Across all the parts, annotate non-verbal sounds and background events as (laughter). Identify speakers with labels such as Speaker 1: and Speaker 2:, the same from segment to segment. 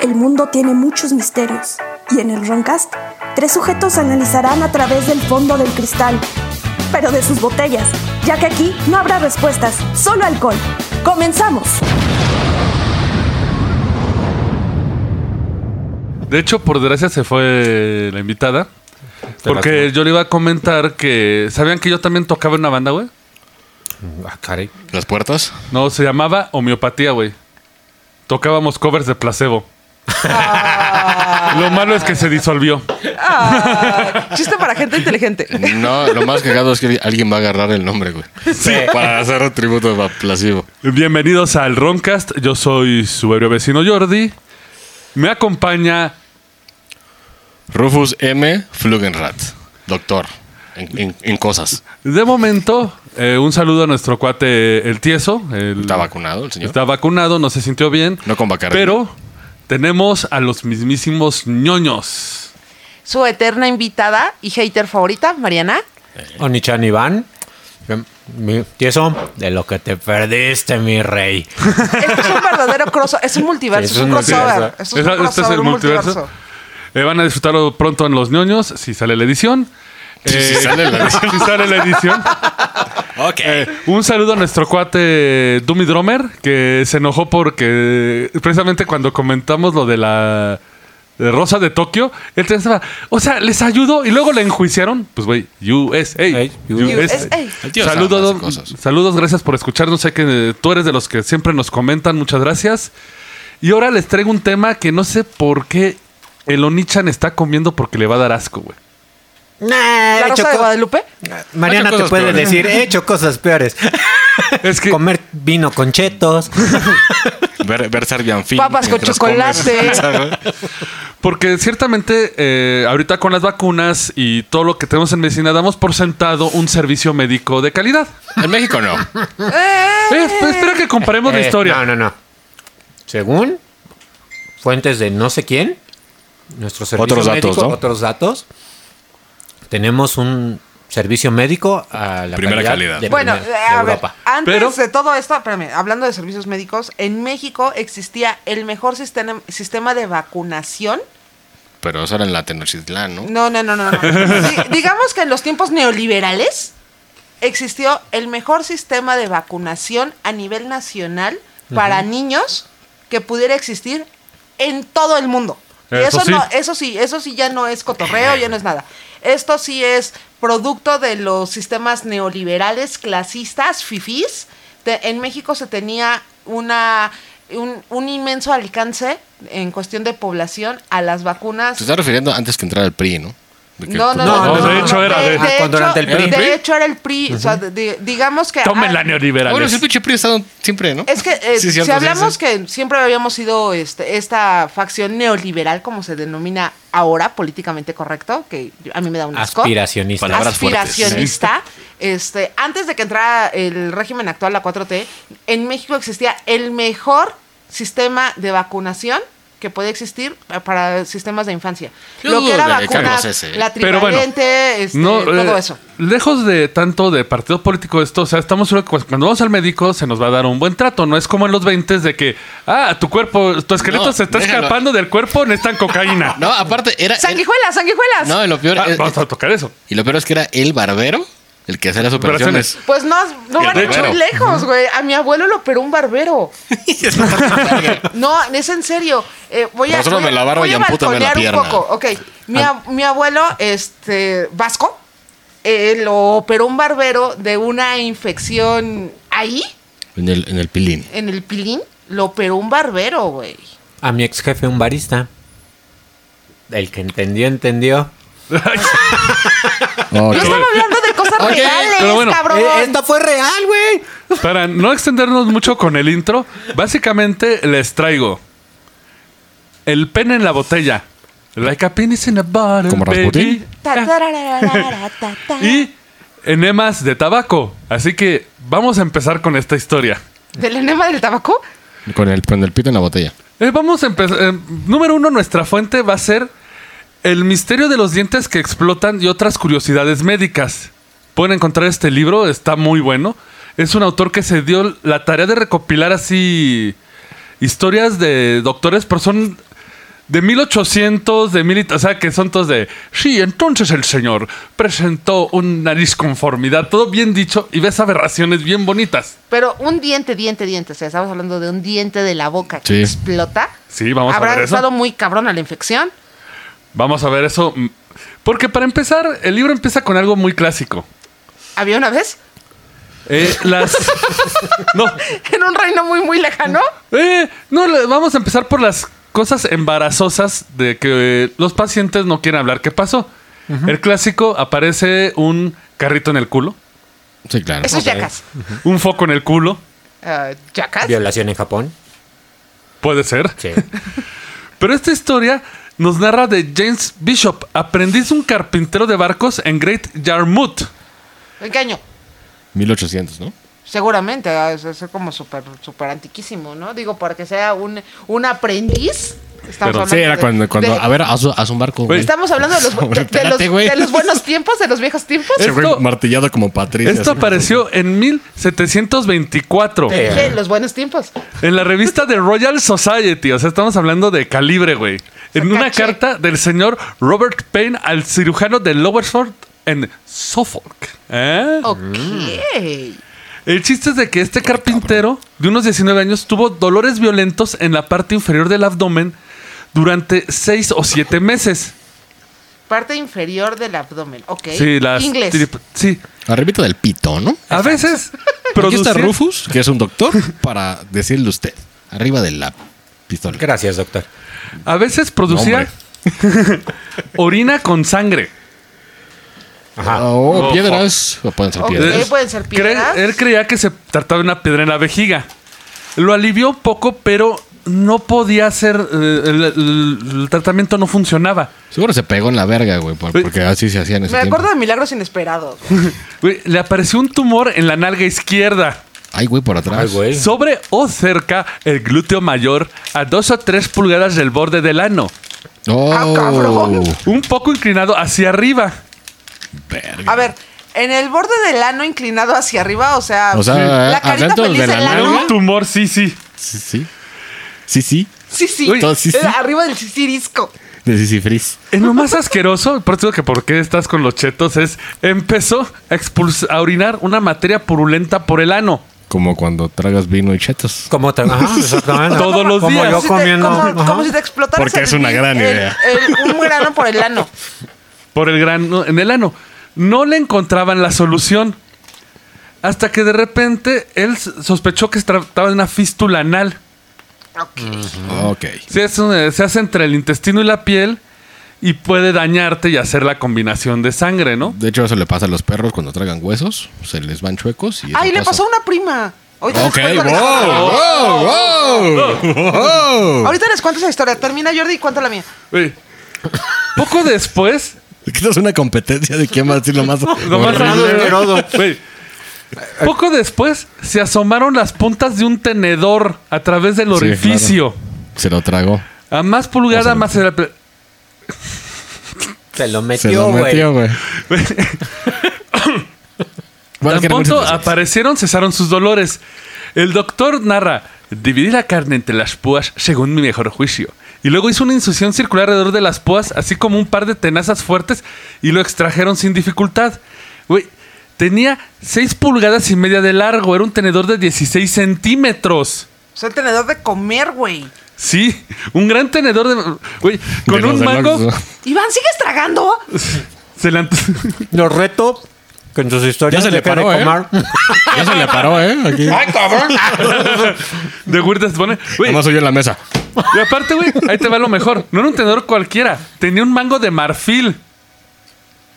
Speaker 1: El mundo tiene muchos misterios y en el Roncast, tres sujetos analizarán a través del fondo del cristal, pero de sus botellas, ya que aquí no habrá respuestas, solo alcohol. ¡Comenzamos!
Speaker 2: De hecho, por desgracia se fue la invitada. Porque yo le iba a comentar que. ¿Sabían que yo también tocaba en una banda, güey?
Speaker 3: Ah, caray.
Speaker 4: ¿Las puertas?
Speaker 2: No, se llamaba homeopatía, güey. Tocábamos covers de placebo. Lo malo es que se disolvió.
Speaker 5: Ah, (laughs) chiste para gente inteligente.
Speaker 4: No, lo más cagado es que alguien va a agarrar el nombre, güey. Para hacer un tributo a Placebo.
Speaker 2: Bienvenidos al Roncast. Yo soy su ebrio vecino Jordi. Me acompaña
Speaker 4: Rufus M. Flugenrat, doctor en, en- en cosas.
Speaker 2: de momento eh, un saludo a nuestro cuate el tieso. El,
Speaker 4: ¿Está vacunado el señor?
Speaker 2: Está vacunado, no se sintió bien.
Speaker 4: No con Bacardi.
Speaker 2: Pero tenemos a los mismísimos ñoños.
Speaker 5: Su eterna invitada y hater favorita, Mariana.
Speaker 3: Onichan Iván. Mi- Tieso, de lo que te perdiste, mi rey.
Speaker 5: Esto es un verdadero crossover. Es un multiverso.
Speaker 3: Sí,
Speaker 5: es un crossover.
Speaker 3: multiverso.
Speaker 5: Esto es un
Speaker 2: Esa- este es
Speaker 5: crossover,
Speaker 2: el
Speaker 5: un
Speaker 2: multiverso. Eh, van a disfrutarlo pronto en los ñoños, si sale la edición. Eh,
Speaker 4: Sí, (laughs) si sale la edición.
Speaker 2: si sale la edición.
Speaker 3: Ok.
Speaker 2: Un saludo a nuestro cuate Dummy Drummer, que se enojó porque precisamente cuando comentamos lo de la de Rosa de Tokio, él te estaba, o sea, les ayudó y luego la enjuiciaron. Pues güey, USA.
Speaker 3: Hey,
Speaker 5: USA.
Speaker 4: El tío sabe
Speaker 2: Saludos,
Speaker 4: hacer cosas.
Speaker 2: saludos, gracias por escucharnos. Sé que eh, tú eres de los que siempre nos comentan, muchas gracias. Y ahora les traigo un tema que no sé por qué el Onichan está comiendo porque le va a dar asco,
Speaker 4: (laughs)
Speaker 2: güey.
Speaker 3: Ah,
Speaker 5: ¿La Rosa de Guadalupe?
Speaker 3: Mariana
Speaker 4: He hecho
Speaker 3: te
Speaker 4: cosas
Speaker 3: puede
Speaker 4: peores.
Speaker 3: decir, he hecho cosas
Speaker 4: (laughs)
Speaker 3: peores.
Speaker 2: Es que
Speaker 3: Comer vino con chetos.
Speaker 4: Ver, ver Serbian Film
Speaker 5: Papas con
Speaker 4: mientras (laughs)
Speaker 5: chocolate.
Speaker 4: comes. ¿Sabes?
Speaker 2: Porque ciertamente eh, ahorita con las vacunas y todo lo que tenemos en medicina damos por sentado un servicio médico de calidad.
Speaker 4: en México no.
Speaker 2: Eh, pues, espera que comparemos la
Speaker 3: Eh,
Speaker 2: historia.
Speaker 3: No, no, no. Según fuentes de no sé quién, nuestro servicio
Speaker 4: Otros datos,
Speaker 3: médico,
Speaker 4: ¿no?
Speaker 3: otros datos, tenemos un servicio médico a la
Speaker 4: Primera calidad.
Speaker 3: calidad, de
Speaker 5: Bueno,
Speaker 3: primer-
Speaker 5: eh, a
Speaker 3: de
Speaker 5: ver,
Speaker 3: Europa.
Speaker 5: antes
Speaker 2: Pero-
Speaker 5: de todo esto, espérame, hablando de servicios médicos, en México existía el mejor sistema, sistema de vacunación.
Speaker 4: Pero eso era en la Tenochtitlán, ¿no?
Speaker 5: No, no, no, no. no. Di- digamos que en los tiempos neoliberales existió el mejor sistema de vacunación a nivel nacional para niños que pudiera existir en todo el mundo. Y
Speaker 2: Eso
Speaker 5: eso,
Speaker 2: sí.
Speaker 5: no, eso sí, eso sí ya no es cotorreo, ya no es nada. Esto sí es producto de los sistemas neoliberales, clasistas, fifís. Te- en México se tenía una un, un inmenso alcance en cuestión de población a las vacunas
Speaker 4: Te estás refiriendo antes que entrar el PRI, ¿no? De que-
Speaker 5: no, no,
Speaker 3: No,
Speaker 5: no,
Speaker 3: no, de
Speaker 2: hecho era de-
Speaker 3: Ah, cuando era del
Speaker 5: hecho-
Speaker 3: PRI.
Speaker 5: De hecho era el PRI. O sea, de- digamos que.
Speaker 2: Tomen la
Speaker 5: ah,
Speaker 2: neoliberales.
Speaker 4: Bueno, pues, si el pinche PRI ha estado siempre, ¿no?
Speaker 5: Es que eh,
Speaker 4: Sí, cierto, sí,
Speaker 5: si hablamos
Speaker 4: sí.
Speaker 5: que siempre habíamos sido este, esta facción neoliberal, como se denomina ahora, políticamente correcto, que a mí me da un asco.
Speaker 3: Aspiracionista.
Speaker 4: Palabra. Palabras fuertes.
Speaker 5: aspiracionista. Este, antes de que entrara el régimen actual, la 4T, en México existía el mejor sistema de vacunación que podía existir pa- para sistemas de infancia.
Speaker 4: Yo
Speaker 5: Lo
Speaker 4: dudo
Speaker 5: que era
Speaker 4: de que Carlos
Speaker 5: vacunas,
Speaker 4: ese, ¿eh?
Speaker 5: la
Speaker 2: Pero bueno,
Speaker 5: trivalente, este,
Speaker 2: No,
Speaker 5: todo
Speaker 2: eh,
Speaker 5: eso.
Speaker 2: Lejos de tanto de partido político esto, o sea, estamos seguros que cuando vamos al médico se nos va a dar un buen trato, no es como en los 20 de que, ah, tu cuerpo, tu esqueleto
Speaker 4: No,
Speaker 2: se está
Speaker 4: déjalo.
Speaker 2: escapando del cuerpo, necesitan cocaína.
Speaker 4: (laughs) No, eh, aparte era... era-
Speaker 5: ¡Sanguijuelas, sanguijuelas!
Speaker 4: No, y lo peor...
Speaker 2: Ah,
Speaker 4: es-
Speaker 2: vamos a tocar eso.
Speaker 4: y lo peor es que era el barbero el que hacía las operaciones.
Speaker 5: Pues no, no
Speaker 4: El
Speaker 5: van a ir
Speaker 4: barbero.
Speaker 5: muy lejos, güey. A mi abuelo lo operó un barbero.
Speaker 4: (laughs)
Speaker 5: no, es en serio. Eh, voy a,
Speaker 4: Pero solo
Speaker 5: voy a-
Speaker 4: me la barba
Speaker 5: voy a
Speaker 4: y ampútame la
Speaker 5: balconear
Speaker 4: pierna. Ah.
Speaker 5: un poco. Ok, mi, ab- mi abuelo, este, vasco, eh, lo operó un barbero de una infección ahí,
Speaker 4: En el, en el pilín.
Speaker 5: en el pilín. Lo operó un barbero, güey.
Speaker 3: A mi ex jefe, un barista. El que entendió, entendió.
Speaker 2: (laughs)
Speaker 5: Yo estaba hablando de cosas
Speaker 4: Ok,
Speaker 5: reales,
Speaker 2: pero bueno,
Speaker 5: cabrón.
Speaker 3: Eh, esta fue real, güey.
Speaker 2: Para no extendernos mucho con el intro, básicamente les traigo el pene en la botella. Like a penis in a bottle,
Speaker 4: ¿Como
Speaker 2: baby. Ah.
Speaker 4: Rasputín?
Speaker 5: Ta, tarararara, ta, ta.
Speaker 2: Y enemas de tabaco. Así que vamos a empezar con esta historia.
Speaker 5: ¿Del enema del tabaco?
Speaker 4: Con el, con el pito en la botella.
Speaker 2: Eh, vamos a empezar. eh, número uno, nuestra fuente va a ser El misterio de los dientes que explotan y otras curiosidades médicas. Pueden encontrar este libro, está muy bueno. Es un autor que se dio la tarea de recopilar así historias de doctores, pero son de 1800, de mil, y- o sea, que son todos de, sí, entonces el señor presentó una disconformidad, todo bien dicho, y ves aberraciones bien bonitas.
Speaker 5: Pero un diente, diente, diente. O sea, estamos hablando de un diente de la boca que
Speaker 4: Sí.
Speaker 5: explota.
Speaker 2: Sí, vamos a
Speaker 5: Habrá
Speaker 2: ver eso.
Speaker 5: estado muy cabrón a la infección.
Speaker 2: Vamos a ver eso. mm, Porque para empezar, el libro empieza con algo muy clásico.
Speaker 5: Había una vez (laughs)
Speaker 2: Eh, las... no,
Speaker 5: en un reino muy, muy lejano.
Speaker 2: Eh, no, le- vamos a empezar por las cosas embarazosas de que eh, los pacientes no quieren hablar. ¿Qué pasó? El clásico aparece un carrito en el culo,
Speaker 4: Sí, claro.
Speaker 5: Eso es
Speaker 3: Ok.
Speaker 5: yacas.
Speaker 2: un foco en el culo,
Speaker 5: Ah, ¿Yacas?
Speaker 3: Violación en Japón.
Speaker 2: puede ser.
Speaker 3: Sí.
Speaker 2: Pero esta historia nos narra de James Bishop, aprendiz de un carpintero de barcos en Great Yarmouth.
Speaker 5: ¿En qué año?
Speaker 4: 1800, ¿no?
Speaker 5: Seguramente, ah, es, es como súper súper antiquísimo, ¿no? Digo, para que sea un, un aprendiz. Estamos
Speaker 2: Pero-
Speaker 5: hablando
Speaker 4: Sí, era
Speaker 5: de-
Speaker 4: cuando. cuando
Speaker 5: de-
Speaker 4: a ver, haz, haz un barco. güey.
Speaker 5: estamos hablando de
Speaker 4: (laughs)
Speaker 5: los, bu- de, de los,
Speaker 4: Espérate, güey.
Speaker 5: de los buenos tiempos, de los viejos tiempos.
Speaker 4: Se fue
Speaker 2: Esto-
Speaker 4: martillado como Patricia.
Speaker 2: Esto
Speaker 4: así.
Speaker 2: apareció en 1724
Speaker 3: Sí.
Speaker 5: Sí, los buenos tiempos.
Speaker 2: en la revista The Royal Society. O sea, estamos hablando de calibre, güey. En una
Speaker 5: caché.
Speaker 2: carta del señor Robert Payne al cirujano de Lowersford en Suffolk. ¿Eh?
Speaker 5: Ok.
Speaker 4: Mm.
Speaker 2: El chiste es de que este carpintero de unos 19 años tuvo dolores violentos en la parte inferior del abdomen durante 6 o 7 meses.
Speaker 5: Parte inferior del abdomen. Ok.
Speaker 2: Sí, las
Speaker 5: Inglés.
Speaker 2: trip- sí.
Speaker 4: Arribita del pito, ¿no?
Speaker 2: A veces
Speaker 4: Aquí está
Speaker 2: producir-
Speaker 4: Rufus, que es un doctor, para decirle usted. Arriba de la pistola.
Speaker 3: Gracias, doctor.
Speaker 2: a veces producía (laughs) orina con sangre.
Speaker 3: Ajá.
Speaker 4: Oh,
Speaker 2: Oh,
Speaker 4: piedras. O pueden ser
Speaker 5: Ok,
Speaker 4: piedras.
Speaker 5: pueden ser
Speaker 2: Cre-
Speaker 5: piedras.
Speaker 2: él creía que se trataba de una piedra en la vejiga. Lo alivió un poco, pero no podía hacer. eh, el, el- el tratamiento no funcionaba.
Speaker 4: Seguro se pegó en la verga, güey, por- porque así se hacían ese
Speaker 5: Me
Speaker 4: tiempo.
Speaker 5: acuerdo de milagros inesperados.
Speaker 2: Güey, le apareció un tumor en la nalga izquierda,
Speaker 4: Ay, güey, por atrás.
Speaker 3: Ay, güey.
Speaker 2: sobre o cerca el glúteo mayor, a dos o tres pulgadas del borde del ano,
Speaker 4: Oh,
Speaker 5: Ah, cabrón.
Speaker 2: un poco inclinado hacia arriba.
Speaker 5: A ver, en el borde del ano inclinado hacia arriba, o sea,
Speaker 4: O sea,
Speaker 5: la carita
Speaker 4: adentro
Speaker 5: feliz
Speaker 4: de la ¿Ah,
Speaker 5: del
Speaker 2: Era
Speaker 5: ano.
Speaker 4: nalga.
Speaker 2: un tumor, sí, sí.
Speaker 4: Sí, sí. Sí, sí.
Speaker 5: Sí, sí.
Speaker 4: Uy, todo sí, sí.
Speaker 5: Era Arriba del sisirisco.
Speaker 4: De Sisifris.
Speaker 2: En lo más asqueroso, por eso digo que por qué estás con los chetos, es empezó a, expulsar, a orinar una materia purulenta por el ano.
Speaker 4: Como cuando tragas vino y chetos.
Speaker 3: Como te-
Speaker 5: (laughs)
Speaker 3: ajá, exactamente.
Speaker 2: Todos los
Speaker 3: Como
Speaker 2: días.
Speaker 3: yo
Speaker 5: Si te-
Speaker 3: comiendo.
Speaker 5: como,
Speaker 3: ajá.
Speaker 5: como si te explotara
Speaker 4: Porque
Speaker 5: el-
Speaker 4: es una gran
Speaker 5: el-
Speaker 4: idea.
Speaker 5: el- un grano por el ano.
Speaker 2: por el grano en el ano. No le encontraban la solución. Hasta que de repente él s- sospechó que se trataba de una fístula anal.
Speaker 5: Ok.
Speaker 4: Ok.
Speaker 2: Se hace, una- se hace entre el intestino y la piel y puede dañarte y hacer la combinación de sangre, ¿no?
Speaker 4: De hecho, eso le pasa a los perros cuando tragan huesos. Se les van chuecos y eso
Speaker 5: Ay, le
Speaker 4: pasa.
Speaker 5: pasó a una prima. Ahorita
Speaker 4: Ok,
Speaker 5: les
Speaker 4: wow,
Speaker 5: cuento la historia.
Speaker 4: wow, wow, wow.
Speaker 5: Ahorita les cuento esa historia. Termina Jordi y cuenta la mía.
Speaker 2: Uy. Poco después...
Speaker 4: Esto es una competencia de quién va a decir lo
Speaker 2: (laughs)
Speaker 4: más.
Speaker 2: lo más
Speaker 4: horrible.
Speaker 2: raro- Uy. Poco después se asomaron las puntas de un tenedor a través del
Speaker 4: claro.
Speaker 2: orificio.
Speaker 4: Se lo tragó.
Speaker 2: A más pulgada, más... era-
Speaker 3: Se lo
Speaker 4: Se lo
Speaker 3: metió,
Speaker 2: (coughs)
Speaker 3: güey.
Speaker 4: metió, güey. Bueno, que
Speaker 2: Tan
Speaker 4: era muy
Speaker 2: pronto
Speaker 4: interesante.
Speaker 2: aparecieron, cesaron sus dolores. El doctor narra, dividí la carne entre las púas según mi mejor juicio. Y luego hizo una incisión circular alrededor de las púas, así como un par de tenazas fuertes, y lo extrajeron sin dificultad. Güey, tenía 6 pulgadas y media de largo, era un tenedor de 16 centímetros.
Speaker 5: Soy el tenedor de comer, güey.
Speaker 2: Sí, un gran tenedor de... Güey,
Speaker 4: De
Speaker 2: con
Speaker 4: los
Speaker 2: un
Speaker 4: del
Speaker 2: mango... (coughs)
Speaker 4: Oxxo.
Speaker 5: Iván, ¿sigues tragando?
Speaker 2: (laughs) Se le antojó... (laughs)
Speaker 3: Lo reto que en sus historias
Speaker 4: Ya se le
Speaker 3: deje de
Speaker 4: paró, ¿eh? (laughs)
Speaker 3: comer.
Speaker 4: Ya se le paró, ¿eh? Aquí.
Speaker 2: De Weird pone... Güey,
Speaker 4: Nomás oyó en la mesa.
Speaker 2: Y aparte, güey, ahí te va lo mejor. No era un tenedor cualquiera. Tenía un mango de marfil.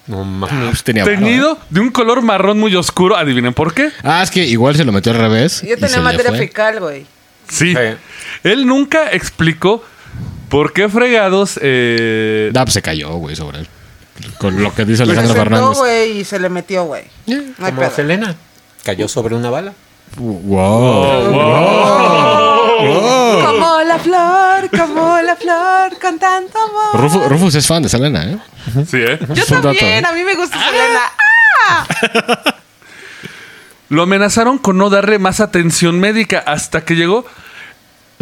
Speaker 3: No mames.
Speaker 4: Ah, pues tenía varo, ¿eh?
Speaker 2: Teñido de un color marrón muy oscuro. Adivinen por qué.
Speaker 4: Ah, es que igual se lo metió al revés.
Speaker 5: Yo
Speaker 4: y se
Speaker 5: tenía
Speaker 4: le
Speaker 5: materia
Speaker 4: fue.
Speaker 5: fecal, güey.
Speaker 2: Sí.
Speaker 3: Sí.
Speaker 2: Él nunca explicó por qué fregados. eh,
Speaker 4: Ah, pues se cayó, güey, sobre él. Con lo que dice
Speaker 5: Se
Speaker 4: Alejandro
Speaker 5: sentó,
Speaker 4: Fernández. ¿Eh?
Speaker 5: güey, y se le metió, güey. No hay
Speaker 3: Como
Speaker 5: pedo.
Speaker 3: Selena. Cayó sobre una
Speaker 5: (laughs)
Speaker 3: bala.
Speaker 4: Wow. (laughs)
Speaker 5: Como la flor, como la flor, con tanto amor.
Speaker 4: Rufus, Rufus es fan de Selena, ¿eh?
Speaker 2: Sí, eh.
Speaker 5: Yo
Speaker 4: Es un dato,
Speaker 5: también,
Speaker 4: ¿eh?
Speaker 5: a mí me gusta Selena.
Speaker 2: Lo amenazaron con no darle más atención médica hasta que llegó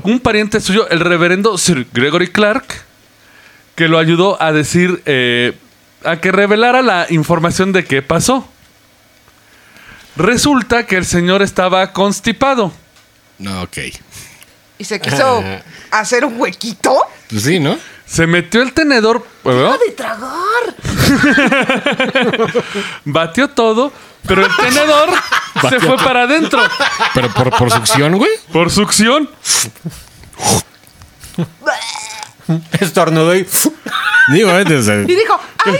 Speaker 2: un pariente suyo, el reverendo Sir Gregory Clark, que lo ayudó a decir, eh, a que revelara la información de qué pasó. Resulta que el señor estaba constipado.
Speaker 4: No, ok.
Speaker 5: Y se quiso
Speaker 4: Eh.
Speaker 5: hacer un huequito.
Speaker 4: Pues sí, ¿no?
Speaker 2: Se metió el tenedor, ¿eh? ¿verdad?
Speaker 5: ¡De tragar!
Speaker 2: (laughs) batió todo, pero el
Speaker 5: (laughs)
Speaker 2: tenedor se fue para adentro
Speaker 4: Pero por, por succión, güey.
Speaker 2: por succión.
Speaker 3: Estornudo y. (laughs)
Speaker 4: Digo, eh, desde-
Speaker 5: Y dijo, ¡ay!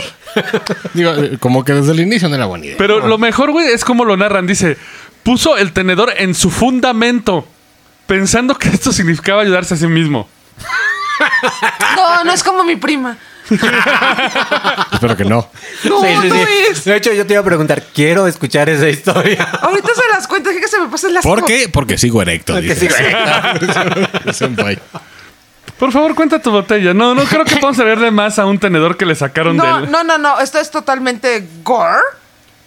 Speaker 4: digo, eh, como que desde el inicio no era buena idea.
Speaker 2: Pero lo mejor, güey, es como lo narran. Dice, puso el tenedor en su fundamento, pensando que esto significaba ayudarse a sí mismo.
Speaker 5: No, no es como mi prima.
Speaker 4: Espero que no.
Speaker 5: No,
Speaker 3: Sí, sí,
Speaker 5: no
Speaker 3: sí.
Speaker 5: es.
Speaker 3: De hecho, yo te iba a preguntar, quiero escuchar esa historia.
Speaker 4: (laughs)
Speaker 3: (laughs)
Speaker 5: Ahorita se las cuento, dije que se me pasen las
Speaker 4: ¿Por qué? Porque sigo erecto.
Speaker 3: Que sí,
Speaker 4: dice. (laughs)
Speaker 3: güey.
Speaker 4: Senpai.
Speaker 2: Por favor, cuenta tu botella. No, no creo que podamos saberle más a un tenedor que le sacaron
Speaker 5: No,
Speaker 2: del...
Speaker 5: no, no, no, esto es totalmente gore.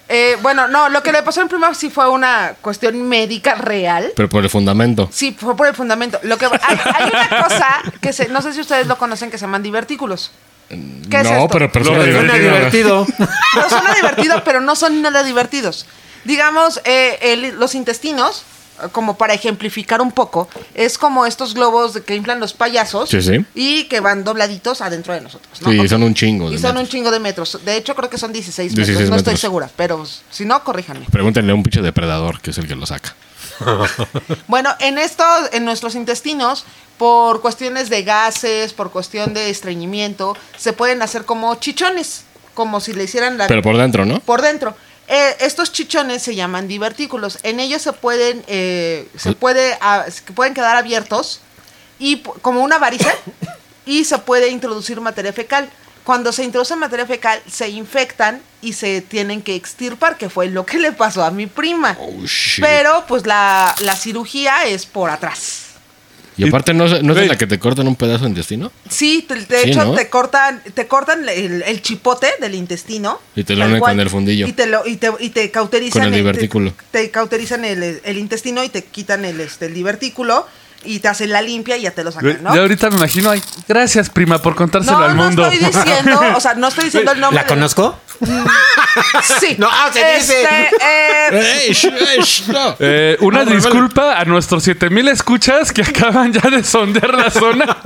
Speaker 5: Eh, bueno, no, lo que le pasó en prima sí fue una cuestión médica real.
Speaker 4: Pero por el fundamento.
Speaker 5: Sí, fue por el fundamento. Lo que hay, hay una cosa que se- no sé si ustedes lo conocen que se llaman divertículos. ¿Qué
Speaker 4: no,
Speaker 5: es esto?
Speaker 4: pero persona
Speaker 2: Lo que
Speaker 3: Suena
Speaker 4: divertida.
Speaker 3: divertido.
Speaker 5: Pero suena divertido, pero no son nada divertidos. Digamos, eh, el- los intestinos, eh, como para ejemplificar un poco, es como estos globos de que inflan los payasos
Speaker 4: Sí, sí.
Speaker 5: y que van dobladitos adentro de nosotros. ¿no?
Speaker 4: Sí,
Speaker 5: Ok.
Speaker 4: son un chingo. de
Speaker 5: Y son un
Speaker 4: metros.
Speaker 5: chingo de metros. De hecho, creo que son 16 metros.
Speaker 4: 16
Speaker 5: No estoy
Speaker 4: metros.
Speaker 5: segura, pero si no, corríjanme.
Speaker 4: Pregúntenle a un pinche depredador, que es el que lo saca.
Speaker 5: Bueno, en esto, en nuestros intestinos, por cuestiones de gases, por cuestión de estreñimiento, se pueden hacer como chichones, como si le hicieran la
Speaker 4: Pero por dentro, ¿no?
Speaker 5: por dentro. Eh, estos chichones se llaman divertículos. En ellos se pueden, eh, se puede, ah, se pueden quedar abiertos y p- como una
Speaker 4: (laughs)
Speaker 5: varilla y se puede introducir materia fecal. Cuando se introduce materia fecal se infectan y se tienen que extirpar, que fue lo que le pasó a mi prima.
Speaker 4: Oh, shit.
Speaker 5: Pero pues la, la cirugía es por atrás.
Speaker 4: Y aparte, ¿no, es- no es
Speaker 2: Güey.
Speaker 4: en la que te cortan un pedazo de intestino?
Speaker 5: Sí, te- de
Speaker 4: Sí,
Speaker 5: hecho
Speaker 4: ¿no?
Speaker 5: te cortan, te cortan el, el chipote del intestino.
Speaker 4: Y te lo
Speaker 5: tal
Speaker 4: unen
Speaker 5: cual,
Speaker 4: con el fundillo.
Speaker 5: Y te, lo, y te, y te
Speaker 4: Con
Speaker 5: cauterizan
Speaker 4: el
Speaker 5: te-
Speaker 4: divertículo.
Speaker 5: Te, cauterizan el, el intestino y te quitan el, este, el divertículo y te hacen la limpia y ya te lo
Speaker 2: Güey,
Speaker 5: sacan, ¿no?
Speaker 2: Yo ahorita me imagino, ay, gracias prima por contárselo
Speaker 5: no,
Speaker 2: al
Speaker 5: no
Speaker 2: mundo.
Speaker 5: estoy diciendo, o sea, (laughs) no estoy diciendo el nombre.
Speaker 3: ¿La
Speaker 5: de-
Speaker 3: conozco?
Speaker 4: (laughs)
Speaker 5: Sí.
Speaker 3: No, ah, se dice.
Speaker 5: Este, eh,
Speaker 4: ¡Ey, sh- ey, sh- no!
Speaker 2: (laughs) Eh, una
Speaker 4: No, revela.
Speaker 2: disculpa a nuestros 7000 escuchas que acaban ya de sondear la
Speaker 5: (laughs)
Speaker 2: zona.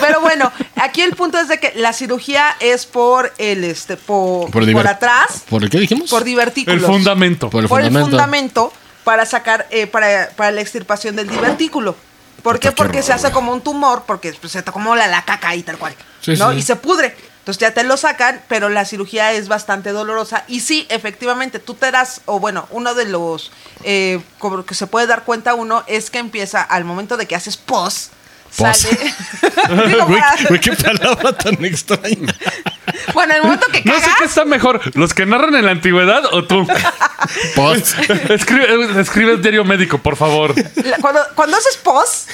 Speaker 5: Pero bueno, aquí el punto es de que la cirugía es por el este por, por,
Speaker 4: diver-
Speaker 5: atrás,
Speaker 4: ¿Por el qué dijimos?
Speaker 5: por divertículos.
Speaker 2: El fundamento.
Speaker 4: Por el
Speaker 5: por el
Speaker 4: fundamento.
Speaker 5: fundamento para sacar eh, para, para la extirpación del divertículo. ¿Por qué?
Speaker 4: Puta, qué
Speaker 5: Porque se
Speaker 4: horror,
Speaker 5: hace
Speaker 4: güey.
Speaker 5: como un tumor, porque pues, se te acumula la caca ahí tal cual,
Speaker 4: Sí,
Speaker 5: ¿no?
Speaker 4: sí.
Speaker 5: Y se pudre. Entonces ya te lo sacan, pero la cirugía es bastante dolorosa. Y sí, efectivamente, tú te das, o bueno, uno de los eh, como que se puede dar cuenta uno es que empieza al momento de que haces pos,
Speaker 4: Pos.
Speaker 5: sale.
Speaker 4: (laughs)
Speaker 5: (laughs) Digo,
Speaker 4: Güey,
Speaker 5: para-
Speaker 4: güey, qué palabra (laughs) tan extraña.
Speaker 5: bueno, el momento que
Speaker 2: No
Speaker 5: cagas,
Speaker 2: sé qué está mejor, los que narran en la antigüedad o tú.
Speaker 4: Post.
Speaker 2: (laughs) Escribe, escribe el diario médico, por favor.
Speaker 5: La- cuando, cuando haces
Speaker 4: (laughs)
Speaker 5: pos,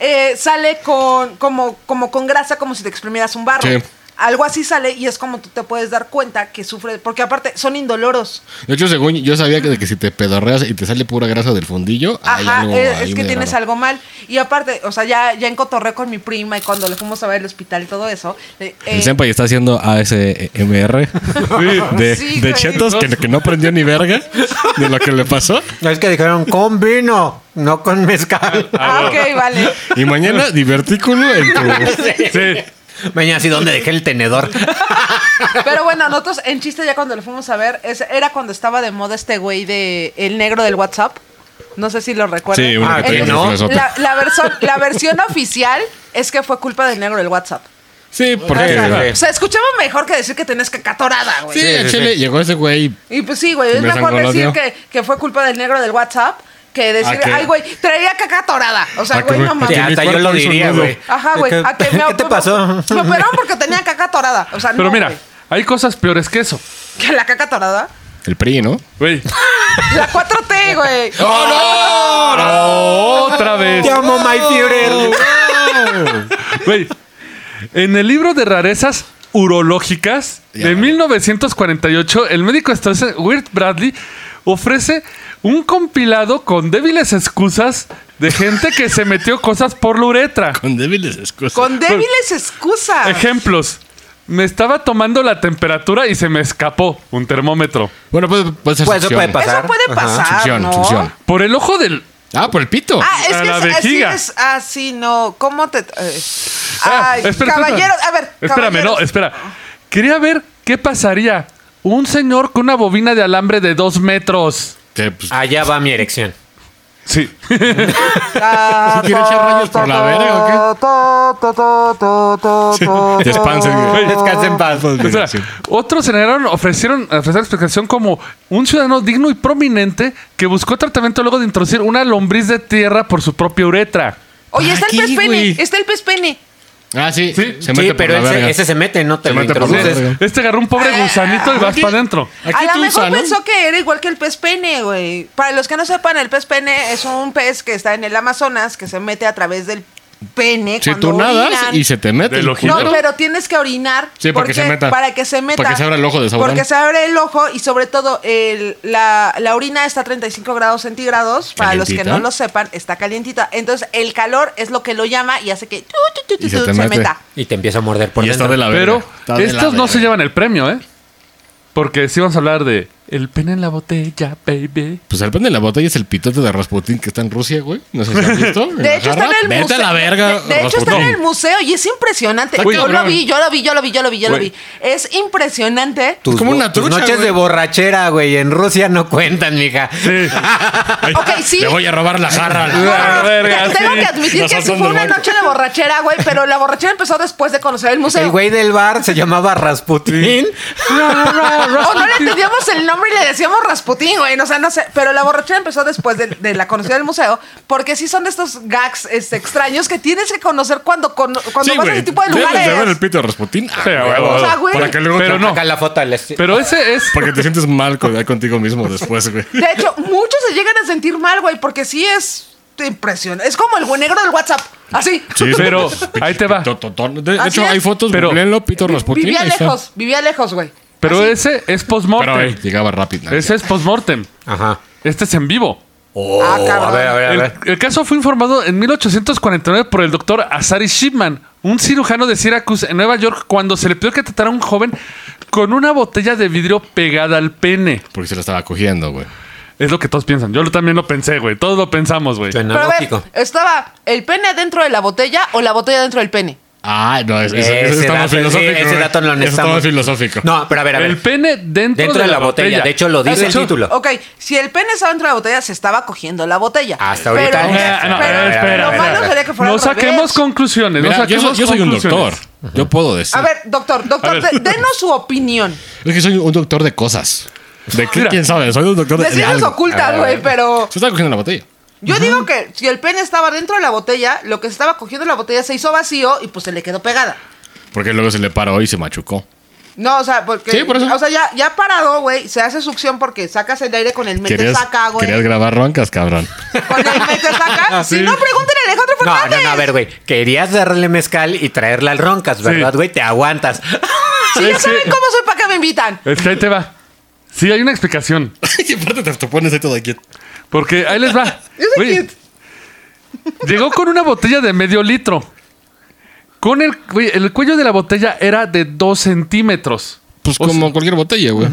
Speaker 5: eh, sale con como, como con grasa, como si te exprimieras un barro.
Speaker 4: Sí.
Speaker 5: Algo así sale y es como tú te puedes dar cuenta que sufre, porque aparte son indoloros.
Speaker 4: De hecho, según yo sabía que, de que si te pedorreas y te sale pura grasa del fundillo, hay
Speaker 5: Ajá,
Speaker 4: algo
Speaker 5: es,
Speaker 4: Ah, ahí
Speaker 5: es que
Speaker 4: medio
Speaker 5: tienes
Speaker 4: raro.
Speaker 5: algo mal. Y aparte, o sea, ya, ya en cotorreo con mi prima y cuando le fuimos a ver el hospital y todo eso. eh, eh,
Speaker 4: El Senpai está haciendo
Speaker 5: (laughs)
Speaker 4: ASMR de, de
Speaker 5: Sí, güey.
Speaker 4: chetos que, que no aprendió ni verga de lo que le pasó.
Speaker 3: No, es que dijeron con vino, no con
Speaker 4: (laughs)
Speaker 3: mezcal.
Speaker 5: ah, ok, vale.
Speaker 4: Y mañana, divertículo en tu...
Speaker 2: Sí.
Speaker 3: Venía así, ¿dónde dejé el tenedor?
Speaker 5: Pero bueno, nosotros en chiste ya cuando lo fuimos a ver, es- era cuando estaba de moda este güey de el negro del WhatsApp. No sé si lo recuerdan.
Speaker 4: Sí, uno
Speaker 3: Ah,
Speaker 4: que trae
Speaker 3: ¿no?
Speaker 4: una flesote.
Speaker 5: La, la verso- la versión oficial es que fue culpa del negro del WhatsApp.
Speaker 4: Sí,
Speaker 5: O
Speaker 4: porque...
Speaker 5: sea, escuchaba mejor que decir que tenías caca torada, güey.
Speaker 4: Sí, al chile llegó ese güey
Speaker 5: Y pues sí, güey, es
Speaker 4: Me
Speaker 5: mejor decir
Speaker 4: sangoloteó.
Speaker 5: que, que fue culpa del negro del WhatsApp que decir,
Speaker 4: ¿A qué?
Speaker 5: ay, güey, traía caca torada. O sea,
Speaker 4: ¿A
Speaker 5: güey,
Speaker 4: qué,
Speaker 5: no
Speaker 4: güey?
Speaker 5: mames.
Speaker 4: Sí,
Speaker 3: hasta yo lo diría, güey.
Speaker 5: Ajá, güey.
Speaker 3: ¿Qué, (laughs)
Speaker 5: ¿a que me-
Speaker 3: ¿qué te
Speaker 5: me-
Speaker 3: pasó?
Speaker 5: Me operaron porque tenía caca torada. O sea,
Speaker 2: Pero
Speaker 5: no,
Speaker 2: mira,
Speaker 5: güey.
Speaker 2: hay cosas peores que eso.
Speaker 5: Que la caca torada.
Speaker 4: El PRI, ¿no?
Speaker 2: Güey,
Speaker 5: La 4T, güey.
Speaker 4: ¡Oh,
Speaker 2: otra vez.
Speaker 3: Te amo, (laughs) my Führer.
Speaker 2: Güey, en el libro de rarezas urológicas
Speaker 4: Ya,
Speaker 2: de
Speaker 4: vale.
Speaker 2: 1948, el médico estadounidense Wirt Bradley ofrece un compilado con débiles excusas de gente que se metió cosas por la uretra.
Speaker 4: Con débiles excusas.
Speaker 5: Con débiles excusas.
Speaker 2: Ejemplos. Me estaba tomando la temperatura y se me escapó un termómetro.
Speaker 4: Bueno, puede, puede ser
Speaker 3: Pues eso puede
Speaker 4: succión.
Speaker 3: pasar.
Speaker 5: Eso puede
Speaker 3: Ajá,
Speaker 5: pasar,
Speaker 4: Succión,
Speaker 5: ¿no?
Speaker 4: succión.
Speaker 2: Por el ojo del...
Speaker 4: Ah, por el pito.
Speaker 5: Ah, es
Speaker 2: A
Speaker 5: que
Speaker 2: la
Speaker 5: es- así
Speaker 2: vejiga.
Speaker 5: es, así no. ¿Cómo te...? eh,
Speaker 2: Ah,
Speaker 5: ay,
Speaker 2: espera, espera,
Speaker 5: caballero,
Speaker 2: espera.
Speaker 5: a ver.
Speaker 2: Espérame,
Speaker 5: caballeros.
Speaker 2: no, espera. Quería ver qué pasaría un señor con una bobina de alambre de dos metros.
Speaker 4: Te, pues,
Speaker 3: Allá va mi erección.
Speaker 2: Sí.
Speaker 5: Ah,
Speaker 4: ¿Quiere echar rayos por la verga o qué?
Speaker 5: to, to, to, to, to, to,
Speaker 4: Te espansen, güey.
Speaker 3: Descansa en paz.
Speaker 2: Espera,
Speaker 4: Sí.
Speaker 2: otros generaron, ofrecieron, ofrecieron explicación como un ciudadano digno y prominente que buscó tratamiento luego de introducir una lombriz de tierra por su propia uretra.
Speaker 5: Oye, está el
Speaker 4: Aquí,
Speaker 5: pez pene,
Speaker 4: güey.
Speaker 5: está el pez pene.
Speaker 4: Ah, sí.
Speaker 2: Sí.
Speaker 4: se mete
Speaker 3: Sí,
Speaker 4: por
Speaker 3: pero
Speaker 4: la verga.
Speaker 3: ese, ese se mete, no te
Speaker 4: Se
Speaker 3: lo
Speaker 4: mete por la
Speaker 3: introduces.
Speaker 4: verga.
Speaker 2: Este agarró un pobre gusanito y vas para adentro.
Speaker 4: Aquí
Speaker 5: a lo
Speaker 4: tú,
Speaker 5: mejor
Speaker 4: Sano.
Speaker 5: pensó que era igual que el pez pene, güey. Para los que no sepan, el pez pene es un pez que está en el Amazonas que se mete a través del pene.
Speaker 4: Si
Speaker 5: cuando
Speaker 4: tú nadas
Speaker 5: orinan.
Speaker 4: y se te mete.
Speaker 2: Del
Speaker 4: el
Speaker 2: ojito.
Speaker 5: No,
Speaker 4: culero.
Speaker 5: pero tienes que orinar.
Speaker 4: Sí, para que se meta.
Speaker 5: Para que se
Speaker 4: Para
Speaker 5: meta.
Speaker 4: que se abra el ojo de Sauron.
Speaker 5: Porque se abre el ojo y sobre todo el- la, la orina está a 35 grados centígrados. Para los que
Speaker 4: Calientita.
Speaker 5: no lo sepan, está calientita. Entonces el calor es lo que lo llama y hace que tu, tu, tu,
Speaker 4: Y
Speaker 5: tu,
Speaker 4: se
Speaker 5: tu,
Speaker 4: te
Speaker 5: se
Speaker 4: mete.
Speaker 5: meta.
Speaker 3: Y te empieza a morder por
Speaker 4: Y pues está
Speaker 3: dentro.
Speaker 4: de la verga.
Speaker 2: Pero
Speaker 4: Está de la
Speaker 2: estos no
Speaker 4: verga.
Speaker 2: se llevan el premio, ¿eh? Porque sí vamos a hablar de el pene en la botella, baby.
Speaker 4: Pues el pan de la botella es el pitote de Rasputin que está en Rusia, güey. No sé si has visto.
Speaker 5: De hecho, está en el museo.
Speaker 4: Vete a la verga.
Speaker 5: De, de hecho, está en
Speaker 4: Rasputin.
Speaker 5: el museo y es impresionante.
Speaker 4: Está
Speaker 5: yo lo
Speaker 4: cabrón.
Speaker 5: vi, yo lo vi, yo lo vi, yo lo vi, yo lo
Speaker 2: Güey.
Speaker 5: vi. Es impresionante.
Speaker 3: Tus
Speaker 4: como
Speaker 3: bo-
Speaker 4: una
Speaker 3: tus
Speaker 4: trucha,
Speaker 3: noches
Speaker 4: güey.
Speaker 3: de borrachera, güey. En Rusia no cuentan, mija.
Speaker 4: Ay,
Speaker 5: Ah, Ok, sí.
Speaker 4: Ah, Le voy a robar la jarra.
Speaker 2: La verga,
Speaker 5: Te- Tengo
Speaker 2: sí.
Speaker 5: que admitir
Speaker 4: Nos
Speaker 5: que sí
Speaker 4: saltan
Speaker 5: fue
Speaker 4: del
Speaker 5: una
Speaker 4: monte.
Speaker 5: noche de borrachera, güey, pero la borrachera empezó después de conocer el museo.
Speaker 3: El güey del bar se llamaba Rasputin.
Speaker 5: (laughs) O Oh, no le entendíamos el nombre y le decíamos Rasputín, güey. O sea, no sé. Pero la borrachera empezó después de, de la conocida del museo. Porque sí son de estos gags este, extraños que tienes que conocer cuando, cono- cuando vas a ese tipo de
Speaker 4: Debes de ver el
Speaker 5: lugares.
Speaker 4: pito de Rasputin. Ah,
Speaker 2: Sí, a huevo.
Speaker 5: O sea, güey.
Speaker 4: Para que luego
Speaker 2: Pero
Speaker 4: te-
Speaker 2: no.
Speaker 3: Saca la foto del est-
Speaker 2: Pero ese es
Speaker 4: Porque te sientes mal con- contigo mismo después,
Speaker 5: (laughs)
Speaker 4: güey.
Speaker 5: De hecho, muchos se llegan a sentir mal, güey, porque sí es impresionante. Es como el güey negro del WhatsApp. Así.
Speaker 4: Sí,
Speaker 2: Pero,
Speaker 4: sí.
Speaker 2: ahí te va.
Speaker 4: Pitototón. De
Speaker 5: Así
Speaker 4: hecho,
Speaker 5: es.
Speaker 4: hay fotos,
Speaker 2: Pero-
Speaker 4: pero pito Rasputin.
Speaker 5: vivía
Speaker 4: ahí está.
Speaker 5: lejos, vivía lejos, güey.
Speaker 2: pero
Speaker 5: Así.
Speaker 2: ese es
Speaker 4: Pero eh,
Speaker 2: postmortem.
Speaker 4: llegaba rápido.
Speaker 2: Ese es postmortem.
Speaker 3: Ajá.
Speaker 2: Este es en vivo.
Speaker 3: Oh,
Speaker 5: Ah, cabrón.
Speaker 3: a ver, a ver, a
Speaker 2: El,
Speaker 3: ver.
Speaker 2: el caso fue informado en 1849 por el doctor Azari Shipman, un cirujano de Syracuse en Nueva York, cuando se le pidió que tratara a un joven con una botella de vidrio pegada al pene.
Speaker 4: Porque se la estaba cogiendo, güey.
Speaker 2: Es lo que todos piensan. Yo lo- también lo pensé, güey. Todos lo pensamos, güey.
Speaker 3: Suena
Speaker 5: Pero a ver,
Speaker 3: lógico.
Speaker 5: ¿estaba el pene dentro de la botella o la botella dentro del pene?
Speaker 4: Ah, no, es- es-
Speaker 3: Ese
Speaker 4: ese está más
Speaker 3: dato, sí,
Speaker 4: filosófico.
Speaker 3: ese
Speaker 4: güey.
Speaker 3: dato lo
Speaker 4: Ese está
Speaker 3: necesitamos.
Speaker 4: más filosófico.
Speaker 3: No, pero a ver, a ver.
Speaker 2: El pene dentro,
Speaker 3: Dentro de la botella. De hecho, lo dice el título.
Speaker 5: Ok, si el pene estaba dentro de la botella, se estaba cogiendo la botella.
Speaker 3: Hasta ahorita
Speaker 5: Pero,
Speaker 3: no.
Speaker 2: Eh, no,
Speaker 5: pero
Speaker 2: eh, espera,
Speaker 5: lo malo
Speaker 2: espera.
Speaker 5: sería que fuera
Speaker 2: no
Speaker 5: al revés.
Speaker 2: saquemos conclusiones. no
Speaker 4: Mira, yo, soy-
Speaker 2: saquemos
Speaker 4: yo soy un
Speaker 2: conclusiones.
Speaker 4: doctor. Yo puedo decir.
Speaker 5: A ver, doctor, doctor,
Speaker 2: A ver.
Speaker 5: de- denos su opinión.
Speaker 4: Es que soy un doctor de cosas. ¿De qué?
Speaker 2: Mira.
Speaker 4: ¿Quién sabe? Soy un doctor de, de
Speaker 5: Decisiones
Speaker 4: (laughs) algo.
Speaker 5: ocultas,
Speaker 4: Ah,
Speaker 5: güey, pero...
Speaker 4: Se estaba cogiendo la botella.
Speaker 5: Yo digo que si el pene estaba dentro de la botella, lo que se estaba cogiendo la botella se hizo vacío y pues se le quedó pegada.
Speaker 4: Porque luego se le paró y se machucó.
Speaker 5: No, o sea, porque...
Speaker 4: Sí, por eso.
Speaker 5: O sea, ya, ya parado, güey, se hace succión porque sacas el aire con el mete
Speaker 4: Querías,
Speaker 5: saca, güey.
Speaker 4: querías Ah, grabar roncas, cabrón.
Speaker 5: (laughs) Con el mete
Speaker 4: (laughs)
Speaker 5: saca. Si no, pregúntenle a Alejandro
Speaker 3: No,
Speaker 5: Fernández.
Speaker 3: no, no, a ver, güey. Querías darle mezcal y traerla al roncas, ¿verdad,
Speaker 2: Sí.
Speaker 3: güey? Te
Speaker 5: (laughs)
Speaker 3: aguantas.
Speaker 5: Si ya
Speaker 2: Es que-
Speaker 5: saben cómo soy, ¿para qué me invitan?
Speaker 2: Es que ahí te va. Sí, hay una explicación.
Speaker 4: y aparte te, te pones ahí todo aquí.
Speaker 2: Porque ahí les va.
Speaker 5: sé
Speaker 2: Oye, llegó con una botella de medio litro. Con el, oye, el cuello de la botella era de dos centímetros.
Speaker 4: Pues
Speaker 2: O
Speaker 4: como
Speaker 2: sea,
Speaker 4: cualquier botella, güey.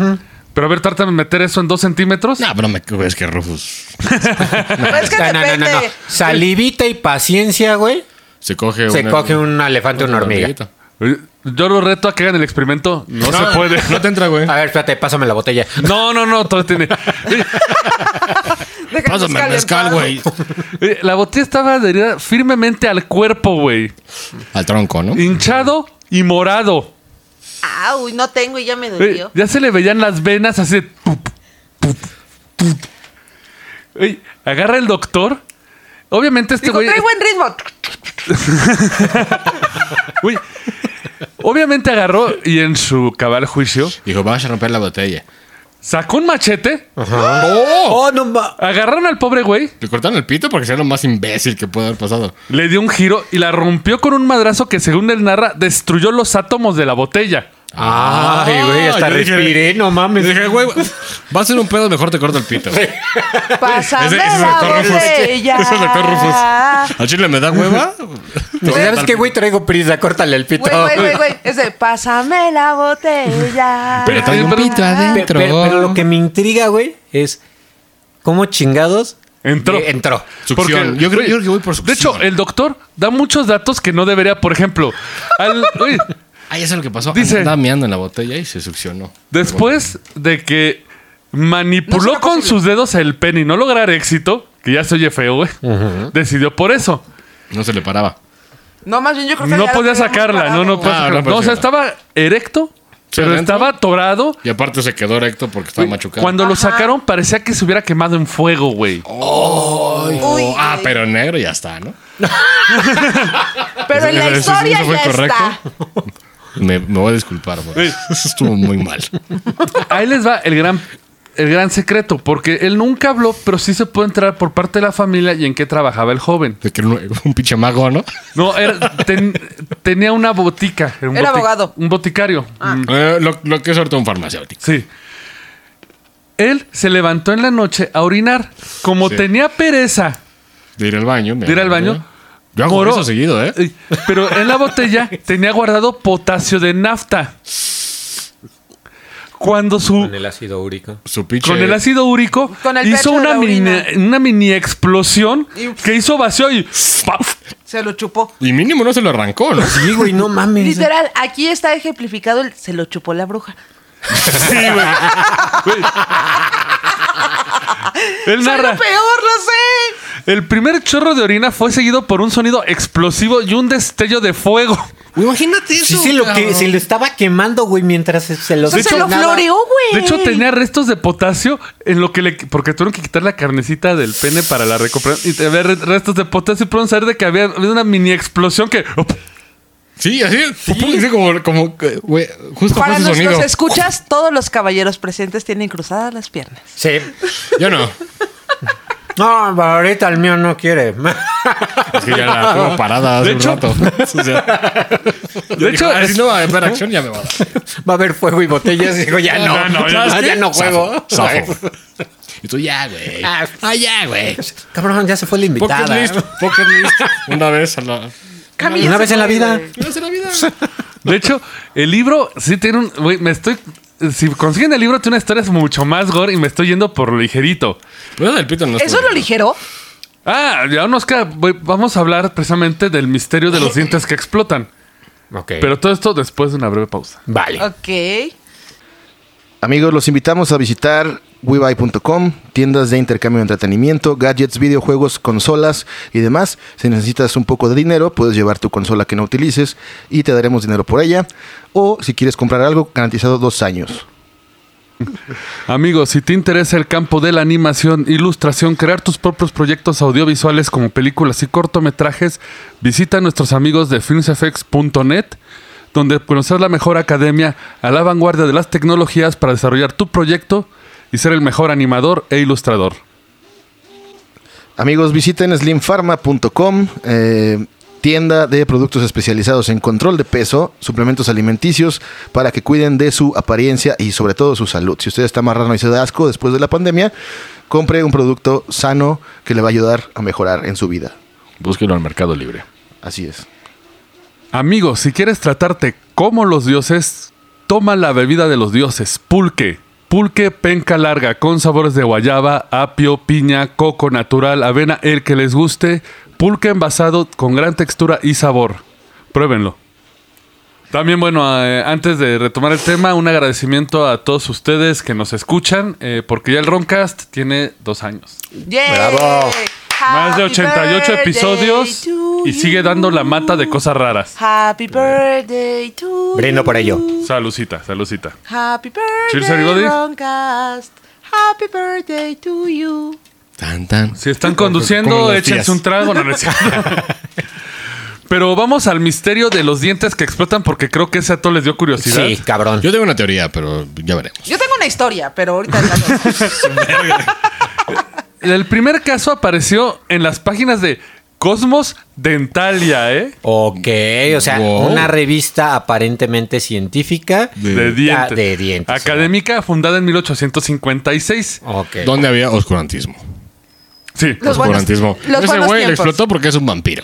Speaker 2: pero a ver, trata de meter eso en dos centímetros.
Speaker 4: No, pero me güey, es que Rufus
Speaker 5: Pero Pues es que
Speaker 3: No, no, no,
Speaker 5: depende.
Speaker 3: no, no. Salivita y paciencia, güey.
Speaker 4: se coge
Speaker 3: Se
Speaker 4: una-
Speaker 3: coge un elefante o una hormiga.
Speaker 4: hormiguita.
Speaker 2: Oye, Yo lo reto a que hagan el experimento. No,
Speaker 4: No,
Speaker 2: se
Speaker 4: (laughs)
Speaker 2: puede.
Speaker 4: No te entra, güey.
Speaker 3: A ver, espérate, pásame la botella.
Speaker 2: No, no, no, todo tiene. Oye,
Speaker 5: Deja que
Speaker 4: Pásame el
Speaker 5: calentado.
Speaker 4: mezcal, güey.
Speaker 2: oye, La botella estaba adherida firmemente al cuerpo, güey.
Speaker 4: Al tronco, ¿no?
Speaker 2: Hinchado y morado.
Speaker 5: Ah, uy, no tengo y ya me
Speaker 2: Oye,
Speaker 5: dolió.
Speaker 2: ya se le veían las venas así. de tup, tup, tup. Oye, agarra el doctor. Obviamente este
Speaker 5: Dijo,
Speaker 2: güey. (laughs)
Speaker 5: trae buen ritmo.
Speaker 2: Uy. Obviamente agarró y en su cabal juicio
Speaker 4: Dijo, vamos a romper la botella.
Speaker 2: sacó un machete.
Speaker 3: Oh, no ma-
Speaker 2: Agarraron al pobre güey,
Speaker 4: Le cortaron el pito porque sea lo más imbécil que puede haber pasado.
Speaker 2: le dio un giro y la rompió con un madrazo que, según él narra, destruyó los átomos de la botella.
Speaker 3: Ay, güey, hasta
Speaker 4: Ah, yo dije-
Speaker 3: respiré, no mames.
Speaker 4: Dije, güey, va a ser un pedo, mejor te corto el (laughs) pito. güey.
Speaker 5: Pásame
Speaker 4: Ese- ese es el
Speaker 5: la
Speaker 4: doctor Rufus.
Speaker 5: botella.
Speaker 4: Ese es el doctor Rufus. ¿Al chile me da (laughs) hueva?
Speaker 3: ¿Sabes qué, güey? Traigo prisa, córtale el pito.
Speaker 5: Güey, güey, güey, güey. Es de, pásame la botella.
Speaker 4: Pero
Speaker 2: trae un pito
Speaker 3: Pe- pe- Pero, lo que me intriga, güey, es cómo chingados
Speaker 2: Entró.
Speaker 3: eh, entró.
Speaker 4: Succión. yo, creo, yo creo que voy por
Speaker 2: De hecho,
Speaker 4: succión.
Speaker 2: el doctor da muchos datos que no debería, por ejemplo, al- uy,
Speaker 4: Ahí es lo que pasó.
Speaker 2: Dice-
Speaker 4: Andaba meando en la botella y se succionó.
Speaker 2: después de que manipuló
Speaker 5: No será
Speaker 2: con
Speaker 5: posible.
Speaker 2: sus dedos el pene y no lograr éxito, que ya se oye feo, güey, decidió por eso.
Speaker 4: No se le paraba.
Speaker 5: No, más bien yo creo que
Speaker 2: No
Speaker 5: ya lo
Speaker 2: podía
Speaker 5: teníamos
Speaker 2: sacarla,
Speaker 5: parado.
Speaker 2: no, no, podía
Speaker 4: Ah, no
Speaker 2: sacarla.
Speaker 4: podía
Speaker 2: No, o sea,
Speaker 4: sacarla.
Speaker 2: estaba erecto,
Speaker 4: Sí,
Speaker 2: pero
Speaker 4: adentro.
Speaker 2: estaba atorado.
Speaker 4: Y aparte se quedó recto porque estaba machucado.
Speaker 2: Cuando lo
Speaker 5: Ajá. Oh.
Speaker 2: sacaron parecía que se hubiera quemado en fuego, güey.
Speaker 5: Uy,
Speaker 4: Oh, ah,
Speaker 5: güey.
Speaker 4: pero negro ya está, ¿no? Ah,
Speaker 5: Pero en la
Speaker 4: Eso- eso-
Speaker 5: historia
Speaker 4: eso fue
Speaker 5: ya está.
Speaker 4: Me, me voy a disculpar, güey. Eso estuvo muy mal.
Speaker 2: Ahí les va el gran, el gran secreto, porque él nunca habló, pero sí se puede entrar por parte de la familia y en qué trabajaba el joven.
Speaker 4: De que era un, un pinche mago, (laughs) ¿no?
Speaker 2: No, era- ten- tenía una botica. un
Speaker 5: Era
Speaker 2: boti-
Speaker 5: abogado. Ah.
Speaker 2: Un boticario. Mm,
Speaker 4: Eh, lo, lo que es ahorita un farmacéutico.
Speaker 2: Sí. Él se levantó en la noche a orinar. Como
Speaker 4: Sí.
Speaker 2: tenía pereza
Speaker 4: De ir al baño. me
Speaker 2: de ir al
Speaker 4: acuerdo.
Speaker 2: baño,
Speaker 4: Yo hago
Speaker 2: moró.
Speaker 4: eso seguido, ¿eh?
Speaker 2: Eh, Pero en la botella tenía guardado potasio de nafta. Cuando su
Speaker 3: Con el ácido úrico.
Speaker 4: Su pinche...
Speaker 2: con el ácido úrico
Speaker 5: Con el
Speaker 2: hizo
Speaker 5: pecho de
Speaker 2: una
Speaker 5: la
Speaker 2: mini,
Speaker 5: orina.
Speaker 2: una mini explosión
Speaker 5: Y-
Speaker 2: que hizo vacío y ¡paf!
Speaker 5: Se lo chupó.
Speaker 4: Y mínimo no se lo arrancó, ¿no?
Speaker 3: Sí, güey, no mames.
Speaker 5: Literal, aquí está ejemplificado el se lo chupó la bruja.
Speaker 2: él
Speaker 5: ¡Soy
Speaker 2: narra.
Speaker 5: lo peor, lo sé!
Speaker 2: El primer chorro de orina fue seguido por un sonido explosivo y un destello de fuego.
Speaker 4: Imagínate
Speaker 3: Sí, sí, lo que se lo estaba quemando, güey, mientras se- se lo
Speaker 5: O sea, se lo
Speaker 3: nada.
Speaker 5: floreó, güey.
Speaker 2: De hecho, tenía restos de potasio en lo que le. Porque tuvieron que quitar la carnecita del pene para la recuperación. Y había re- restos de potasio y pudieron saber de que había habido una mini explosión que.
Speaker 4: Sí, así. Sí, como, como, que, güey, justo fue
Speaker 5: Para
Speaker 4: ese
Speaker 5: nuestros
Speaker 4: sonido.
Speaker 5: escuchas, todos los caballeros presentes tienen cruzadas las piernas.
Speaker 3: Sí.
Speaker 4: Yo no.
Speaker 3: No, ahorita el mío no quiere. (laughs)
Speaker 4: Es que ya la
Speaker 2: (laughs)
Speaker 4: tengo parada hace
Speaker 2: De hecho-
Speaker 4: un rato. O sea,
Speaker 2: De hecho,
Speaker 4: ah, si no va a haber acción, ya me va a dar.
Speaker 3: Va a haber fuego y botellas. Digo, ya no.
Speaker 4: No, no, ya-
Speaker 3: Ah,
Speaker 4: ¿sabes qué?
Speaker 3: ya no juego.
Speaker 4: Zafo, zafo. Y tú ya, güey.
Speaker 3: Ah,
Speaker 4: Ah, ya, güey.
Speaker 3: Cabrón, ya se fue la
Speaker 4: Pocket
Speaker 3: invitada.
Speaker 4: list,
Speaker 2: ¿eh?
Speaker 4: pocket list. Una vez a la...
Speaker 5: Camila
Speaker 3: Una
Speaker 5: se
Speaker 3: vez en la
Speaker 5: fue,
Speaker 3: vida.
Speaker 5: güey.
Speaker 4: No hace la vida.
Speaker 2: De hecho, el libro sí tiene un. Güey, me estoy. Si consiguen el libro, tiene una historia mucho más gore y me estoy yendo por lo ligerito.
Speaker 4: Bueno, el pito no es
Speaker 5: ¿Eso lo
Speaker 4: problema.
Speaker 5: ligero?
Speaker 2: Ah, ya nos queda. güey, Vamos a hablar precisamente del misterio de los dientes que explotan.
Speaker 3: Ok.
Speaker 2: Pero todo esto después de una breve pausa.
Speaker 3: vale.
Speaker 5: Ok.
Speaker 6: Amigos, los invitamos a visitar WeBuy.com, tiendas de intercambio de entretenimiento, gadgets, videojuegos, consolas y demás. Si necesitas un poco de dinero, puedes llevar tu consola que no utilices y te daremos dinero por ella. O si quieres comprar algo, garantizado dos años.
Speaker 2: Amigos, si te interesa el campo de la animación, ilustración, crear tus propios proyectos audiovisuales como películas y cortometrajes, visita a nuestros amigos de filmsfx.net, donde conocerás la mejor academia a la vanguardia de las tecnologías para desarrollar tu proyecto y ser el mejor animador e ilustrador.
Speaker 6: Amigos, visiten slimfarma.com, eh, tienda de productos especializados en control de peso, suplementos alimenticios para que cuiden de su apariencia y sobre todo su salud. Si usted está marrano y se da asco después de la pandemia, compre un producto sano que le va a ayudar a mejorar en su vida.
Speaker 4: Búsquelo al Mercado Libre.
Speaker 6: Así es.
Speaker 2: Amigos, si quieres tratarte como los dioses, toma la bebida de los dioses, pulque. Pulque penca larga con sabores de guayaba, apio, piña, coco natural, avena, el que les guste. Pulque envasado con gran textura y sabor. Pruébenlo. También, bueno, eh, antes de retomar el tema, un agradecimiento a todos ustedes que nos escuchan, eh, porque ya el Roncast tiene dos años.
Speaker 5: Yay.
Speaker 3: Bravo.
Speaker 2: Más de
Speaker 5: Happy
Speaker 2: 88
Speaker 5: birthday
Speaker 2: episodios
Speaker 5: to
Speaker 2: y sigue dando la mata de
Speaker 5: you.
Speaker 2: cosas raras.
Speaker 5: Happy birthday to
Speaker 3: Brindo por ello.
Speaker 5: you.
Speaker 2: Salucita, salucita.
Speaker 5: Happy
Speaker 2: Cheers, everybody.
Speaker 5: birthday, Roncast. Happy birthday to you.
Speaker 4: Tan, tan.
Speaker 2: Si están
Speaker 4: Como
Speaker 2: conduciendo,
Speaker 4: las
Speaker 2: échense
Speaker 4: tías.
Speaker 2: un trago. no, no es
Speaker 3: (laughs)
Speaker 2: cierto. Pero vamos al misterio de los dientes que explotan porque creo que ese a todos les dio curiosidad.
Speaker 3: Sí, cabrón.
Speaker 4: Yo tengo una teoría, pero ya veremos.
Speaker 5: Yo tengo una historia, pero ahorita la
Speaker 2: (laughs) El primer caso apareció en las páginas de Cosmos Dentalia, ¿eh?
Speaker 3: Ok, o sea,
Speaker 4: Wow.
Speaker 3: una revista aparentemente científica.
Speaker 2: De dientes.
Speaker 3: Ah, de dientes.
Speaker 2: Académica fundada en 1856.
Speaker 3: Ok.
Speaker 4: ¿Dónde había oscurantismo?
Speaker 2: Sí.
Speaker 5: Los buenos-
Speaker 4: oscurantismo.
Speaker 5: los
Speaker 4: Ese
Speaker 5: buenos
Speaker 4: güey le
Speaker 5: tiempos.
Speaker 4: explotó porque es un vampiro.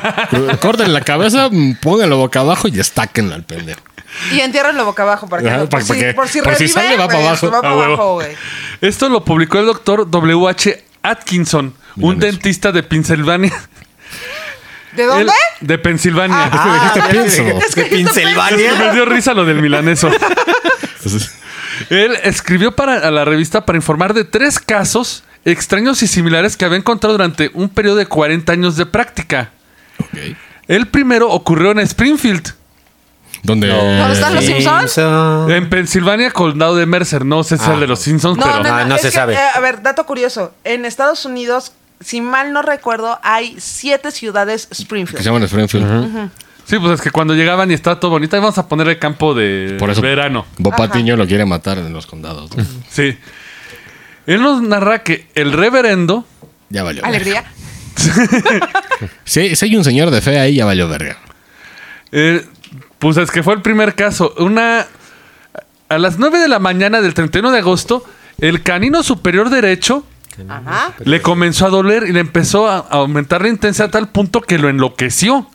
Speaker 4: (laughs) Corten la cabeza, mm, pónganlo boca abajo y estáquenla al pendejo.
Speaker 5: Y entiérrenlo boca abajo para que
Speaker 2: Ah,
Speaker 4: Ajá,
Speaker 5: por,
Speaker 4: para-
Speaker 5: si,
Speaker 4: para que-
Speaker 5: por si
Speaker 4: por si
Speaker 5: revive,
Speaker 4: sale, va
Speaker 5: güey,
Speaker 4: para abajo.
Speaker 5: va para
Speaker 2: A Ah, huevo.
Speaker 5: abajo, güey.
Speaker 2: Esto lo publicó el doctor W.H. Atkinson, un
Speaker 4: Mira eso.
Speaker 2: dentista de Pensilvania.
Speaker 5: ¿De dónde?
Speaker 2: Él- de Pensilvania.
Speaker 3: Ah,
Speaker 4: ¿Qué
Speaker 3: ya
Speaker 4: pienso?
Speaker 3: sé,
Speaker 5: Es que
Speaker 3: de
Speaker 5: dijiste
Speaker 3: Pensilvania.
Speaker 2: (laughs) Me dio risa lo del milaneso. Él escribió para, a la revista para informar de tres casos extraños y similares que había encontrado durante un periodo de 40 años de práctica.
Speaker 4: Ok.
Speaker 2: El primero ocurrió en Springfield,
Speaker 4: ¿Dónde?
Speaker 5: ¿Dónde están los Simpson?
Speaker 3: Simpson.
Speaker 2: en Pensilvania, condado de Mercer. No sé si es
Speaker 3: Ah.
Speaker 2: el de los
Speaker 4: (laughs)
Speaker 2: Simpsons,
Speaker 5: No,
Speaker 2: pero
Speaker 5: no, no,
Speaker 3: Ah, no
Speaker 5: es
Speaker 3: se
Speaker 5: que,
Speaker 3: sabe.
Speaker 5: eh, a ver, dato curioso. En Estados Unidos, si mal no recuerdo, hay siete ciudades
Speaker 4: Que se
Speaker 5: Springfield.
Speaker 4: llaman Springfield.
Speaker 2: sí, pues es que cuando llegaban y estaba todo bonito, íbamos a poner el campo de
Speaker 4: Por eso.
Speaker 2: verano.
Speaker 4: Bob
Speaker 5: Ajá.
Speaker 4: Patiño lo quiere matar en los condados. ¿no?
Speaker 2: Sí. Él nos narra que el reverendo
Speaker 4: ya valió.
Speaker 5: Alegría.
Speaker 4: Si, si hay un señor de fe ahí, ya valió verga.
Speaker 2: Eh, pues es que fue el primer caso. Una. A las 9 de la mañana del 31 de agosto, el canino superior derecho
Speaker 5: Ajá.
Speaker 2: le comenzó a doler y le empezó a a aumentar la intensidad a tal punto que lo enloqueció.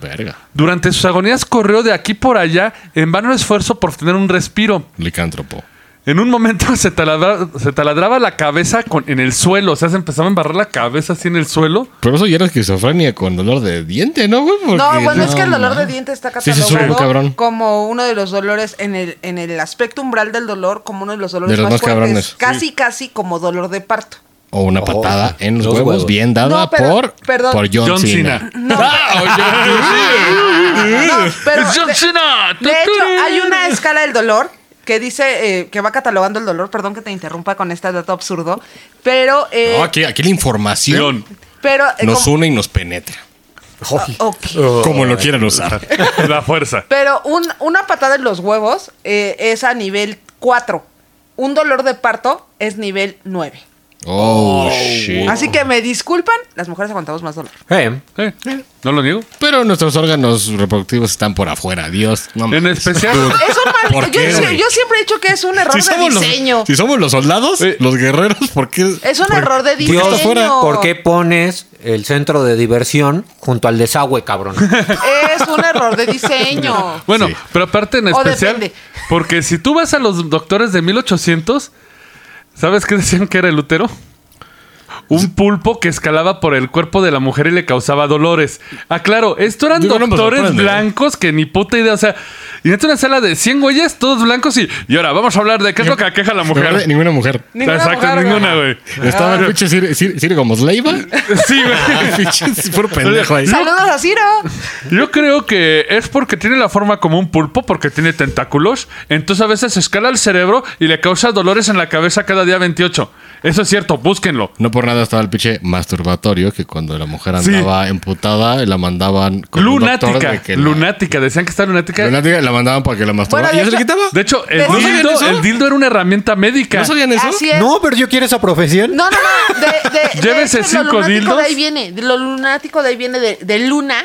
Speaker 4: Verga.
Speaker 2: Durante sus agonías corrió de aquí por allá en vano esfuerzo por tener un respiro.
Speaker 4: Licántropo.
Speaker 2: En un momento (laughs) se, taladra- se taladraba la cabeza con- en el suelo, o sea, se empezaba a embarrar la cabeza así en el suelo.
Speaker 4: Pero eso ya era esquizofrenia con dolor de diente, ¿no, güey? Porque
Speaker 5: No, bueno, es que el dolor
Speaker 4: man.
Speaker 5: de diente está
Speaker 4: Sí, sí,
Speaker 5: catalogado
Speaker 4: sube muy cabrón.
Speaker 5: como uno de los dolores en el, en el aspecto umbral del dolor, como uno de los dolores
Speaker 4: De los
Speaker 5: más,
Speaker 4: más
Speaker 5: fuertes.
Speaker 4: cabrones.
Speaker 5: Casi, casi como dolor de parto.
Speaker 4: O una patada en los,
Speaker 3: los
Speaker 4: huevos,
Speaker 3: huevos.
Speaker 4: bien dada
Speaker 5: No, pero-
Speaker 4: por,
Speaker 5: perdón.
Speaker 4: por John,
Speaker 2: John
Speaker 4: Cena.
Speaker 2: Cena. Ah,
Speaker 5: (laughs)
Speaker 4: Ah,
Speaker 5: No, pero
Speaker 2: ¡Es John
Speaker 5: de-
Speaker 2: Cena!
Speaker 5: De hecho, hay una escala del dolor que dice eh, que va catalogando el dolor. Perdón que te interrumpa con este dato absurdo, pero eh,
Speaker 4: No, aquí, aquí la
Speaker 5: (laughs)
Speaker 4: información
Speaker 5: pero eh,
Speaker 4: nos
Speaker 5: como-
Speaker 4: une y nos penetra.
Speaker 5: ok.
Speaker 4: Como lo quieran usar.
Speaker 2: la fuerza.
Speaker 5: Pero un- una patada en los huevos eh, es a nivel 4. Un dolor de parto es nivel 9.
Speaker 4: Oh, shit.
Speaker 5: Así que me disculpan, las mujeres aguantamos más dolor.
Speaker 3: Eh,
Speaker 2: Sí, No lo niego.
Speaker 4: Pero nuestros órganos reproductivos están por afuera. Dios, no
Speaker 2: En
Speaker 4: mames.
Speaker 2: especial.
Speaker 5: Es un mal-
Speaker 4: ¿Por
Speaker 5: yo,
Speaker 4: qué,
Speaker 5: sí-
Speaker 4: güey?
Speaker 5: yo siempre he dicho que es un error
Speaker 4: Si
Speaker 5: de
Speaker 4: somos, los,
Speaker 5: diseño. Eh.
Speaker 4: si somos los soldados,
Speaker 2: Eh.
Speaker 4: los guerreros, ¿por qué?
Speaker 5: Es un
Speaker 4: por-
Speaker 5: error de
Speaker 4: por qué
Speaker 5: diseño.
Speaker 4: está afuera?
Speaker 3: ¿por qué pones el centro de diversión junto al desagüe, cabrón?
Speaker 5: Es un error de
Speaker 4: (laughs)
Speaker 5: diseño.
Speaker 2: Bueno,
Speaker 4: Sí.
Speaker 2: pero aparte en
Speaker 5: O
Speaker 2: especial,
Speaker 5: depende.
Speaker 2: porque si tú vas a los doctores de 1800, ¿sabes qué decían que era el útero? Un pulpo que escalaba por el cuerpo de la mujer y le causaba dolores. Ah, claro, esto eran
Speaker 4: Digo, no me
Speaker 2: doctores
Speaker 4: sorprende, ¿eh?
Speaker 2: blancos que ni puta idea. O sea, y en una sala de 100 güeyes, todos blancos y, y ahora vamos a hablar de qué es lo que aqueja a la
Speaker 4: La verdad,
Speaker 2: mujer.
Speaker 4: Ninguna mujer.
Speaker 5: Ninguna
Speaker 2: Exacto,
Speaker 5: mujer,
Speaker 2: ninguna,
Speaker 5: güey.
Speaker 2: güey.
Speaker 4: Estaba
Speaker 5: Ah.
Speaker 4: el pinche Sir, Sir, Sir Gómez Leiva.
Speaker 2: (laughs) Sí, güey.
Speaker 4: (laughs) Pinche puro pendejo ahí.
Speaker 5: Saludos a Ciro.
Speaker 2: Yo creo que es porque tiene la forma como un pulpo, porque tiene tentáculos. Entonces a veces escala el cerebro y le causa dolores en la cabeza cada día 28. Eso es cierto, búsquenlo.
Speaker 4: No por nada estaba el pinche masturbatorio que cuando la mujer
Speaker 2: Sí.
Speaker 4: andaba emputada la mandaban con un doctor
Speaker 2: Lunática.
Speaker 4: de que la-
Speaker 2: lunática. Decían que está lunática.
Speaker 4: lunática, la mandaban para que la masturbara.
Speaker 5: Bueno, de
Speaker 4: ¿Y eso le
Speaker 5: hecho-
Speaker 4: quitaba?
Speaker 2: De hecho, el
Speaker 5: ¿No
Speaker 4: sabían
Speaker 2: dildo,
Speaker 4: eso?
Speaker 2: el dildo era una herramienta médica.
Speaker 4: ¿No sabían eso?
Speaker 5: Así es.
Speaker 3: no, pero yo quiero esa profesión.
Speaker 5: No, no, no. De,
Speaker 2: (laughs)
Speaker 5: de,
Speaker 2: Llévese
Speaker 5: de hecho, lo
Speaker 2: cinco
Speaker 5: lunático
Speaker 2: dildos.
Speaker 5: De ahí viene. de lo lunático de ahí viene de, de luna.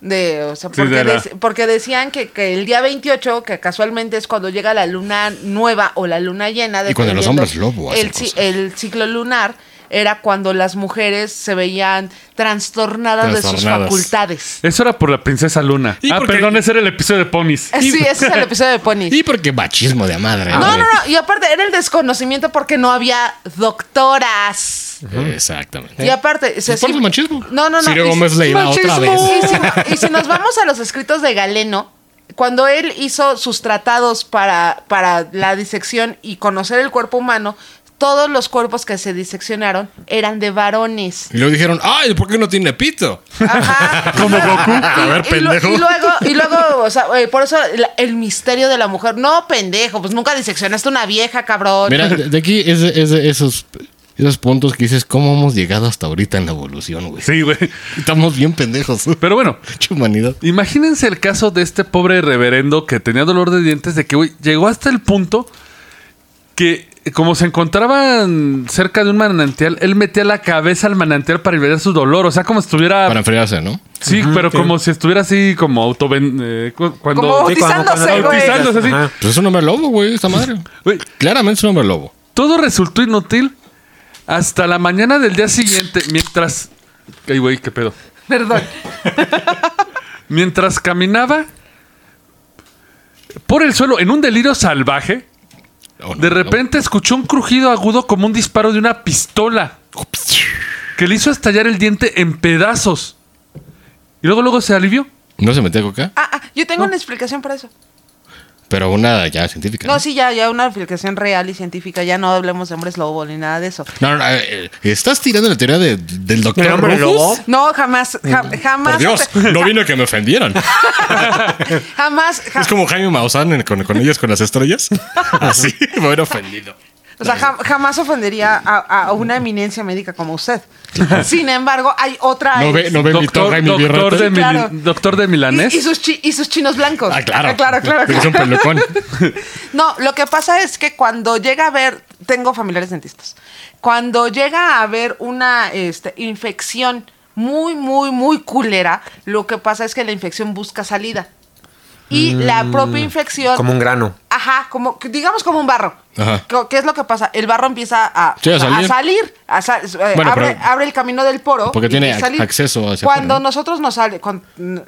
Speaker 5: De, o sea,
Speaker 2: Sí,
Speaker 5: porque,
Speaker 2: de la-
Speaker 5: dec- porque decían que, que el día 28, que casualmente es cuando llega la luna nueva o la luna llena.
Speaker 4: Y cuando los
Speaker 5: dependiendo,
Speaker 4: hombres lobo hacen
Speaker 5: el, ci-
Speaker 4: cosas.
Speaker 5: el ciclo lunar era cuando las mujeres se veían trastornadas, de sus
Speaker 2: (laughs)
Speaker 4: Trastornadas.
Speaker 5: facultades.
Speaker 2: Eso era por la princesa Luna.
Speaker 4: Y
Speaker 2: Ah,
Speaker 4: porque-
Speaker 2: perdón, ese era el episodio de ponis.
Speaker 5: Sí, ese es el episodio de Pony.
Speaker 4: Y porque machismo de madre.
Speaker 5: No, no, no. Y aparte, era el desconocimiento porque no había doctoras.
Speaker 4: Exactamente.
Speaker 5: Y aparte, se
Speaker 4: Pues por eso machismo.
Speaker 5: No, no, no.
Speaker 4: Ciro
Speaker 5: y-
Speaker 4: Gómez Leiva otra vez.
Speaker 5: Y si, y si nos vamos a los escritos de Galeno, cuando él hizo sus tratados para, para la disección y conocer el cuerpo humano, todos los cuerpos que se diseccionaron eran de varones.
Speaker 4: Y luego dijeron, ay, ¿por qué no tiene pito?
Speaker 5: Ajá.
Speaker 4: Como Goku. A ver,
Speaker 5: y lo-
Speaker 4: pendejo.
Speaker 5: Y, luego, y luego, o sea, eh, por eso la- el misterio de la mujer. No, pendejo, pues nunca diseccionaste una vieja, cabrón.
Speaker 4: Mira, de, de aquí es de, es de esos, esos puntos que dices, ¿cómo hemos llegado hasta ahorita en la evolución, güey?
Speaker 2: Sí, güey.
Speaker 4: Estamos bien pendejos. (laughs)
Speaker 2: Pero bueno,
Speaker 4: Pinche humanidad.
Speaker 2: Imagínense el caso de este pobre reverendo que tenía dolor de dientes, de que güey, llegó hasta el punto que como se encontraban cerca de un manantial, él metía la cabeza al manantial para aliviar su dolor. O sea, como si estuviera.
Speaker 4: Para enfriarse, ¿no?
Speaker 2: sí, pero como si estuviera así, como autoven. eh, cu- cuando.
Speaker 5: Como
Speaker 3: Sí, cuando- cuando-
Speaker 5: bautizándose, güey.
Speaker 2: Bautizándose, así.
Speaker 3: Ajá.
Speaker 4: Pues es un hombre lobo, güey, esta madre.
Speaker 2: Güey,
Speaker 4: Claramente es un hombre lobo.
Speaker 2: Todo resultó inútil hasta la mañana del día siguiente, mientras. Ay, güey, qué pedo.
Speaker 5: Perdón.
Speaker 2: (laughs) Mientras caminaba por el suelo en un delirio salvaje,
Speaker 4: Oh, no,
Speaker 2: de repente escuchó un crujido agudo como un disparo de una pistola que le hizo estallar el diente en pedazos. Y luego, luego se alivió.
Speaker 4: no. No se metía coca,
Speaker 5: Ah, ah, yo tengo una explicación para eso.
Speaker 4: pero una ya científica.
Speaker 5: No, sí, ya, ya una explicación real y científica. Ya no hablemos de hombres lobo ni nada de eso.
Speaker 4: No, no, no, eh, estás tirando la teoría de- del
Speaker 3: ¿El
Speaker 4: doctor
Speaker 3: hombre
Speaker 4: Rufus?
Speaker 3: lobo?
Speaker 5: No, jamás, ja- jamás.
Speaker 4: Por Dios, no vino a que me
Speaker 5: (laughs)
Speaker 4: ofendieran. (laughs)
Speaker 5: Jamás, ja-
Speaker 4: Es como Jaime Maussan en- con, con ellos, con las
Speaker 5: (laughs)
Speaker 4: estrellas. Así, me hubiera ofendido.
Speaker 5: o sea, jam- jamás ofendería a, a una eminencia médica como usted. Sin embargo, hay otra.
Speaker 4: No, ve, no me invitó
Speaker 2: Doctor,
Speaker 4: Jaime
Speaker 2: doctor,
Speaker 4: Birrete.
Speaker 2: de, Mil-
Speaker 5: Claro.
Speaker 2: doctor de
Speaker 5: y, y
Speaker 2: Milanés.
Speaker 5: sus chi- y sus chinos blancos.
Speaker 4: Ah, claro.
Speaker 5: claro, claro.
Speaker 4: Es un
Speaker 5: claro.
Speaker 4: pelucón.
Speaker 5: No, lo que pasa es que cuando llega a ver, tengo familiares dentistas, cuando llega a haber una este, infección muy, muy, muy culera, lo que pasa es que la infección busca salida. Y la propia infección...
Speaker 3: Mm, Como un grano.
Speaker 5: Ajá, como, que digamos como un barro.
Speaker 4: Ajá.
Speaker 5: Co- ¿Qué es lo que pasa? El barro empieza a,
Speaker 4: Sí, a
Speaker 5: a
Speaker 4: salir.
Speaker 5: salir, a sa- eh,
Speaker 4: Bueno,
Speaker 5: abre,
Speaker 4: pero-
Speaker 5: abre el camino del poro.
Speaker 4: Porque
Speaker 5: y
Speaker 4: tiene
Speaker 5: empieza a salir.
Speaker 4: acceso hacia
Speaker 5: Cuando
Speaker 4: afuera, ¿no?
Speaker 5: nosotros nos sale, cuan-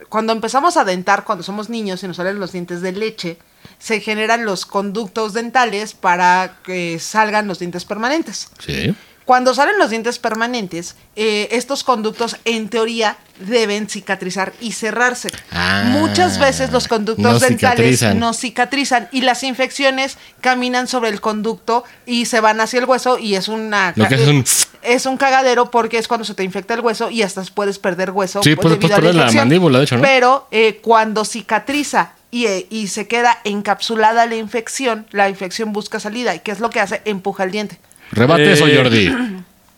Speaker 5: cuando, empezamos a dentar, cuando somos niños y nos salen los dientes de leche, se generan los conductos dentales para que salgan los dientes permanentes.
Speaker 4: Sí.
Speaker 5: Cuando salen los dientes permanentes, eh, estos conductos en teoría deben cicatrizar y cerrarse.
Speaker 4: Ah,
Speaker 5: Muchas veces los conductos
Speaker 4: no
Speaker 5: dentales
Speaker 4: cicatrizan.
Speaker 5: no cicatrizan y las infecciones caminan sobre el conducto y se van hacia el hueso y es una
Speaker 4: Lo que es un-
Speaker 5: es un cagadero porque es cuando se te infecta el hueso y hasta puedes perder hueso
Speaker 4: Sí, puedes- puedes perder la
Speaker 5: infección.
Speaker 4: mandíbula, de hecho, ¿no?
Speaker 5: Pero eh, cuando cicatriza y, eh, y se queda encapsulada la infección, la infección busca salida y qué es lo que hace empuja el diente.
Speaker 4: Rebate
Speaker 2: Eh,
Speaker 4: eso, Jordi.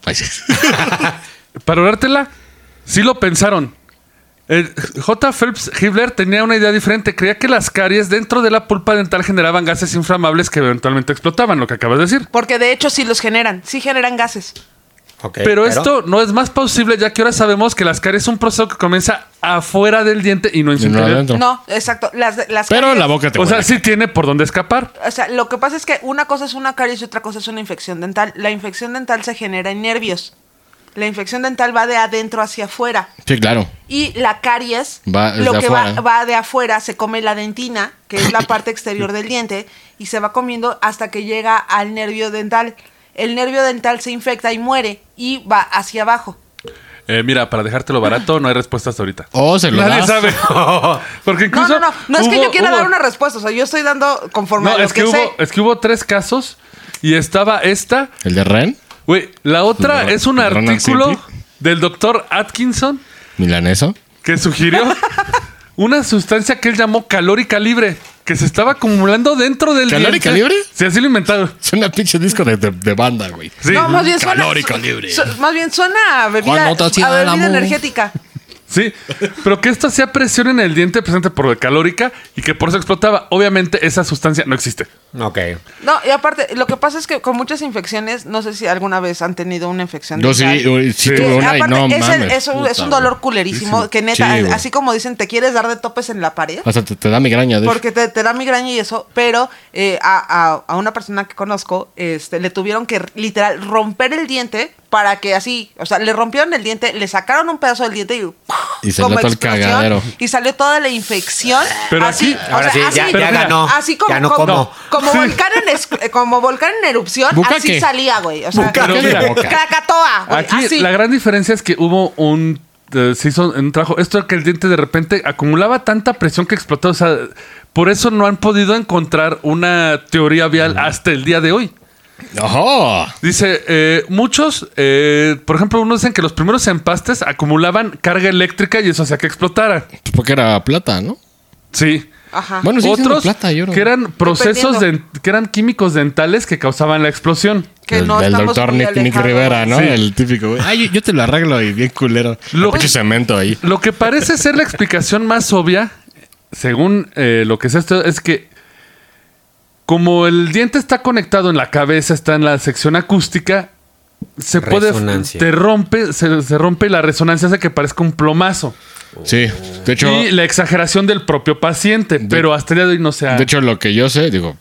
Speaker 4: Ay, sí.
Speaker 2: Para orártela, sí lo pensaron. El J. Phelps Hibler tenía una idea diferente. Creía que las caries dentro de la pulpa dental generaban gases inflamables que eventualmente explotaban, lo que acabas de decir.
Speaker 5: Porque de hecho sí los generan, sí generan gases.
Speaker 3: Ok,
Speaker 2: Pero esto no es más posible ya que ahora sabemos que las caries es un proceso que comienza afuera del diente y no en su
Speaker 4: Y no
Speaker 2: interior.
Speaker 4: adentro.
Speaker 5: No, exacto. Las, las
Speaker 4: Pero
Speaker 5: caries-
Speaker 4: la boca te
Speaker 2: O sea,
Speaker 4: huele.
Speaker 2: sí tiene por dónde escapar.
Speaker 5: O sea, lo que pasa es que una cosa es una caries y otra cosa es una infección dental. La infección dental se genera en nervios. La infección dental va de adentro hacia afuera.
Speaker 4: Sí, claro.
Speaker 5: Y la caries,
Speaker 4: Va desde
Speaker 5: lo que va,
Speaker 4: afuera.
Speaker 5: va de afuera, se come la dentina, que es la parte exterior del diente, y se va comiendo hasta que llega al nervio dental. El nervio dental se infecta y muere y va hacia abajo.
Speaker 2: Eh, mira, para dejártelo barato, no hay respuestas ahorita.
Speaker 4: O Oh, se lo
Speaker 2: Nadie
Speaker 4: das. (laughs)
Speaker 2: sabe. (laughs) Porque
Speaker 5: No,
Speaker 2: incluso.
Speaker 5: no, no. No es que
Speaker 2: hubo-
Speaker 5: yo quiera
Speaker 2: hubo-
Speaker 5: dar una respuesta. O sea, yo estoy dando conforme
Speaker 2: No,
Speaker 5: a lo
Speaker 2: es que,
Speaker 5: sé.
Speaker 2: hubo, es que hubo tres casos y estaba esta.
Speaker 4: ¿El de Ren?
Speaker 2: Güey, la otra
Speaker 4: Ro-
Speaker 2: es un
Speaker 4: Ronald
Speaker 2: artículo
Speaker 4: Simply.
Speaker 2: del doctor Atkinson
Speaker 4: ¿Milaneso?
Speaker 2: que
Speaker 4: (laughs)
Speaker 2: sugirió una sustancia que él llamó calórica libre, que se estaba acumulando dentro del
Speaker 4: ¿Calórica
Speaker 2: diente.
Speaker 4: libre?
Speaker 2: Sí, así lo inventaron.
Speaker 4: Es una pinche disco de, de- de banda, güey.
Speaker 2: Sí,
Speaker 5: No, más bien suena.
Speaker 4: mm, Calórico libre.
Speaker 5: su- más bien suena a bebida,
Speaker 4: Juan Motocicleta
Speaker 5: a bebida
Speaker 4: Lamu.
Speaker 5: energética.
Speaker 2: sí. Pero que esto hacía presión en el diente presente por la calórica y que por eso explotaba. Obviamente esa sustancia no existe.
Speaker 3: Ok.
Speaker 5: No, y aparte, lo que pasa es que con muchas infecciones, no sé si alguna vez han tenido una infección.
Speaker 4: Yo sí,
Speaker 5: dental.
Speaker 4: uy, sí tuve
Speaker 5: Eh,
Speaker 4: una y
Speaker 5: aparte,
Speaker 4: no
Speaker 5: es, el-
Speaker 4: mames,
Speaker 5: es un, es
Speaker 4: puta,
Speaker 5: un dolor
Speaker 4: güey.
Speaker 5: culerísimo que
Speaker 4: Sí,
Speaker 5: neta,
Speaker 4: güey.
Speaker 5: así como dicen, te quieres dar de topes en la pared.
Speaker 4: O sea, te, te da migraña. De
Speaker 5: Porque te, te da migraña y eso, pero eh, a, a- a una persona que conozco este, le tuvieron que literal romper el diente para que así, o sea, le rompieron el diente, le sacaron un pedazo del diente y,
Speaker 4: Y salió
Speaker 5: como
Speaker 4: todo el
Speaker 5: explosión,
Speaker 4: cagadero.
Speaker 5: Y salió toda la infección.
Speaker 2: Pero
Speaker 5: así,
Speaker 2: aquí-
Speaker 5: o
Speaker 3: ahora
Speaker 5: sea,
Speaker 3: sí, ya-
Speaker 5: así-
Speaker 2: ya Pero
Speaker 3: ganó,
Speaker 5: Así como,
Speaker 3: ya no
Speaker 5: como,
Speaker 3: como.
Speaker 5: como
Speaker 2: Sí.
Speaker 5: volcán en, es- eh, como volcán en erupción,
Speaker 4: Bucaque.
Speaker 5: así salía, güey. O sea,
Speaker 4: Bucaque
Speaker 2: Pero mira,
Speaker 4: boca.
Speaker 5: Krakatoa, güey,
Speaker 2: Aquí
Speaker 5: así.
Speaker 2: la gran diferencia es que hubo un. eh, se hizo un trabajo. Esto era que el diente de repente acumulaba tanta presión que explotó. O sea, por eso no han podido encontrar una teoría vial hasta el día de hoy.
Speaker 4: ¡Ojo!
Speaker 2: Dice, eh, muchos, eh, por ejemplo, unos dicen que los primeros empastes acumulaban carga eléctrica y eso hacía que explotara.
Speaker 4: Pues Porque era plata, ¿no?
Speaker 2: Sí.
Speaker 5: Ajá.
Speaker 4: Bueno, sí, siendo
Speaker 2: Otros
Speaker 4: plata, yo creo.
Speaker 2: que eran procesos,
Speaker 5: Dependiendo.
Speaker 2: dent- que eran químicos dentales que causaban la explosión.
Speaker 5: que
Speaker 4: el,
Speaker 5: no
Speaker 4: del
Speaker 5: estamos
Speaker 4: doctor
Speaker 5: muy
Speaker 4: Nick, Nick
Speaker 5: alejados.
Speaker 4: Rivera, ¿no?
Speaker 2: Sí.
Speaker 4: El típico, güey. Ay, yo, yo te lo arreglo y bien culero.
Speaker 2: Lo-
Speaker 4: Mucho cemento ahí.
Speaker 2: Lo que parece ser la explicación más obvia, según eh, lo que es esto, es que como el diente está conectado en la cabeza, está en la sección acústica, se puede.
Speaker 3: Resonancia.
Speaker 2: Te rompe, se, se rompe y la resonancia hace que parezca un plomazo.
Speaker 4: Sí, de hecho,
Speaker 2: y la exageración del propio paciente, pero hasta el día de hoy no se ha.
Speaker 4: de hecho lo que yo sé, digo,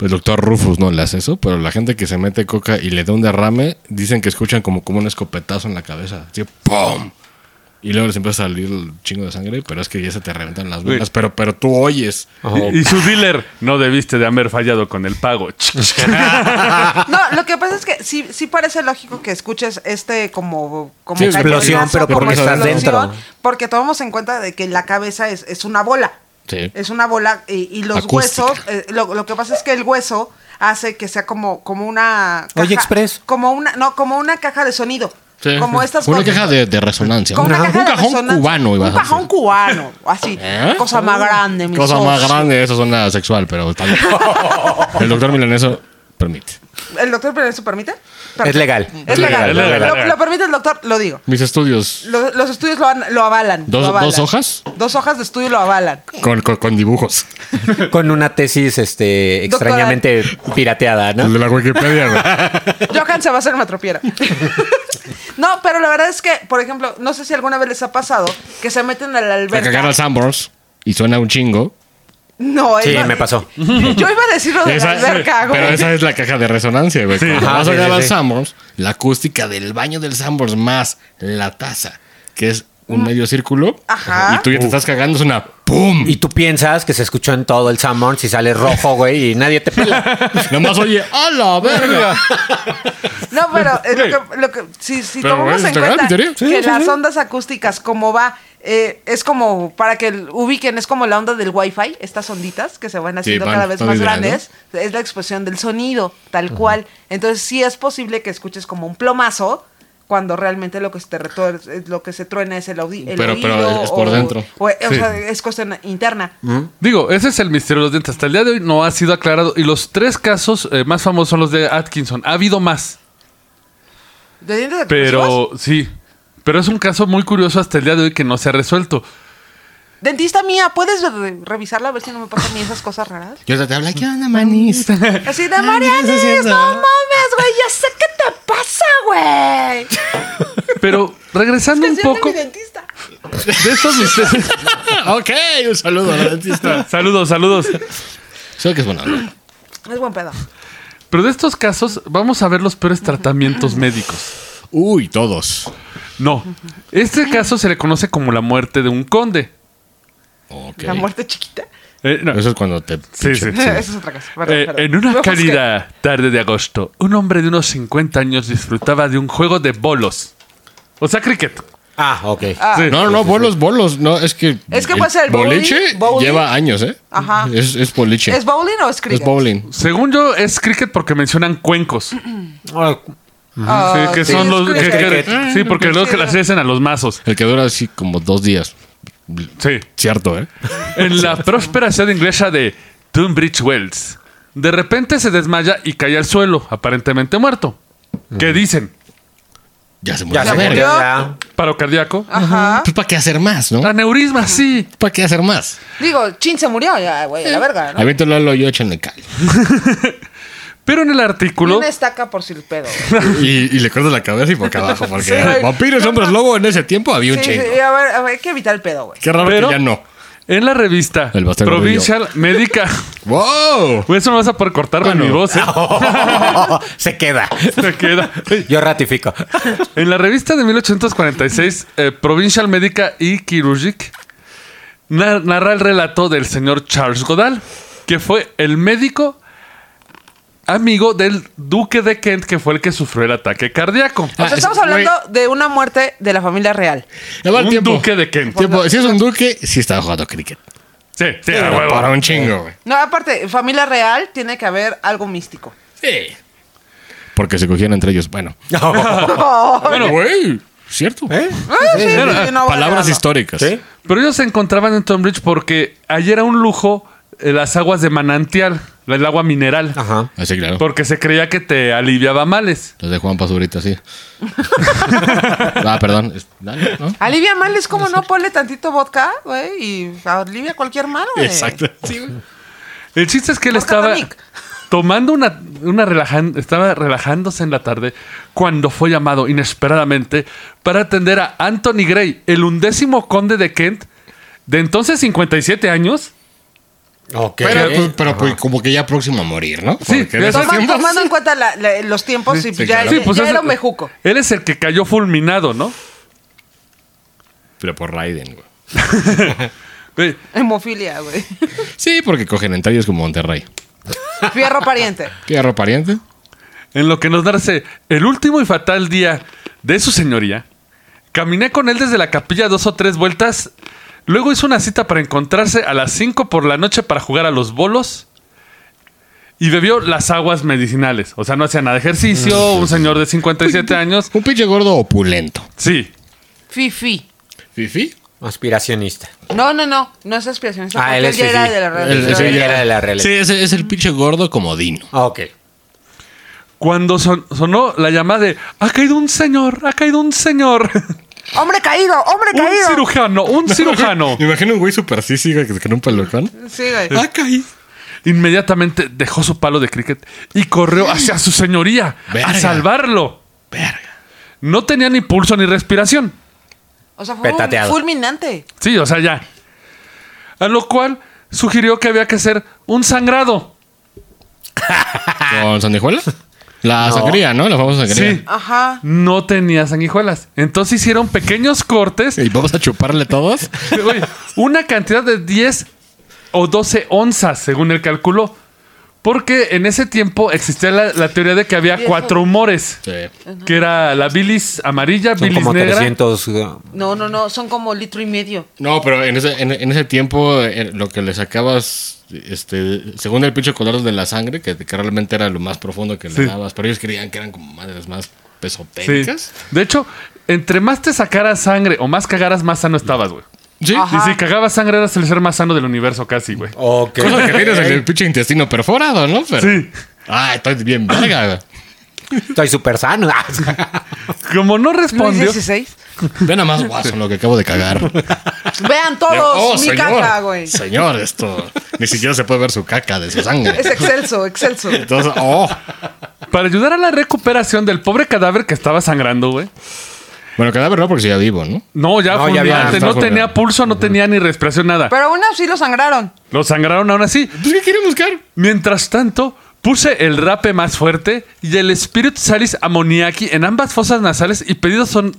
Speaker 4: el doctor Rufus no le hace eso, pero la gente que se mete coca y le da un derrame, dicen que escuchan como, como un escopetazo en la cabeza. Así, ¡pum! Y luego les empieza a salir el chingo de sangre, pero es que ya se te reventan las venas. Pero, pero tú oyes.
Speaker 2: Y y su dealer, no debiste de haber fallado con el pago.
Speaker 5: No, lo que pasa es que sí, sí parece lógico que escuches este como, como
Speaker 4: Sí, explosión,
Speaker 5: cañonazo,
Speaker 4: pero porque estás
Speaker 3: dentro.
Speaker 5: Porque tomamos en cuenta de que la cabeza es, es una bola.
Speaker 4: Sí.
Speaker 5: Es una bola y, y los
Speaker 4: Acústica.
Speaker 5: huesos, eh, lo, lo que pasa es que el hueso hace que sea como, como una caja,
Speaker 3: Oye, Express.
Speaker 5: como una, no, como una caja de sonido.
Speaker 4: Sí.
Speaker 5: Como estas
Speaker 4: Una
Speaker 5: cosas-
Speaker 4: caja de, de resonancia.
Speaker 5: como una
Speaker 4: Ajá.
Speaker 5: caja
Speaker 4: un
Speaker 5: de
Speaker 4: cajón
Speaker 5: resonancia.
Speaker 4: cubano. iba a
Speaker 5: Un cajón
Speaker 4: decir.
Speaker 5: cubano, así.
Speaker 4: ¿Eh?
Speaker 5: Cosa más grande, mi
Speaker 4: Cosa más
Speaker 5: socio.
Speaker 4: grande, eso suena sexual, pero está (laughs) bien. El doctor Milaneso permite.
Speaker 5: ¿El doctor Perezo permite?
Speaker 3: Es legal.
Speaker 5: Es legal.
Speaker 2: Es legal.
Speaker 5: Lo- lo permite el doctor, lo digo.
Speaker 4: Mis estudios
Speaker 5: Lo- Los, estudios lo, an- lo avalan.
Speaker 4: ¿Dos-
Speaker 5: lo avalan.
Speaker 4: dos hojas?
Speaker 5: Dos hojas de estudio lo avalan.
Speaker 4: con, con- con dibujos.
Speaker 3: Con una tesis este,
Speaker 5: Doctoral.
Speaker 3: extrañamente pirateada,
Speaker 4: El
Speaker 3: ¿no?
Speaker 4: de la Wikipedia, güey.
Speaker 5: Johan se va a hacer matropiera. (laughs) no, pero la verdad es que, por ejemplo, no sé si alguna vez les ha pasado que se meten a la
Speaker 4: A cagar al
Speaker 5: alberca.
Speaker 4: Sanborns y suena un chingo.
Speaker 5: No,
Speaker 3: Sí,
Speaker 5: no-
Speaker 3: me pasó.
Speaker 5: Yo iba a (laughs) decirlo de la
Speaker 4: Esa-
Speaker 5: alberca, güey.
Speaker 4: pero esa es la caja de resonancia, güey. Cuando
Speaker 3: Ajá,
Speaker 4: vas a
Speaker 3: sí,
Speaker 4: cagar
Speaker 3: sí,
Speaker 4: al
Speaker 3: sí.
Speaker 4: Sanborns, la acústica del baño del Sanborns más la taza, que es un medio círculo.
Speaker 5: Mm. Ajá.
Speaker 4: Y tú ya te estás cagando, es una ¡pum! (laughs)
Speaker 3: Y tú piensas que se escuchó en todo el Samón si sale rojo, güey, y nadie te pela.
Speaker 4: (laughs) Nomás oye,
Speaker 3: (laughs)
Speaker 4: ¡a la verga!
Speaker 5: No, pero eh, lo que, lo que- si, si
Speaker 4: Pero,
Speaker 5: tomamos
Speaker 4: güey,
Speaker 5: en
Speaker 4: está grave,
Speaker 5: cuenta
Speaker 4: en teoría.
Speaker 5: que
Speaker 4: Sí, sí,
Speaker 5: las
Speaker 4: sí.
Speaker 5: ondas acústicas, como va, eh, es como para que el- ubiquen, es como la onda del wifi, estas onditas que se van haciendo
Speaker 4: van-
Speaker 5: cada vez
Speaker 4: van
Speaker 5: más
Speaker 4: vibrando.
Speaker 5: grandes, es la expresión del sonido, tal cual. Entonces sí es posible que escuches como un plomazo cuando realmente lo que se te retor- eh, lo que se truena es el, audi- el
Speaker 4: Pero- pero
Speaker 5: oído
Speaker 4: es por
Speaker 5: o-
Speaker 4: dentro. Mm.
Speaker 5: o- o sea, es cuestión interna.
Speaker 2: Digo, ese es el misterio de los dientes. Hasta el día de hoy no ha sido aclarado. Y los tres casos eh, más famosos son los de Atkinson. Ha habido más,
Speaker 5: ¿De dientes de
Speaker 2: pero sí. Pero es un caso muy curioso hasta el día de hoy que no se ha resuelto.
Speaker 5: Dentista mía, ¿puedes re- revisarla a ver si no me pasan a mí esas cosas
Speaker 4: (laughs)
Speaker 5: raras?
Speaker 4: Yo te habla, ¿qué onda,
Speaker 5: (laughs)
Speaker 4: manis?
Speaker 5: Así de Marianis, Ah, no mames, güey, ya sé qué te pasa, güey.
Speaker 2: Pero regresando un
Speaker 5: Así es
Speaker 2: poco
Speaker 5: mi dentista.
Speaker 2: de estos misterios.
Speaker 4: (laughs) ok, un saludo a la dentista.
Speaker 2: (laughs) saludos, saludos.
Speaker 4: Sé que es bueno.
Speaker 5: Es buen pedo.
Speaker 2: Pero de estos casos vamos a ver los peores tratamientos médicos.
Speaker 4: Uy, todos.
Speaker 2: No. Este caso se le conoce como la muerte de un conde.
Speaker 4: Ok.
Speaker 5: La muerte chiquita.
Speaker 2: Eh, no.
Speaker 4: Eso es cuando te.
Speaker 2: Sí, sí,
Speaker 5: (laughs)
Speaker 2: sí.
Speaker 5: Esa es otra cosa. Perdón,
Speaker 2: Eh,
Speaker 5: perdón.
Speaker 2: en una
Speaker 5: Lo busqué.
Speaker 2: cálida tarde de agosto, un hombre de unos 50 años disfrutaba de un juego de bolos. O sea, cricket.
Speaker 3: Ah, ok.
Speaker 5: Ah.
Speaker 2: Sí.
Speaker 4: No, no, no, bolos, bolos. No, es que.
Speaker 5: Es que puede ser bowling,
Speaker 4: boliche.
Speaker 5: bowling.
Speaker 4: Lleva años, ¿eh?
Speaker 5: Ajá.
Speaker 4: Es, es boliche.
Speaker 5: ¿Es bowling o es cricket?
Speaker 4: Es bowling.
Speaker 2: Según yo, es cricket porque mencionan cuencos.
Speaker 3: Ah,
Speaker 5: Ah,
Speaker 2: Sí, que
Speaker 5: sí,
Speaker 2: son
Speaker 5: es
Speaker 2: los. que-
Speaker 5: cricket.
Speaker 2: que- sí, porque luego que las hacen a los mazos.
Speaker 4: El que dura así como dos días.
Speaker 2: Sí.
Speaker 4: Cierto, ¿eh?
Speaker 2: En la próspera ciudad inglesa de Tunbridge Wells, de repente se desmaya y cae al suelo, aparentemente muerto. ¿Qué dicen?
Speaker 4: Ya se murió.
Speaker 3: ya
Speaker 5: La
Speaker 3: se
Speaker 5: murió.
Speaker 3: murió. ya.
Speaker 2: Paro cardíaco.
Speaker 5: Ah. Ajá.
Speaker 4: Pues para qué hacer más, ¿no?
Speaker 2: Aneurisma, sí.
Speaker 4: ¿Para qué hacer más?
Speaker 5: Digo, Chin se murió, ya, güey, la verga, ¿no?
Speaker 4: Aviéntalo al hoyo, échenle cal.
Speaker 2: Pero en el artículo.
Speaker 5: Una estaca por si el pedo. güey.
Speaker 4: (laughs) Y, y le cortas la cabeza y (laughs) por acá abajo. Porque
Speaker 5: Sí, güey.
Speaker 4: vampiros, hombres lobo en ese tiempo había un
Speaker 5: Sí,
Speaker 4: chingo.
Speaker 5: sí, a ver, a ver, hay que evitar el pedo, güey.
Speaker 4: Qué raro
Speaker 2: Pero-
Speaker 4: que ya no.
Speaker 2: En la revista
Speaker 4: El bastardo
Speaker 2: Provincial Médica. (laughs)
Speaker 4: ¡Wow!
Speaker 2: Pues eso no vas a poder cortar con
Speaker 4: Ah, no.
Speaker 2: mi voz, ¿eh?
Speaker 4: (laughs)
Speaker 3: se queda.
Speaker 2: Te queda.
Speaker 3: Yo ratifico.
Speaker 2: En la revista de 1846, eh, Provincial Médica y Chirurgic, na- narra el relato del señor Charles Godal, que fue el médico amigo del duque de Kent, que fue el que sufrió el ataque cardíaco.
Speaker 5: O sea,
Speaker 4: Ah,
Speaker 5: estamos
Speaker 4: es-
Speaker 5: hablando de una muerte de la familia real.
Speaker 4: Le va el
Speaker 2: Un
Speaker 4: tiempo.
Speaker 2: duque de Kent.
Speaker 4: Tiempo. Si es un duque, sí estaba jugando cricket.
Speaker 2: Sí, sí, a
Speaker 4: Pero
Speaker 2: huevo.
Speaker 4: para un chingo, güey.
Speaker 5: No, aparte, familia real tiene que haber algo místico.
Speaker 4: Sí. Porque se cogían entre ellos. (laughs) Bueno.
Speaker 2: Bueno,
Speaker 4: güey. Cierto.
Speaker 3: ¿Eh?
Speaker 5: Ah, sí, sí,
Speaker 2: Era-
Speaker 5: sí, no, bueno,
Speaker 4: Palabras
Speaker 5: no.
Speaker 4: históricas.
Speaker 3: ¿Sí?
Speaker 2: Pero ellos se encontraban en Tunbridge porque allí era un lujo eh, las aguas de manantial, el agua mineral.
Speaker 3: Ajá.
Speaker 4: Así, claro.
Speaker 2: Porque se creía que te aliviaba males.
Speaker 4: Los de Juan Pazurita,
Speaker 2: (laughs)
Speaker 4: sí. ah, perdón. Es- Dale, ¿no?
Speaker 5: Alivia males, como no? Ponle tantito vodka, güey, y alivia cualquier mal, güey.
Speaker 4: Sí, güey.
Speaker 2: El chiste es que él
Speaker 5: Vodka
Speaker 2: estaba.
Speaker 5: tonic.
Speaker 2: tomando una, una relajan- estaba relajándose en la tarde cuando fue llamado inesperadamente para atender a Anthony Gray, el undécimo conde de Kent, de entonces 57 años.
Speaker 3: Ok.
Speaker 4: Pero, pues, pero, pues, como que ya próximo a morir, ¿no?
Speaker 2: Sí,
Speaker 4: Porque en
Speaker 2: exacto.
Speaker 4: esos
Speaker 5: Toma-
Speaker 4: tiempos-
Speaker 5: tomando en cuenta la- la- los tiempos,
Speaker 4: sí,
Speaker 5: y ya,
Speaker 4: claro.
Speaker 5: ya-
Speaker 2: Sí, pues
Speaker 5: ya
Speaker 2: es-
Speaker 5: era un mejuco.
Speaker 2: Él es el que cayó fulminado, ¿no?
Speaker 4: Pero por Raiden, güey.
Speaker 2: Güey,
Speaker 5: Hemofilia, güey. (laughs)
Speaker 4: Sí, porque cogen entarios como Monterrey.
Speaker 5: Fierro pariente.
Speaker 4: ¿Qué arro pariente?
Speaker 2: En lo que nos darse el último y fatal día de su señoría, caminé con él desde la capilla dos o tres vueltas. Luego hizo una cita para encontrarse a las 5 por la noche para jugar a los bolos. Y bebió las aguas medicinales. O sea, no hacía nada de ejercicio. Un señor de 57 años.
Speaker 4: Un pinche gordo opulento.
Speaker 2: Sí.
Speaker 5: Fifi.
Speaker 4: ¿Fifi?
Speaker 3: Aspiracionista.
Speaker 5: No, no, no. No es aspiración. es
Speaker 3: Ah,
Speaker 5: porque
Speaker 3: él es
Speaker 5: ya era
Speaker 3: fifí.
Speaker 5: de la
Speaker 3: Él-
Speaker 5: realidad.
Speaker 3: él era de la realidad.
Speaker 4: Sí, ese es el pinche gordo como Dino.
Speaker 3: Ah, ok.
Speaker 2: Cuando son- sonó la llamada de ha caído un señor, ha caído un señor.
Speaker 5: ¡Hombre caído! ¡Hombre
Speaker 2: un
Speaker 5: caído!
Speaker 2: cirujano, un cirujano.
Speaker 4: Me imagino un güey super sí, sí, güey, que se quedó un pelotón.
Speaker 5: Sí, güey.
Speaker 4: Ah, caí.
Speaker 2: Eh, Inmediatamente dejó su palo de cricket y corrió hacia su señoría a
Speaker 4: Verga.
Speaker 2: salvarlo.
Speaker 4: Verga.
Speaker 2: No tenía ni pulso ni respiración.
Speaker 5: O sea, fue un
Speaker 3: Petateado.
Speaker 5: fulminante.
Speaker 2: Sí, o sea, ya. A lo cual sugirió que había que hacer un sangrado.
Speaker 4: ¿Con sandijuela? La
Speaker 3: No.
Speaker 4: sangría, ¿no? La famosa sangría.
Speaker 2: Sí.
Speaker 5: Ajá.
Speaker 2: No tenía sanguijuelas. Entonces hicieron pequeños cortes. (laughs)
Speaker 4: ¿Y vamos a chuparle todos?
Speaker 2: Güey, una cantidad de 10 o 12 onzas, según el cálculo. Porque en ese tiempo existía la, la teoría de que había cuatro humores.
Speaker 4: Sí.
Speaker 2: Que era la bilis amarilla,
Speaker 3: Son
Speaker 2: bilis
Speaker 3: como
Speaker 2: negra.
Speaker 3: 300. uh,
Speaker 5: No, no, no. Son como litro y medio.
Speaker 4: No, pero en ese, en, en ese tiempo eh, lo que le sacabas, este, según el pinche color de la sangre, que, que realmente era lo más profundo que
Speaker 2: Sí.
Speaker 4: le dabas, pero ellos creían que eran como madres más
Speaker 2: Sí.
Speaker 4: pesotéricas.
Speaker 2: De hecho, entre más te sacaras sangre o más cagaras, más sano estabas, güey.
Speaker 4: Sí.
Speaker 5: Ajá.
Speaker 2: Y si cagabas sangre eras el ser más sano del universo casi, güey.
Speaker 3: Ok.
Speaker 4: Cosa
Speaker 5: (laughs)
Speaker 4: que tienes el pinche intestino perforado, ¿no? Pero-
Speaker 2: Sí.
Speaker 4: Ah, estoy bien verga. güey.
Speaker 3: (laughs) Estoy súper sano. (laughs)
Speaker 2: Como no
Speaker 5: Luis
Speaker 2: respondió,
Speaker 5: 16.
Speaker 4: Ve nada más guaso lo que acabo de cagar.
Speaker 5: Vean todos
Speaker 4: Oh,
Speaker 5: mi caca, güey.
Speaker 4: Señor, esto. Ni siquiera se puede ver su caca de su sangre.
Speaker 5: Es excelso, excelso.
Speaker 4: Entonces, oh.
Speaker 2: para ayudar a la recuperación del pobre cadáver que estaba sangrando, güey.
Speaker 4: Bueno, cadáver no, porque ya vivo, ¿no?
Speaker 2: No, ya
Speaker 3: No,
Speaker 2: fue un
Speaker 3: ya había-
Speaker 2: diante,
Speaker 4: estaba
Speaker 2: no tenía
Speaker 4: fulminado.
Speaker 2: pulso, no tenía ni respiración, nada.
Speaker 5: Pero aún así lo sangraron.
Speaker 2: Lo sangraron aún así.
Speaker 4: Pues, ¿Qué quieren buscar?
Speaker 2: Mientras tanto, puse el rape más fuerte y el Spirit Salis Ammoniaci en ambas fosas nasales y pedí dos, on-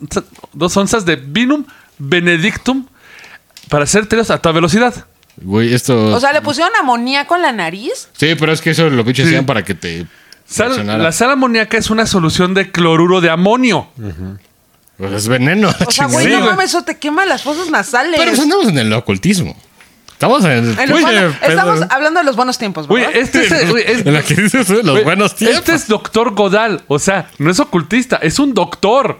Speaker 2: dos onzas de Vinum Benedictum para hacer tríos a toda velocidad.
Speaker 4: Güey, esto.
Speaker 5: O sea, le pusieron amoníaco en la nariz.
Speaker 4: Sí, pero es que eso lo pinches
Speaker 2: Sí.
Speaker 4: hacían para que te.
Speaker 2: Sal-
Speaker 4: reaccionara.
Speaker 2: la sal amoníaca es una solución de cloruro de amonio.
Speaker 4: Pues es veneno. la
Speaker 5: O sea,
Speaker 2: Sí,
Speaker 5: güey, no
Speaker 4: chingada.
Speaker 2: güey.
Speaker 5: mames, eso te quema las fosas nasales.
Speaker 4: (laughs) pero pues andamos en el ocultismo. Estamos en el.
Speaker 5: En los
Speaker 4: Güey,
Speaker 5: buenos-
Speaker 4: eh,
Speaker 5: estamos
Speaker 4: pedo.
Speaker 5: hablando de los buenos tiempos,
Speaker 2: Güey,
Speaker 5: ¿verdad?
Speaker 4: (laughs)
Speaker 2: este es, güey, es-
Speaker 4: en la que dices eh, los
Speaker 2: güey,
Speaker 4: buenos tiempos.
Speaker 2: Este es doctor Godal. O sea, no es ocultista, es un doctor.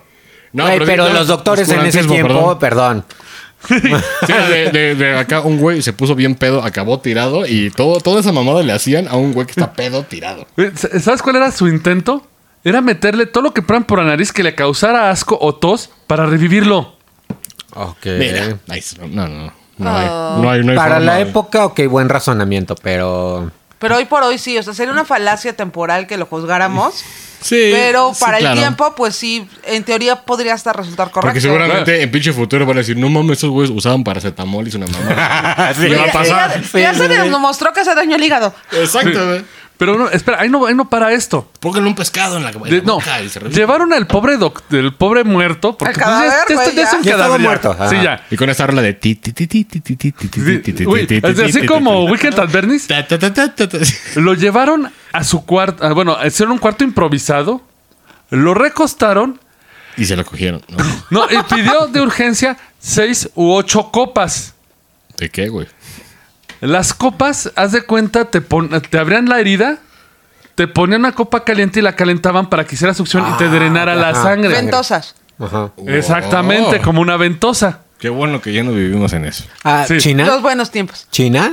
Speaker 4: No,
Speaker 3: Güey,
Speaker 4: sí,
Speaker 3: pero
Speaker 4: no,
Speaker 3: los doctores en ese
Speaker 4: oscurantismo,
Speaker 3: tiempo,
Speaker 4: perdón.
Speaker 3: perdón.
Speaker 4: Sí, de, de- de acá un güey se puso bien pedo, acabó tirado y todo, toda esa mamada le hacían a un güey que está pedo tirado.
Speaker 2: Güey, s- ¿Sabes cuál era su intento? Era meterle todo lo que pran por la nariz que le causara asco o tos para revivirlo.
Speaker 3: Ok.
Speaker 4: Mira, ahí se- no, no, no. No hay,
Speaker 5: Oh.
Speaker 4: no hay, no hay
Speaker 3: Para
Speaker 4: forma
Speaker 3: la
Speaker 4: de-
Speaker 3: época, ok, buen razonamiento, pero.
Speaker 5: Pero hoy por hoy sí, o sea, sería una falacia temporal que lo juzgáramos.
Speaker 4: Sí,
Speaker 5: pero
Speaker 4: sí,
Speaker 5: para el
Speaker 4: claro.
Speaker 5: tiempo, pues sí, en teoría podría hasta resultar correcto.
Speaker 4: Porque seguramente en pinche futuro van a decir, no mames, esos güeyes usaban paracetamol y su mamá.
Speaker 3: Así
Speaker 4: va a pasar.
Speaker 5: Ya, ya se nos demostró que se dañó el hígado.
Speaker 4: Exacto, güey.
Speaker 2: Pero no, espera, ahí no, ahí no para esto.
Speaker 4: Pónganle un pescado en la, en la
Speaker 2: De- no,
Speaker 4: boca y se revive.
Speaker 2: llevaron al pobre doc- del pobre muerto. Porque pues,
Speaker 5: Al cadáver,
Speaker 2: ya- ya,
Speaker 5: güey,
Speaker 2: esto ya es
Speaker 5: ya.
Speaker 2: un
Speaker 3: Ya estaba
Speaker 2: cadáver. ya.
Speaker 3: muerto, ajá.
Speaker 2: Sí, ya.
Speaker 4: Y con esta rola de ti, ti, ti, ti, ti, ti, ti, ti, ti, ti, ti, ti,
Speaker 2: Sí, Uy,
Speaker 4: ti, ti, ti, ti,
Speaker 2: así
Speaker 4: ti,
Speaker 2: como
Speaker 4: ti, ti.
Speaker 2: Weekend at Bernie's,
Speaker 4: Ta, ta, ta, ta, ta, ta.
Speaker 2: Lo llevaron a su cuarto. ah, Bueno, hicieron un cuarto improvisado. Lo recostaron.
Speaker 4: Y se lo cogieron. ¿no?
Speaker 2: No, y pidió de urgencia seis u ocho copas.
Speaker 4: ¿De qué, güey?
Speaker 2: Las copas, haz de cuenta, te, pon- te abrían la herida, te ponían una copa caliente y la calentaban para que hiciera succión
Speaker 4: Ah,
Speaker 2: y te drenara la
Speaker 3: ajá.
Speaker 2: sangre.
Speaker 5: Ventosas.
Speaker 3: Ajá.
Speaker 2: Exactamente,
Speaker 4: Oh.
Speaker 2: como una ventosa.
Speaker 4: Qué bueno que ya no vivimos en eso.
Speaker 3: Ah,
Speaker 2: Sí.
Speaker 5: Los
Speaker 3: China.
Speaker 5: buenos tiempos.
Speaker 3: China.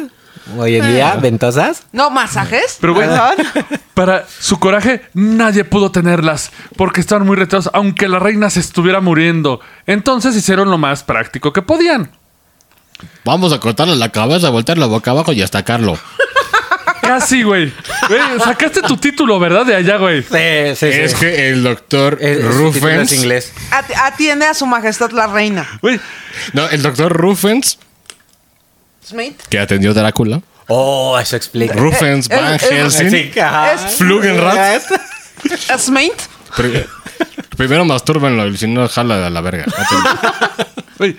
Speaker 3: Hoy en día, ventosas.
Speaker 5: No, masajes.
Speaker 2: Pero güey,
Speaker 5: Perdón.
Speaker 2: para su coraje, nadie pudo tenerlas porque estaban muy retrasados, aunque la reina se estuviera muriendo. Entonces hicieron lo más práctico que podían.
Speaker 4: Vamos a cortarle la cabeza, voltearla boca abajo y hasta Carlo.
Speaker 2: casi, güey. Güey, sacaste tu título, ¿verdad? De allá, güey.
Speaker 3: Sí, sí, sí.
Speaker 4: Es que el doctor
Speaker 3: Es- su título es
Speaker 4: Rufens.
Speaker 3: inglés.
Speaker 5: At- Atiende a su majestad la reina.
Speaker 2: Güey,
Speaker 4: No, el doctor Rufens,
Speaker 5: Smith.
Speaker 4: que atendió Drácula.
Speaker 3: Oh, eso explica.
Speaker 4: Rufens
Speaker 5: eh,
Speaker 4: Van
Speaker 5: eh,
Speaker 4: Helsing.
Speaker 3: Sí, ajá.
Speaker 5: Es-
Speaker 4: Flugenrat.
Speaker 5: Smith.
Speaker 4: Pri- Primero mastúrbenlo y si no, jala a la
Speaker 5: (laughs)
Speaker 4: verga.
Speaker 2: güey.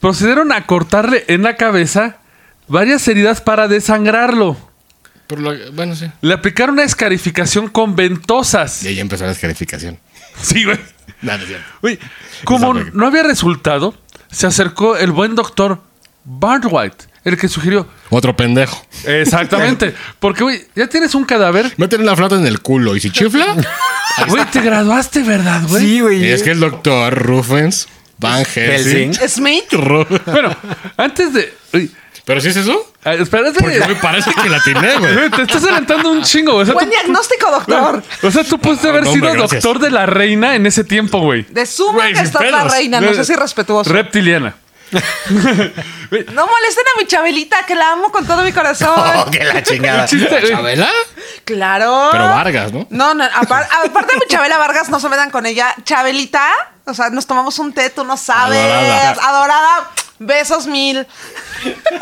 Speaker 2: Procedieron a cortarle en la cabeza varias heridas para desangrarlo.
Speaker 4: Pero lo- bueno, sí.
Speaker 2: Le aplicaron una escarificación con ventosas.
Speaker 4: Y ahí empezó la descalificación.
Speaker 2: Sí, güey.
Speaker 4: Nada, no es cierto.
Speaker 2: Güey, como
Speaker 4: Está bien.
Speaker 2: no había resultado, se acercó el buen doctor Bartwhite, el que sugirió.
Speaker 4: Otro pendejo.
Speaker 2: Exactamente. (laughs) Porque, güey, ya tienes un cadáver.
Speaker 4: Meten la flauta en el culo y si chifla.
Speaker 2: Güey, te graduaste, ¿verdad, güey?
Speaker 3: Sí, güey.
Speaker 4: es que el doctor Rufens Van Helsing.
Speaker 3: Helsing.
Speaker 5: Smith.
Speaker 4: Ru-
Speaker 2: Bueno, antes de. uy,
Speaker 4: Pero si es eso.
Speaker 2: ah, espérate.
Speaker 4: Porque me parece que la atiné, güey.
Speaker 2: Güey, (laughs) Te estás adelantando un chingo, güey. O sea,
Speaker 5: Buen
Speaker 2: tú,
Speaker 5: diagnóstico, doctor.
Speaker 2: o sea, tú pudiste haber
Speaker 4: No, hombre,
Speaker 2: sido
Speaker 4: gracias.
Speaker 2: doctor de la reina en ese tiempo, güey.
Speaker 5: De su
Speaker 4: Güey, sin
Speaker 5: majestad la
Speaker 4: pedos.
Speaker 5: reina. No sé si respetuoso.
Speaker 2: Reptiliana.
Speaker 5: No molesten a mi Chabelita, que la amo con todo
Speaker 3: (laughs)
Speaker 5: mi corazón.
Speaker 3: Oh, que la chingada.
Speaker 2: Chiste, güey.
Speaker 4: ¿Chabela?
Speaker 5: Claro.
Speaker 4: Pero Vargas, ¿no?
Speaker 5: No, no, apar- aparte de mi Chabela Vargas, no se metan con ella. Chabelita, o sea, nos tomamos un té, tú no sabes.
Speaker 4: Adorada.
Speaker 5: Adorada. besos mil.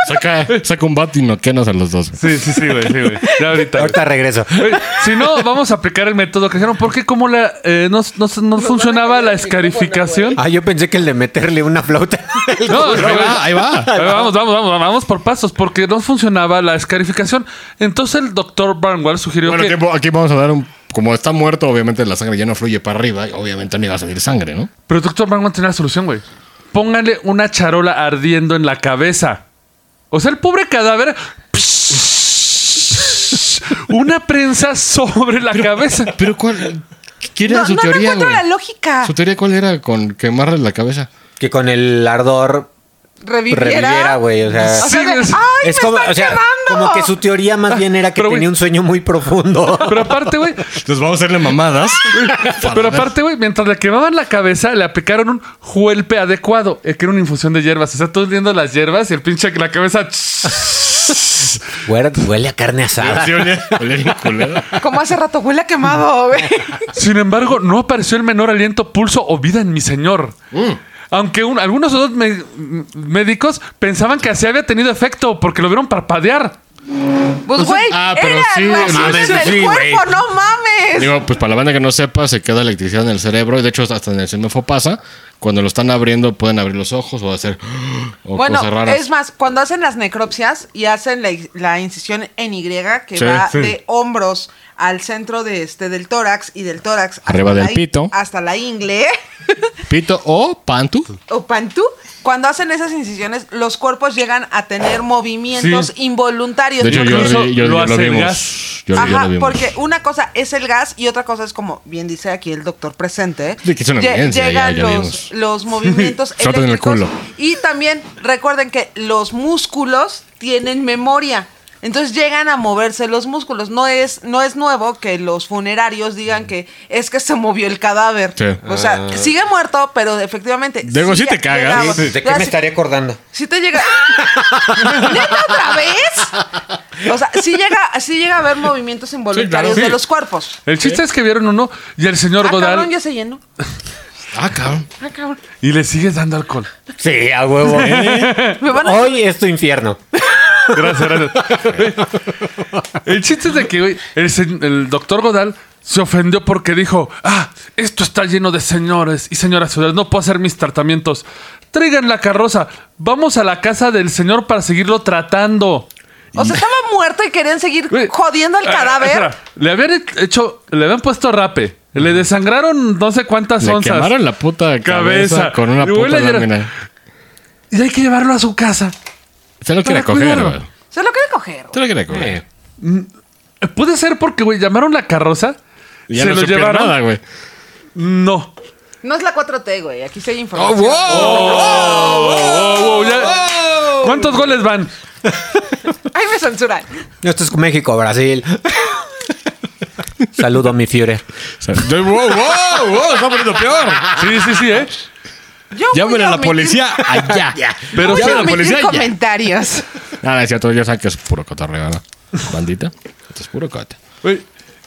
Speaker 4: Saca, saca un bat y noquenos a los dos. güey.
Speaker 2: Sí, sí, sí, güey. Sí, güey. Ya ahorita. güey.
Speaker 3: Ahorita regreso.
Speaker 2: Oye, Si no, vamos a aplicar el método que hicieron. Porque como la, eh, no, no- no funcionaba la escarificación.
Speaker 3: Ah, yo pensé que el de meterle una flauta. (laughs)
Speaker 2: No,
Speaker 4: Ahí va, ahí va.
Speaker 2: A ver, Vamos, vamos, vamos, vamos por pasos, porque no funcionaba la escarificación. Entonces el doctor Barnwell sugirió
Speaker 4: Bueno,
Speaker 2: que...
Speaker 4: aquí, aquí vamos a dar un. Como está muerto, obviamente la sangre ya no fluye para arriba. y Obviamente no iba a salir sangre, ¿no?
Speaker 2: Pero el doctor Barnwell tenía la solución, güey. Póngale una charola ardiendo en la cabeza. O sea, el pobre cadáver... una prensa sobre la cabeza.
Speaker 4: Pero ¿cuál? ¿Qué era
Speaker 5: No,
Speaker 4: su
Speaker 5: no, no
Speaker 4: teoría,
Speaker 5: encuentro
Speaker 4: güey?
Speaker 5: la lógica.
Speaker 4: ¿Su teoría cuál era con quemarle la cabeza?
Speaker 3: Que con el ardor reviviera,
Speaker 5: Reviviera.
Speaker 3: güey. O sea,
Speaker 5: O sea, de,
Speaker 2: Sí,
Speaker 5: ¡Ay,
Speaker 2: es-
Speaker 5: me están quemando!
Speaker 3: como que su teoría más bien era que
Speaker 2: pero, güey.
Speaker 3: tenía un sueño muy
Speaker 4: (laughs)
Speaker 3: profundo.
Speaker 2: Pero aparte, güey...
Speaker 4: Entonces vamos a hacerle mamadas.
Speaker 2: Pero aparte, güey, mientras le quemaban la cabeza, le aplicaron un juelpe adecuado, eh, que era una infusión de hierbas. O sea, tú viendo las hierbas y el pinche la cabeza... (laughs)
Speaker 3: Huele, huele a carne asada.
Speaker 4: Sí, olía- olía bien culero.
Speaker 5: Como hace rato, huele a quemado, güey.
Speaker 4: (laughs)
Speaker 5: Pues,
Speaker 2: Sin embargo, no apareció el menor aliento, pulso o vida en mi señor.
Speaker 5: Mm.
Speaker 2: Aunque un- algunos otros me- m- médicos pensaban que así había tenido efecto porque lo vieron parpadear.
Speaker 5: Pues, güey,
Speaker 4: ah, pero
Speaker 5: eran
Speaker 4: sí,
Speaker 5: reacciones
Speaker 4: mames,
Speaker 5: del
Speaker 4: sí,
Speaker 5: cuerpo,
Speaker 4: güey.
Speaker 5: no (laughs) mames.
Speaker 4: Digo, pues para la banda que no sepa, se queda electricidad en el cerebro. Y de hecho, hasta en el semáforo pasa. Cuando lo están abriendo, pueden abrir los ojos o hacer. (gasps) O cosas
Speaker 5: Bueno,
Speaker 4: raras.
Speaker 5: es más, cuando hacen las necropsias y hacen la, la incisión en Y, que
Speaker 4: Sí,
Speaker 5: va
Speaker 4: sí.
Speaker 5: de hombros al centro de este del tórax y del tórax hasta
Speaker 4: Arriba del
Speaker 5: la in-
Speaker 4: pito.
Speaker 5: hasta la ingle (laughs)
Speaker 4: Pito o pantu.
Speaker 5: o pantú, cuando hacen esas incisiones, los cuerpos llegan a tener movimientos
Speaker 2: Sí.
Speaker 5: involuntarios.
Speaker 4: De hecho, yo,
Speaker 2: Incluso
Speaker 4: yo, yo
Speaker 2: lo
Speaker 4: lo,
Speaker 2: hace el
Speaker 4: vimos.
Speaker 2: gas.
Speaker 4: Yo, yo
Speaker 5: Ajá,
Speaker 4: lo vimos.
Speaker 5: porque una cosa es el gas y otra cosa es como bien dice aquí el doctor presente.
Speaker 4: Sí, que es una
Speaker 5: lle-
Speaker 4: evidencia, ya-
Speaker 5: llegan
Speaker 4: ya
Speaker 5: los,
Speaker 4: vimos. (laughs)
Speaker 5: los movimientos
Speaker 4: Saltan en el
Speaker 5: eléctricos
Speaker 4: culo.
Speaker 5: y también recuerden que los músculos tienen memoria. Entonces llegan a moverse los músculos. No es, no es nuevo que los funerarios digan que es que se movió el cadáver.
Speaker 4: Sí.
Speaker 5: O sea, sigue muerto, pero efectivamente.
Speaker 4: Luego sí te cagas.
Speaker 5: llegamos.
Speaker 4: Sí,
Speaker 3: ¿De qué
Speaker 5: Ya
Speaker 3: me
Speaker 5: sí-
Speaker 3: estaría acordando?
Speaker 5: si te llega. (laughs) ¿Neta otra vez? O sea, si llega, sí llega a haber movimientos involuntarios
Speaker 2: sí.
Speaker 5: de los cuerpos.
Speaker 2: El chiste es que vieron uno y el señor
Speaker 5: Ah,
Speaker 2: Godal
Speaker 5: cabrón, ya se llenó.
Speaker 4: Ah, cabrón.
Speaker 5: Ah, cabrón.
Speaker 2: y le sigues dando alcohol.
Speaker 3: Sí, a huevo.
Speaker 4: ¿eh?
Speaker 5: (laughs) Me van a-
Speaker 3: Hoy es tu infierno.
Speaker 2: Gracias, gracias. El chiste es de que güey, el, se- el doctor Godal se ofendió porque dijo, ah, esto está lleno de señores y señoras ciudades, no puedo hacer mis tratamientos. Traigan la carroza, vamos a la casa del señor para seguirlo tratando.
Speaker 4: Oh,
Speaker 5: O sea, estaba muerto y querían seguir
Speaker 2: Güey,
Speaker 5: jodiendo al
Speaker 2: ah,
Speaker 5: cadáver.
Speaker 2: espera, le habían hecho, le habían puesto rape. Le desangraron no sé cuántas
Speaker 4: Le
Speaker 2: onzas.
Speaker 4: quemaron la puta cabeza,
Speaker 2: Cabeza.
Speaker 4: con una
Speaker 2: Y huele
Speaker 4: puta
Speaker 2: a llorar.
Speaker 4: lámina.
Speaker 2: Y hay que llevarlo a su casa.
Speaker 4: Se lo quiere
Speaker 2: Para
Speaker 4: coger,
Speaker 2: cuidarlo. Eh,
Speaker 4: güey.
Speaker 5: Se lo quiere coger. güey.
Speaker 4: Se lo quiere coger.
Speaker 2: Puede ser porque, güey, llamaron la carroza.
Speaker 4: Y ya
Speaker 2: se
Speaker 4: no
Speaker 2: lo
Speaker 4: supieron
Speaker 2: llevaron.
Speaker 4: nada, güey.
Speaker 2: No.
Speaker 5: No es la 4T, güey. Aquí sí hay información.
Speaker 4: Oh,
Speaker 2: Oh, wow, ya- ¿Cuántos goles van?
Speaker 5: Ay, me censuran.
Speaker 3: Esto es México, Brasil. Saludo a mi Führer.
Speaker 4: O sea, yo- wow, wow, wow, está poniendo peor.
Speaker 2: Sí, sí, sí, ¿eh?
Speaker 5: Yo voy
Speaker 4: Llámenle a la
Speaker 5: omitir-
Speaker 4: policía allá.
Speaker 5: yo
Speaker 4: Pero
Speaker 5: voy a
Speaker 4: llamen a la
Speaker 5: omitir
Speaker 4: policía allá.
Speaker 5: comentarios.
Speaker 4: Nada, es cierto, yo sé que es puro cotorreo, ¿no? bandita. Esto es puro cohete.
Speaker 2: Güey,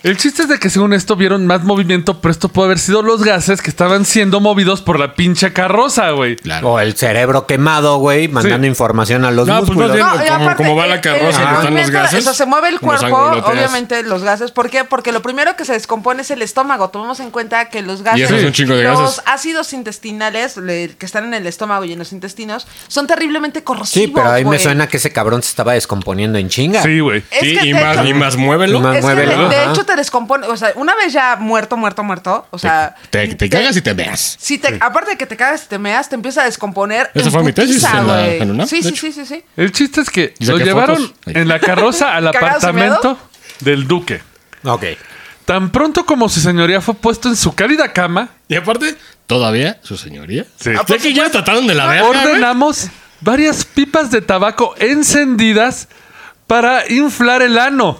Speaker 2: El chiste es de que según esto vieron más movimiento, pero esto puede haber sido los gases que estaban siendo movidos por la pinche carroza, güey.
Speaker 4: Claro.
Speaker 3: O el cerebro quemado, güey, mandando
Speaker 2: Sí.
Speaker 3: información a los
Speaker 4: No, pues,
Speaker 3: músculos.
Speaker 4: más bien-
Speaker 5: No, y eh,
Speaker 4: como- como va la
Speaker 5: el-
Speaker 4: carroza,
Speaker 5: el
Speaker 4: que están los
Speaker 5: movimiento,
Speaker 4: gases,
Speaker 5: O sea, se mueve el
Speaker 4: los
Speaker 5: cuerpo,
Speaker 4: angoloteas.
Speaker 5: obviamente los gases. ¿Por qué? Porque lo primero que se descompone es el estómago. Tomemos en cuenta que los gases,
Speaker 4: eso es un chingo de
Speaker 5: los
Speaker 4: gases.
Speaker 5: ácidos intestinales le- que están en el estómago y en los intestinos son terriblemente corrosivos.
Speaker 3: Sí, pero ahí me
Speaker 5: güey.
Speaker 3: suena que ese cabrón se estaba descomponiendo en chinga.
Speaker 2: Sí, güey.
Speaker 5: Es
Speaker 4: Sí, y,
Speaker 5: que de
Speaker 4: más,
Speaker 5: hecho-
Speaker 4: y más muévelo.
Speaker 3: Y más-
Speaker 5: Es que de,
Speaker 3: Muévelo.
Speaker 5: de
Speaker 3: Ajá.
Speaker 5: hecho te descompone, o sea, una vez ya muerto, muerto, muerto, o sea,
Speaker 4: te, te, cagas y te veas.
Speaker 5: si te, aparte de que te cagas y te meas, te empieza a descomponer.
Speaker 4: Esa
Speaker 5: en
Speaker 4: fue mi tesis
Speaker 5: putiza,
Speaker 4: en la-
Speaker 5: güey.
Speaker 4: en UNAM,
Speaker 5: sí,
Speaker 4: de
Speaker 5: sí,
Speaker 4: hecho.
Speaker 5: sí, sí, sí.
Speaker 2: El chiste es que
Speaker 4: ¿Y
Speaker 2: lo
Speaker 4: saqué
Speaker 2: llevaron
Speaker 4: fotos? Ahí.
Speaker 2: en la carroza
Speaker 4: (laughs)
Speaker 2: al
Speaker 5: ¿Cagados de
Speaker 2: apartamento
Speaker 5: miedo?
Speaker 2: del duque.
Speaker 3: Ok.
Speaker 2: Tan pronto como su señoría fue puesto en su cálida cama,
Speaker 4: Y aparte, todavía, su señoría.
Speaker 2: Sí.
Speaker 4: Ya que ya trataron de la verga. güey.
Speaker 2: ordenamos varias pipas de tabaco encendidas para inflar el ano.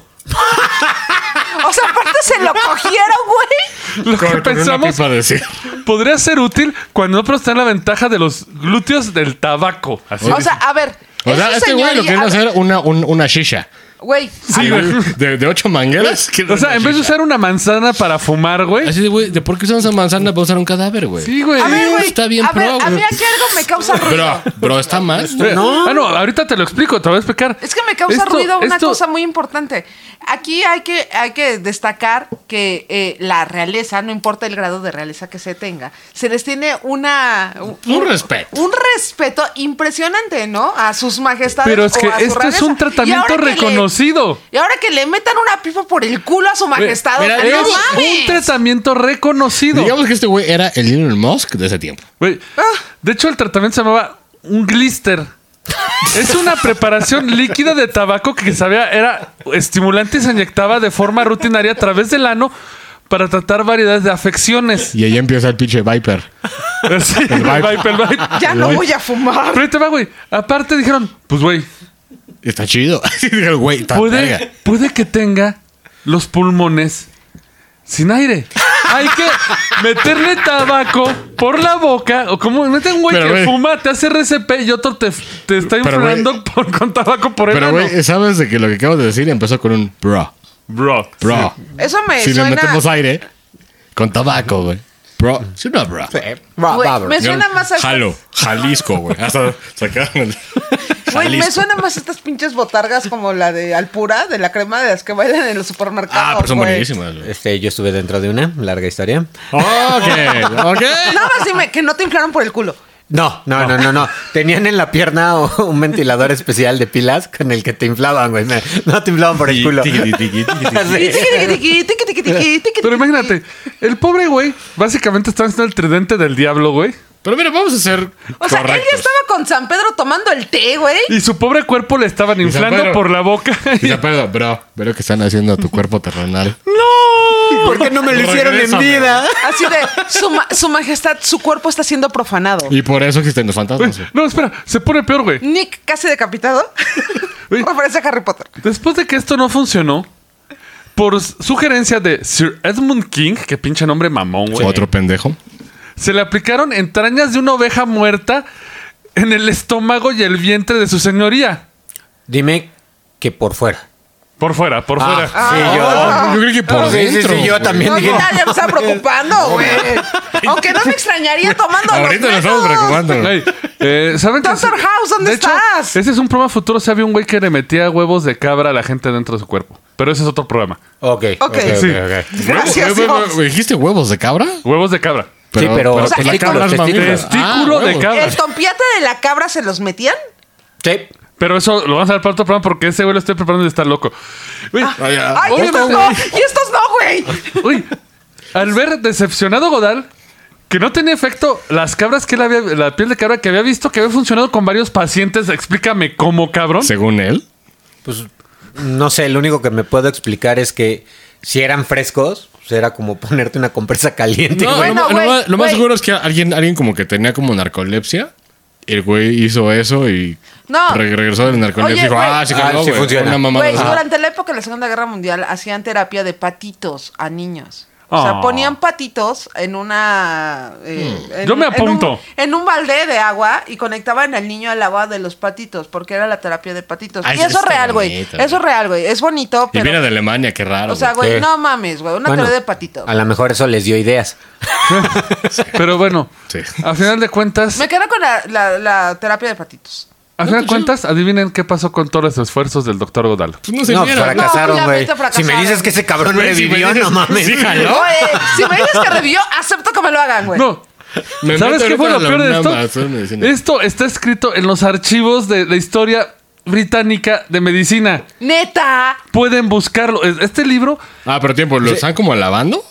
Speaker 5: O sea, aparte se lo (laughs) cogieron, güey.
Speaker 2: Lo que
Speaker 4: Con- con una
Speaker 2: pensamos
Speaker 4: pipa de cigarro.
Speaker 2: podría ser útil cuando no prestan la ventaja de los glúteos del tabaco. Así
Speaker 5: O (laughs) sea, a ver.
Speaker 4: O sea,
Speaker 5: esa
Speaker 4: este güey lo
Speaker 5: señoría-
Speaker 4: que iba a hacer una, un- una shisha.
Speaker 5: Güey,
Speaker 2: Sí,
Speaker 4: De-
Speaker 2: güey.
Speaker 4: De, de ocho mangueras.
Speaker 2: dice. O sea, en vez de usar una manzana para fumar, güey.
Speaker 4: Así de, güey, ¿de por qué usan esa manzana para usar un cadáver, güey?
Speaker 2: Sí, güey.
Speaker 5: a ver, güey.
Speaker 4: está bien
Speaker 5: a ver,
Speaker 4: pro,
Speaker 5: a mí
Speaker 4: güey.
Speaker 5: aquí algo me causa ruido.
Speaker 4: Bro, bro, está mal.
Speaker 2: Eh, Ah, no, ahorita te lo explico, te voy a explicar.
Speaker 5: Es que me causa
Speaker 2: Esto-
Speaker 5: ruido una
Speaker 2: esto-
Speaker 5: cosa muy importante. Aquí hay que, hay que destacar que eh, la realeza, no importa el grado de realeza que se tenga, se les tiene una...
Speaker 4: Un respeto.
Speaker 5: Un respeto impresionante, ¿no? A sus majestades.
Speaker 2: Pero es
Speaker 5: o
Speaker 2: que
Speaker 5: a su
Speaker 2: esto es
Speaker 5: realeza.
Speaker 2: un
Speaker 5: Y ahora
Speaker 2: tratamiento
Speaker 5: que le-
Speaker 2: reconocido.
Speaker 5: y ahora que le metan una pipa por el culo a su majestad.
Speaker 4: mira,
Speaker 5: o sea,
Speaker 2: Es
Speaker 5: no
Speaker 2: un
Speaker 5: mames.
Speaker 2: tratamiento reconocido.
Speaker 4: Digamos que este güey era el Elon Musk de ese tiempo.
Speaker 2: Güey, De hecho, el tratamiento se llamaba un glister. Es una preparación líquida de tabaco que sabía era estimulante y se inyectaba de forma rutinaria a través del ano para tratar variedades de afecciones.
Speaker 4: Y ahí empieza el pinche Viper.
Speaker 2: Sí, el Viper, el Viper.
Speaker 5: Ya no voy a fumar.
Speaker 2: Pero ahí te va, güey. Aparte dijeron, pues, güey,
Speaker 4: Está chido. (laughs) Y dije, güey, está verga.
Speaker 2: puede, puede que tenga los pulmones sin aire. Hay que meterle tabaco por la boca. O como mete un güey
Speaker 4: Pero,
Speaker 2: que
Speaker 4: güey.
Speaker 2: fuma, te hace RCP y otro te, te está
Speaker 4: Pero, güey.
Speaker 2: inflando por- con tabaco por el
Speaker 4: Pero,
Speaker 2: ano.
Speaker 4: güey, eh, sabes de que lo que acabas de decir empezó con un bro.
Speaker 2: Bro.
Speaker 4: Bro.
Speaker 5: Eso me
Speaker 4: Si
Speaker 5: suena...
Speaker 4: le metemos aire con tabaco, güey. Bro. Sí, no, bro.
Speaker 3: Va,
Speaker 5: Güey,
Speaker 3: va, bro.
Speaker 5: me suena más a estas-
Speaker 4: Jalo. Jalisco, güey. Hasta sacaron el.
Speaker 5: Güey, me
Speaker 4: Jalisco.
Speaker 5: suena más estas pinches botargas como la de Alpura, de la crema de las que bailan en los supermercados.
Speaker 4: Ah, pero son
Speaker 5: güey.
Speaker 4: buenísimas,
Speaker 5: (laughs)
Speaker 4: güey.
Speaker 3: Este, yo estuve dentro de una larga historia.
Speaker 4: Ok, ok.
Speaker 5: Nada más dime que no te inflaron por el culo.
Speaker 3: No, no, no, no, no. Tenían en la pierna (laughs) o- un ventilador especial de pilas con el que te inflaban, güey. Me- No te inflaban por el culo.
Speaker 4: Tiqui, tiqui, tiqui, tiqui,
Speaker 3: (laughs)
Speaker 4: tiqui.
Speaker 5: Y tiqui, tiqui, tiqui, tiqui, tiqui, tiqui, tiqui,
Speaker 2: Pero
Speaker 5: tiqui.
Speaker 2: imagínate, el pobre güey básicamente está haciendo el tridente del diablo, güey.
Speaker 4: Pero mira, vamos a ser
Speaker 5: O sea, él ya
Speaker 4: correctos.
Speaker 5: estaba con San Pedro tomando el té, güey.
Speaker 2: Y su pobre cuerpo le estaban inflando
Speaker 4: Pedro.
Speaker 2: por la boca. (laughs)
Speaker 4: Y se pedo, bro, ve lo que están haciendo a tu cuerpo terrenal.
Speaker 3: ¿Por qué no me lo hicieron en
Speaker 4: Regrésame.
Speaker 3: vida?
Speaker 5: Así de, su, ma- su majestad, su cuerpo está siendo profanado.
Speaker 4: Y por eso existen los fantasmas. güey.
Speaker 2: No, espera, se pone peor, güey.
Speaker 5: Nick casi decapitado.
Speaker 2: Uy.
Speaker 5: Referencia a Harry Potter.
Speaker 2: Después de que esto no funcionó, por sugerencia de Sir Edmund King, que pinche nombre mamón, güey,
Speaker 4: Otro pendejo.
Speaker 2: se le aplicaron entrañas de una oveja muerta en el estómago y el vientre de su señoría.
Speaker 3: Dime que por fuera.
Speaker 2: Por fuera, por fuera.
Speaker 3: sí, yo.
Speaker 4: Ah,
Speaker 5: Ah.
Speaker 4: yo creo que por
Speaker 3: Sí, sí,
Speaker 4: dentro.
Speaker 3: sí, yo
Speaker 4: güey.
Speaker 3: también
Speaker 5: No,
Speaker 3: dije.
Speaker 5: ya, ya me estaba preocupando, güey. Aunque no me extrañaría tomando los
Speaker 4: Ahorita nos estamos
Speaker 5: menos.
Speaker 4: preocupando. güey.
Speaker 2: Ey, eh, ¿saben que-
Speaker 5: Doctor House, ¿dónde
Speaker 2: de hecho,
Speaker 5: estás?
Speaker 2: ese es un programa futuro. Se había un güey que le metía huevos de cabra a la gente dentro de su cuerpo. Pero ese es otro programa.
Speaker 3: Ok, ok, ok.
Speaker 5: Sí.
Speaker 3: ok.
Speaker 4: Güey,
Speaker 5: Gracias,
Speaker 4: güey, güey,
Speaker 5: Dios.
Speaker 4: güey, ¿Dijiste huevos de cabra?
Speaker 2: Huevos de cabra.
Speaker 3: sí, pero
Speaker 4: pues
Speaker 5: testículos,
Speaker 4: la cabra es mamífero.
Speaker 2: testículo de
Speaker 4: Ah, huevos.
Speaker 2: cabra.
Speaker 5: ¿El tompiate de la cabra se los metían?
Speaker 3: Sí.
Speaker 2: Pero eso lo vamos a ver para otro programa porque ese güey lo estoy preparando y está loco. Güey,
Speaker 4: Ay, ah,
Speaker 5: ¡Ay,
Speaker 4: obvio,
Speaker 5: estos
Speaker 4: güey.
Speaker 5: no! ¡Y estos no, güey!
Speaker 2: Uy, al ver decepcionado Godal que no tenía efecto las cabras que él había, la piel de cabra que había visto que había funcionado con varios pacientes, explícame cómo, cabrón.
Speaker 4: Según él.
Speaker 3: Pues no sé, lo único que me puedo explicar es que si eran frescos, pues era como ponerte una compresa caliente.
Speaker 4: No,
Speaker 3: güey.
Speaker 4: lo,
Speaker 5: Bueno,
Speaker 4: lo
Speaker 5: güey,
Speaker 4: más- lo más
Speaker 5: güey.
Speaker 4: seguro es que alguien, alguien como que tenía como narcolepsia. El güey hizo eso y
Speaker 5: No.
Speaker 4: re- regresó de la narcolepsia
Speaker 5: Oye,
Speaker 4: y dijo,
Speaker 5: güey.
Speaker 4: ah, sí,
Speaker 3: Ah,
Speaker 4: (laughs) no, Ah.
Speaker 3: sí
Speaker 4: güey,
Speaker 3: funciona.
Speaker 4: Una mamada
Speaker 5: Güey,
Speaker 4: así.
Speaker 5: durante la época de la Segunda Guerra Mundial hacían terapia de patitos a niños. O sea,
Speaker 2: Oh.
Speaker 5: ponían patitos en una... eh,
Speaker 4: Hmm.
Speaker 5: en-
Speaker 2: Yo me
Speaker 5: en un-
Speaker 2: apunto.
Speaker 5: En un, balde de agua y conectaban al niño al agua de los patitos, porque era la terapia de patitos.
Speaker 4: Ay,
Speaker 5: y eso es
Speaker 4: está
Speaker 5: real, güey.
Speaker 4: bonito,
Speaker 5: Eso es real, güey. Es bonito,
Speaker 4: Y eh,
Speaker 5: pero...
Speaker 4: viene de Alemania, qué raro.
Speaker 5: o sea,
Speaker 4: güey.
Speaker 5: güey,
Speaker 3: Sí.
Speaker 5: no mames, güey. Una
Speaker 3: Bueno,
Speaker 5: terapia de patitos.
Speaker 3: A lo mejor eso les dio ideas.
Speaker 2: Pero bueno,
Speaker 4: Sí.
Speaker 2: a final de cuentas,
Speaker 5: Me quedo con la, la- la terapia de patitos.
Speaker 2: a final de cuentas, adivinen qué pasó con todos los esfuerzos del doctor Godal.
Speaker 4: Pues no se
Speaker 3: No,
Speaker 4: vieron.
Speaker 3: fracasaron,
Speaker 5: No,
Speaker 3: güey.
Speaker 5: obviamente
Speaker 3: si me
Speaker 5: fracasaron.
Speaker 3: dices que ese cabrón
Speaker 4: Güey, si me
Speaker 3: revivió,
Speaker 4: dices-
Speaker 3: no mames.
Speaker 4: Sí, jaló.
Speaker 5: Oye, eh, si me dices que revivió, acepto que me lo hagan, güey.
Speaker 2: No.
Speaker 4: Me
Speaker 2: ¿Sabes
Speaker 4: meto
Speaker 2: qué fue
Speaker 4: ahorita
Speaker 2: lo
Speaker 4: a la
Speaker 2: peor de
Speaker 4: UNAM
Speaker 2: esto?
Speaker 4: a hacer medicina.
Speaker 2: Esto está escrito en los archivos de la historia británica de medicina.
Speaker 5: Neta.
Speaker 2: Pueden buscarlo. Es- Este libro
Speaker 4: Ah, pero tiempo, ¿lo están como alabando?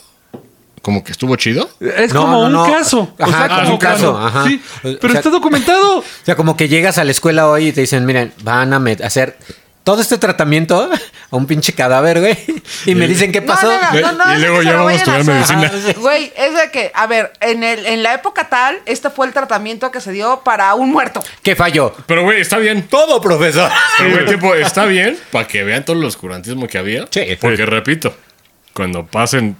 Speaker 4: ¿Como que estuvo chido?
Speaker 2: es
Speaker 3: No,
Speaker 2: como
Speaker 3: no,
Speaker 2: un
Speaker 3: no.
Speaker 2: caso.
Speaker 3: Ajá, ah,
Speaker 2: como
Speaker 3: es un caso,
Speaker 2: cuando-
Speaker 3: ajá.
Speaker 2: Sí,
Speaker 3: O
Speaker 2: pero
Speaker 3: sea-
Speaker 2: está documentado.
Speaker 3: O sea, como que llegas a la escuela hoy y te dicen, miren, van a met- hacer todo este tratamiento a un pinche cadáver, güey. Y me dicen, ¿qué pasó?
Speaker 5: No, no, no, no,
Speaker 4: Y
Speaker 5: es de
Speaker 4: luego
Speaker 5: que
Speaker 4: ya
Speaker 5: se lo
Speaker 4: vamos a
Speaker 5: vayan
Speaker 4: estudiar
Speaker 5: hacer.
Speaker 4: medicina.
Speaker 3: Ah,
Speaker 5: Ajá, sí. Güey, es de que, a ver, en, el, en la época tal, este fue el tratamiento que se dio para un muerto.
Speaker 3: ¿Qué falló?
Speaker 4: Pero, güey, está bien.
Speaker 3: Todo, (laughs) profesor.
Speaker 4: Pero, güey, tipo, está bien para que vean todo el oscurantismo que había.
Speaker 3: Sí. pues.
Speaker 4: Porque, repito, cuando pasen.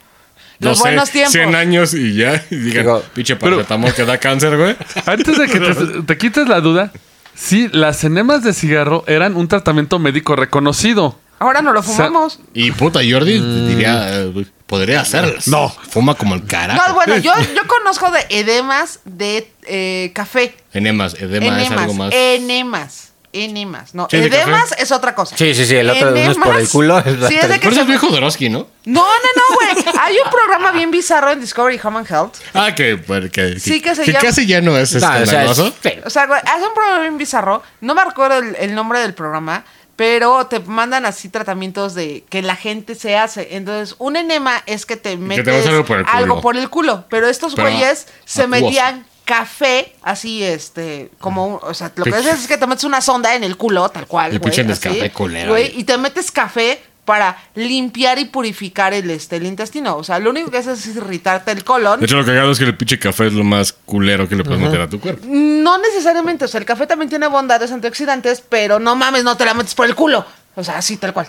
Speaker 4: No
Speaker 5: Los
Speaker 4: sé,
Speaker 5: buenos tiempos.
Speaker 4: 100 años y ya, y digan,
Speaker 3: Digo,
Speaker 4: pinche
Speaker 2: pero-
Speaker 4: paracetamol que da cáncer, güey.
Speaker 2: Antes de que te, te quites la duda, sí, las enemas de cigarro eran un tratamiento médico reconocido.
Speaker 5: Ahora no lo fumamos.
Speaker 4: Y puta, Jordi diría, eh, güey, podría hacerlas. No. Fuma como el carajo.
Speaker 5: No, bueno, yo, yo conozco de edemas de eh, café.
Speaker 4: Enemas, edema es algo
Speaker 5: Enemas. Eh,
Speaker 4: más.
Speaker 5: Enemas. Enemas. No,
Speaker 4: Sí, de
Speaker 5: edemas
Speaker 4: café.
Speaker 5: es otra cosa.
Speaker 3: Sí, sí, sí, el otro uno es por el culo.
Speaker 5: Sí, es de que
Speaker 4: Pero eso
Speaker 5: se-
Speaker 4: es viejo Dorosky, ¿no?
Speaker 5: No, no, no, güey. Hay un programa bien bizarro en Discovery Human Health.
Speaker 4: Ah, que, bueno, que,
Speaker 5: Sí, que se
Speaker 4: que
Speaker 5: llama-
Speaker 4: casi ya no es
Speaker 3: No,
Speaker 4: este,
Speaker 3: Ah, o sea, es-
Speaker 4: escandaloso.
Speaker 3: sí.
Speaker 5: O sea, güey, hace un programa bien bizarro. No me recuerdo el, el nombre del programa, pero te mandan así tratamientos de que la gente se hace. Entonces, un enema es que te metes
Speaker 4: metas algo por el culo.
Speaker 5: por el culo, Pero estos
Speaker 4: Pero
Speaker 5: güeyes
Speaker 4: a-
Speaker 5: se
Speaker 4: a tu
Speaker 5: metían café, así, este, como,
Speaker 4: Mm.
Speaker 5: un- o sea, lo que haces es que te metes una sonda en el culo, tal cual,
Speaker 4: El
Speaker 5: güey,
Speaker 4: pinche
Speaker 5: así,
Speaker 4: Nescafé culero,
Speaker 5: güey,
Speaker 4: eh.
Speaker 5: y te metes café para limpiar y purificar el, este, el intestino. O sea, lo único que haces es irritarte el colon.
Speaker 4: De hecho, lo que hago es que el pinche café es lo más culero que le puedes meter a tu cuerpo.
Speaker 5: No necesariamente, o sea, el café también tiene bondades antioxidantes, pero no mames, no te la metes por el culo. O sea, así tal cual.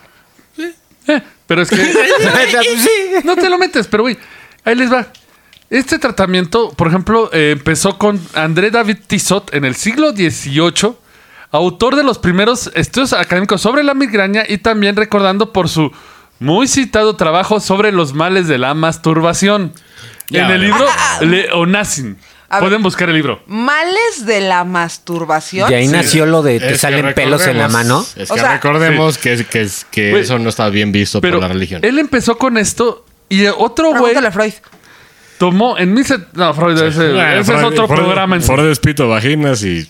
Speaker 2: Eh, pero es que
Speaker 3: Sí.
Speaker 2: no te lo metes, pero güey, ahí les va. Este tratamiento, por ejemplo, eh, empezó con André David Tissot en el siglo XVIII, autor de los primeros estudios académicos sobre la migraña y también recordando por su muy citado trabajo sobre los males de la masturbación.
Speaker 4: Ya,
Speaker 2: en el
Speaker 4: vale.
Speaker 2: libro Leonacin.
Speaker 5: A ver.
Speaker 2: Pueden buscar el libro.
Speaker 5: Males de la masturbación.
Speaker 3: Y ahí nació lo de
Speaker 4: Es
Speaker 3: te
Speaker 4: que
Speaker 3: salen pelos en la
Speaker 4: recordemos-
Speaker 3: mano.
Speaker 4: Es que
Speaker 5: O sea-
Speaker 4: recordemos que, que, que
Speaker 2: Güey,
Speaker 4: eso no está bien visto por la religión.
Speaker 2: Él empezó con esto y otro güey
Speaker 5: Pregúntale a Freud.
Speaker 2: tomó en mil... set- No, Freud, ese,
Speaker 4: Bueno,
Speaker 2: ese es
Speaker 4: Freud-
Speaker 2: otro
Speaker 4: Freud-
Speaker 2: programa. en sí.
Speaker 4: Freud es pito vaginas y.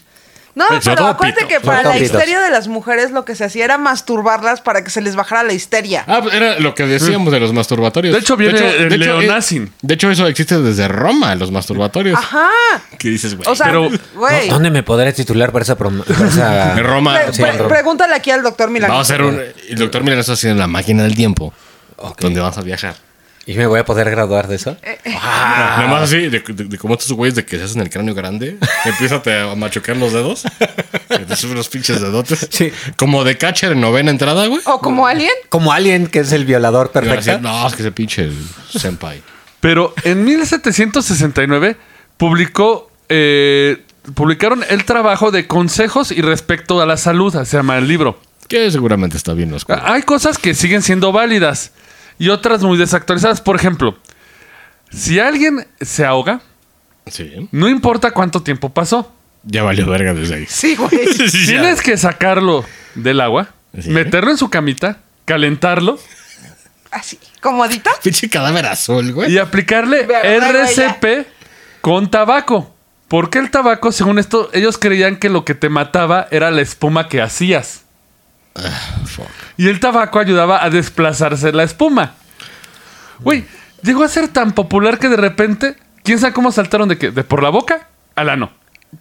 Speaker 5: No,
Speaker 4: Sobre
Speaker 5: pero
Speaker 4: todo
Speaker 5: acuérdate
Speaker 4: pito,
Speaker 5: que
Speaker 4: sobre
Speaker 5: para
Speaker 3: todo
Speaker 5: la
Speaker 3: pitos.
Speaker 5: histeria de las mujeres lo que se hacía era masturbarlas para que se les bajara la histeria.
Speaker 4: Ah, pues era lo que decíamos de los masturbatorios.
Speaker 2: De hecho, viene el
Speaker 4: de hecho,
Speaker 2: Leonacin.
Speaker 4: eh, De hecho, eso existe desde Roma, los masturbatorios.
Speaker 5: Ajá.
Speaker 4: ¿Qué dices, güey?
Speaker 5: O sea,
Speaker 2: Pero-
Speaker 5: güey.
Speaker 3: ¿Dónde me podré titular para esa... prom- para
Speaker 4: (laughs)
Speaker 3: esa-
Speaker 4: en Roma.
Speaker 5: pre-
Speaker 3: Sí,
Speaker 5: pre-
Speaker 3: en Roma.
Speaker 5: pregúntale aquí al doctor Milán.
Speaker 4: Vamos a hacer un. El doctor Milano está haciendo la máquina del tiempo. Donde vas a viajar.
Speaker 3: ¿Y me voy a poder graduar de eso?
Speaker 5: Eh.
Speaker 4: Nada más así, de, de- de como estos güeyes de que se hacen el cráneo grande, empiezan a machucar los dedos, que te suben los pinches dedotes.
Speaker 3: Sí.
Speaker 4: Como de catcher en novena entrada, güey.
Speaker 5: O como alguien.
Speaker 3: Como alguien que es el violador
Speaker 4: Y van a
Speaker 3: perfecto.
Speaker 4: decir, no, es que ese pinche senpai.
Speaker 2: Pero en 1769 publicó, eh, publicaron el trabajo de consejos y respecto a la salud, se llama el libro.
Speaker 4: Que seguramente está bien los
Speaker 2: Ah, Hay cosas que siguen siendo válidas y otras muy desactualizadas. Por ejemplo, si alguien se ahoga,
Speaker 3: Ah.
Speaker 4: Sí.
Speaker 2: no importa cuánto tiempo pasó,
Speaker 4: Ya valió verga desde ahí.
Speaker 5: Sí, güey.
Speaker 4: (laughs)
Speaker 2: tienes que sacarlo del agua,
Speaker 4: Sí.
Speaker 2: meterlo en su camita, calentarlo
Speaker 5: Así. Comodita.
Speaker 4: Pinche cadáver azul, güey.
Speaker 2: y aplicarle
Speaker 5: Verdad,
Speaker 2: RCP con tabaco. Porque el tabaco, según esto, ellos creían que lo que te mataba era la espuma que hacías.
Speaker 4: Ah, fuck.
Speaker 2: Y el tabaco ayudaba a desplazarse la espuma. Güey, llegó a ser tan popular que de repente, quién sabe cómo saltaron de que de por la boca al ano.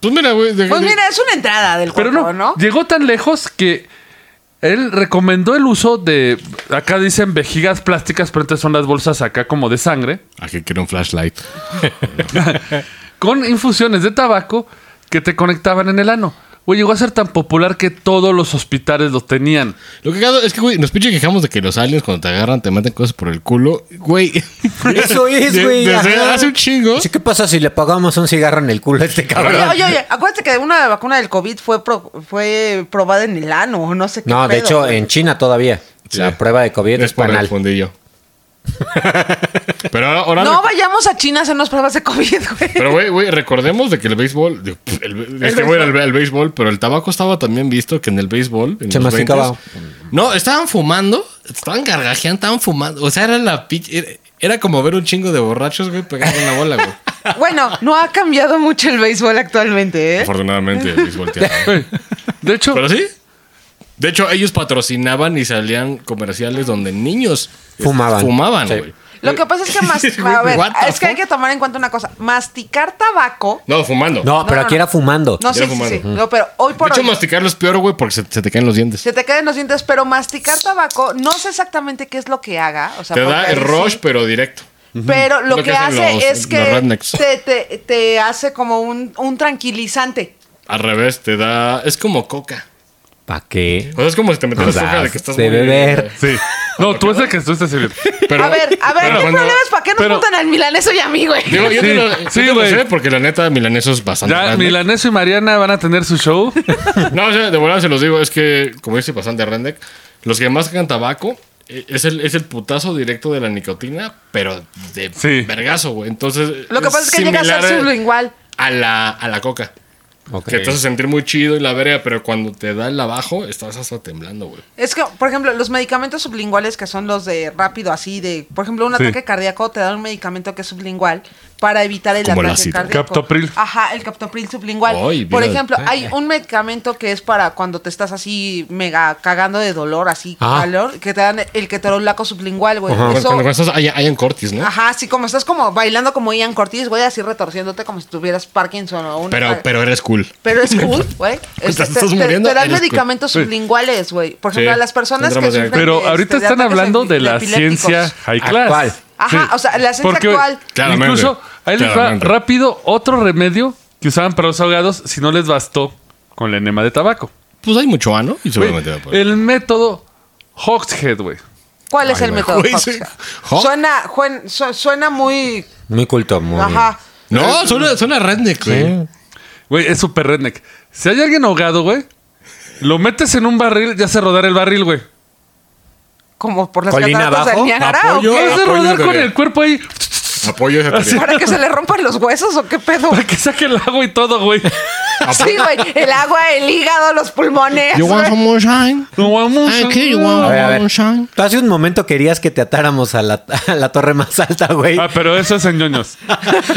Speaker 4: Pues mira, güey. de-
Speaker 5: Pues
Speaker 4: de-
Speaker 5: mira, es una entrada del
Speaker 2: Pero
Speaker 5: cuerpo,
Speaker 2: no,
Speaker 5: ¿no?
Speaker 2: llegó tan lejos que él recomendó el uso de, acá dicen vejigas plásticas, pero entonces son las bolsas acá como de sangre.
Speaker 4: Aquí Ah, quiero un flashlight.
Speaker 2: con infusiones de tabaco que te conectaban en el ano. Güey, Güey, llegó a ser tan popular que todos los hospitales lo tenían.
Speaker 4: Lo que es que, güey, nos pinche quejamos de que los aliens cuando te agarran te meten cosas por el culo. Güey.
Speaker 3: (laughs)
Speaker 4: (laughs)
Speaker 3: Eso es,
Speaker 4: de-
Speaker 3: güey.
Speaker 4: desde
Speaker 3: ajá.
Speaker 4: hace un chingo.
Speaker 3: Sí, ¿Qué pasa si le pagamos un cigarro en el culo a este cabrón?
Speaker 4: (laughs)
Speaker 5: Oye, oye, oye, acuérdate que una vacuna del COVID fue pro- fue probada en el ano, o no sé qué.
Speaker 3: No, de
Speaker 5: pedo,
Speaker 3: hecho,
Speaker 5: güey.
Speaker 3: en China todavía.
Speaker 4: Sí.
Speaker 3: La prueba de COVID es,
Speaker 4: es por el
Speaker 3: panal. (laughs)
Speaker 4: fundillo. Pero ahora, ahora
Speaker 5: No vayamos a China a hacernos pruebas de COVID, güey.
Speaker 4: Pero, güey, güey, recordemos de que el béisbol. digo, pff, El, es que, güey, el, el béisbol, pero el tabaco estaba también visto que en el béisbol. En
Speaker 3: Se
Speaker 4: los
Speaker 3: masticaba.
Speaker 4: 20s, no, estaban fumando, estaban gargajeando, estaban fumando. O sea, era la pich- Era, era como ver un chingo de borrachos, güey, pegando una bola, güey.
Speaker 5: Bueno, no ha cambiado mucho el béisbol actualmente,
Speaker 4: (laughs)
Speaker 5: ¿eh?
Speaker 4: Afortunadamente, el béisbol (laughs) tiene.
Speaker 2: Güey, De hecho,
Speaker 4: Pero sí. De hecho, ellos patrocinaban y salían comerciales donde niños
Speaker 3: Fumaban.
Speaker 4: Fumaban,
Speaker 3: Sí.
Speaker 4: güey.
Speaker 5: Lo que pasa es que mas-
Speaker 4: Güey,
Speaker 5: a ver,
Speaker 4: what the
Speaker 5: es que hay
Speaker 4: fuck?
Speaker 5: que tomar en cuenta una cosa. Masticar tabaco.
Speaker 4: No, fumando.
Speaker 3: No, pero
Speaker 5: no,
Speaker 3: aquí
Speaker 5: no.
Speaker 3: era fumando.
Speaker 5: No, sí,
Speaker 4: Era
Speaker 5: sí,
Speaker 4: fumar.
Speaker 5: sí. No, pero hoy
Speaker 4: de
Speaker 5: por
Speaker 4: hecho,
Speaker 5: hoy.
Speaker 4: masticarlo es peor, güey, porque se, se te caen los dientes.
Speaker 5: Se te caen los dientes, pero masticar tabaco, no sé exactamente qué es lo que haga. O sea,
Speaker 4: te da
Speaker 5: porque
Speaker 4: el
Speaker 5: ahí
Speaker 4: rush,
Speaker 5: sí.
Speaker 4: pero directo.
Speaker 5: Pero lo,
Speaker 4: Lo
Speaker 5: que,
Speaker 4: que hacen
Speaker 5: hace
Speaker 4: los- eh,
Speaker 5: es
Speaker 4: los
Speaker 5: que
Speaker 4: rednecks.
Speaker 5: te, te- te hace como un, un tranquilizante.
Speaker 4: Al revés, te da. Es como coca.
Speaker 3: ¿Para qué?
Speaker 4: O sea, es como si te metieras
Speaker 3: O sea,
Speaker 4: coca de que estás
Speaker 3: de
Speaker 4: muy-
Speaker 3: beber.
Speaker 2: sí. No, tú es el que estuviste sirviendo.
Speaker 4: Pero-
Speaker 5: a ver, a ver,
Speaker 4: pero
Speaker 5: ¿qué
Speaker 4: cuando-
Speaker 5: problemas? ¿Para qué nos
Speaker 2: pero-
Speaker 5: juntan al milaneso y a mí, güey?
Speaker 4: Digo, yo
Speaker 2: Sí,
Speaker 4: te lo, yo
Speaker 2: sí,
Speaker 4: te lo
Speaker 2: güey.
Speaker 4: sé porque la neta, Milaneso es bastante
Speaker 2: Ya
Speaker 4: grande.
Speaker 2: Milaneso y Mariana van a tener su show.
Speaker 4: (laughs) No, o sea, de verdad se los digo, es que, como dice bastante Rendek, los que más sacan tabaco eh, es el, es el putazo directo de la nicotina, pero de
Speaker 2: Sí.
Speaker 4: vergazo, güey. Entonces.
Speaker 5: Lo que pasa es que llega a ser
Speaker 4: similar
Speaker 5: sublingual.
Speaker 4: A la, a la coca.
Speaker 3: Ok.
Speaker 4: Que te hace sentir muy chido y la verga, pero cuando te da el abajo, estás hasta temblando, güey.
Speaker 5: Es que, por ejemplo, los medicamentos sublinguales que son los de rápido, así de, por ejemplo, un
Speaker 2: Sí.
Speaker 5: ataque cardíaco, te dan un medicamente que es sublingual para evitar el
Speaker 4: Como el
Speaker 5: ataque
Speaker 4: ácido.
Speaker 5: cardíaco.
Speaker 2: Captopril.
Speaker 5: Ajá, el captopril sublingual.
Speaker 4: Ay, eh.
Speaker 5: por
Speaker 4: mira.
Speaker 5: ejemplo, hay un medicamento que es para cuando te estás así mega cagando de dolor, así
Speaker 3: Ah.
Speaker 5: calor, que te dan el ketorolaco sublingual, güey.
Speaker 4: Cuando,
Speaker 5: Eso-
Speaker 4: cuando estás allá, allá en Cortis, ¿no?
Speaker 5: Ajá, así como estás como bailando como Ian Cortis, güey, así retorciéndote como si tuvieras Parkinson o un...
Speaker 4: Pero, pero eres cool.
Speaker 5: Pero es cool, güey.
Speaker 4: Estás-
Speaker 5: Este,
Speaker 4: estás
Speaker 5: te,
Speaker 4: muriendo,
Speaker 5: te dan
Speaker 4: eres cool.
Speaker 5: medicamentos
Speaker 2: Sí.
Speaker 5: sublinguales, güey. Por ejemplo,
Speaker 4: Sí.
Speaker 5: a las personas que
Speaker 4: Tendremos de-
Speaker 5: sufren
Speaker 2: Pero
Speaker 5: de,
Speaker 2: ahorita
Speaker 5: este, de
Speaker 2: están
Speaker 5: ataques
Speaker 2: hablando
Speaker 5: epi-
Speaker 2: de la
Speaker 5: epilépticos.
Speaker 2: ciencia high class.
Speaker 3: Actual.
Speaker 5: Ajá, o sea, la ciencia actual.
Speaker 4: Claramente,
Speaker 2: Incluso, ahí les va
Speaker 4: claramente.
Speaker 2: rápido otro remedio que usaban para los ahogados si no les bastó con la enema de tabaco.
Speaker 4: Pues hay mucho ano y
Speaker 2: Güey, eh,
Speaker 4: seguramente va a poder.
Speaker 2: el método Hogshead, güey.
Speaker 5: ¿Cuál es
Speaker 4: Ay,
Speaker 5: el
Speaker 4: güey.
Speaker 5: método?
Speaker 4: Güey,
Speaker 5: Fox?
Speaker 4: sí. Hawk.
Speaker 5: Suena, juen- su- suena muy...
Speaker 3: Muy culto, muy.
Speaker 5: Ajá.
Speaker 4: No, suena, suena redneck, güey.
Speaker 2: Güey, es súper redneck. Si hay alguien ahogado, güey, lo metes en un barril y hace rodar el barril, güey.
Speaker 5: Como por las
Speaker 3: Colina
Speaker 5: cataratas
Speaker 3: abajo,
Speaker 5: del Niágara, ¿o
Speaker 4: apoyo.
Speaker 5: qué?
Speaker 2: ¿Qué hace
Speaker 4: apoyo
Speaker 2: rodar
Speaker 4: de-
Speaker 2: con el cuerpo ahí
Speaker 4: Apoyo esa teoría.
Speaker 5: (laughs) ¿Para que se le rompan los huesos o qué pedo?
Speaker 2: para que saque el agua y todo, güey?
Speaker 5: Sí, güey. El agua, el hígado, los pulmones.
Speaker 4: You want
Speaker 5: güey.
Speaker 4: some moonshine?
Speaker 2: No
Speaker 5: Ah,
Speaker 2: vamos.
Speaker 4: I kill you
Speaker 3: A
Speaker 4: want
Speaker 3: ver, a
Speaker 4: some
Speaker 3: ver.
Speaker 4: moonshine?
Speaker 3: Tú hace un momento querías que te atáramos a la, a la torre más alta, güey.
Speaker 2: Ah, pero eso es en ñoños. Y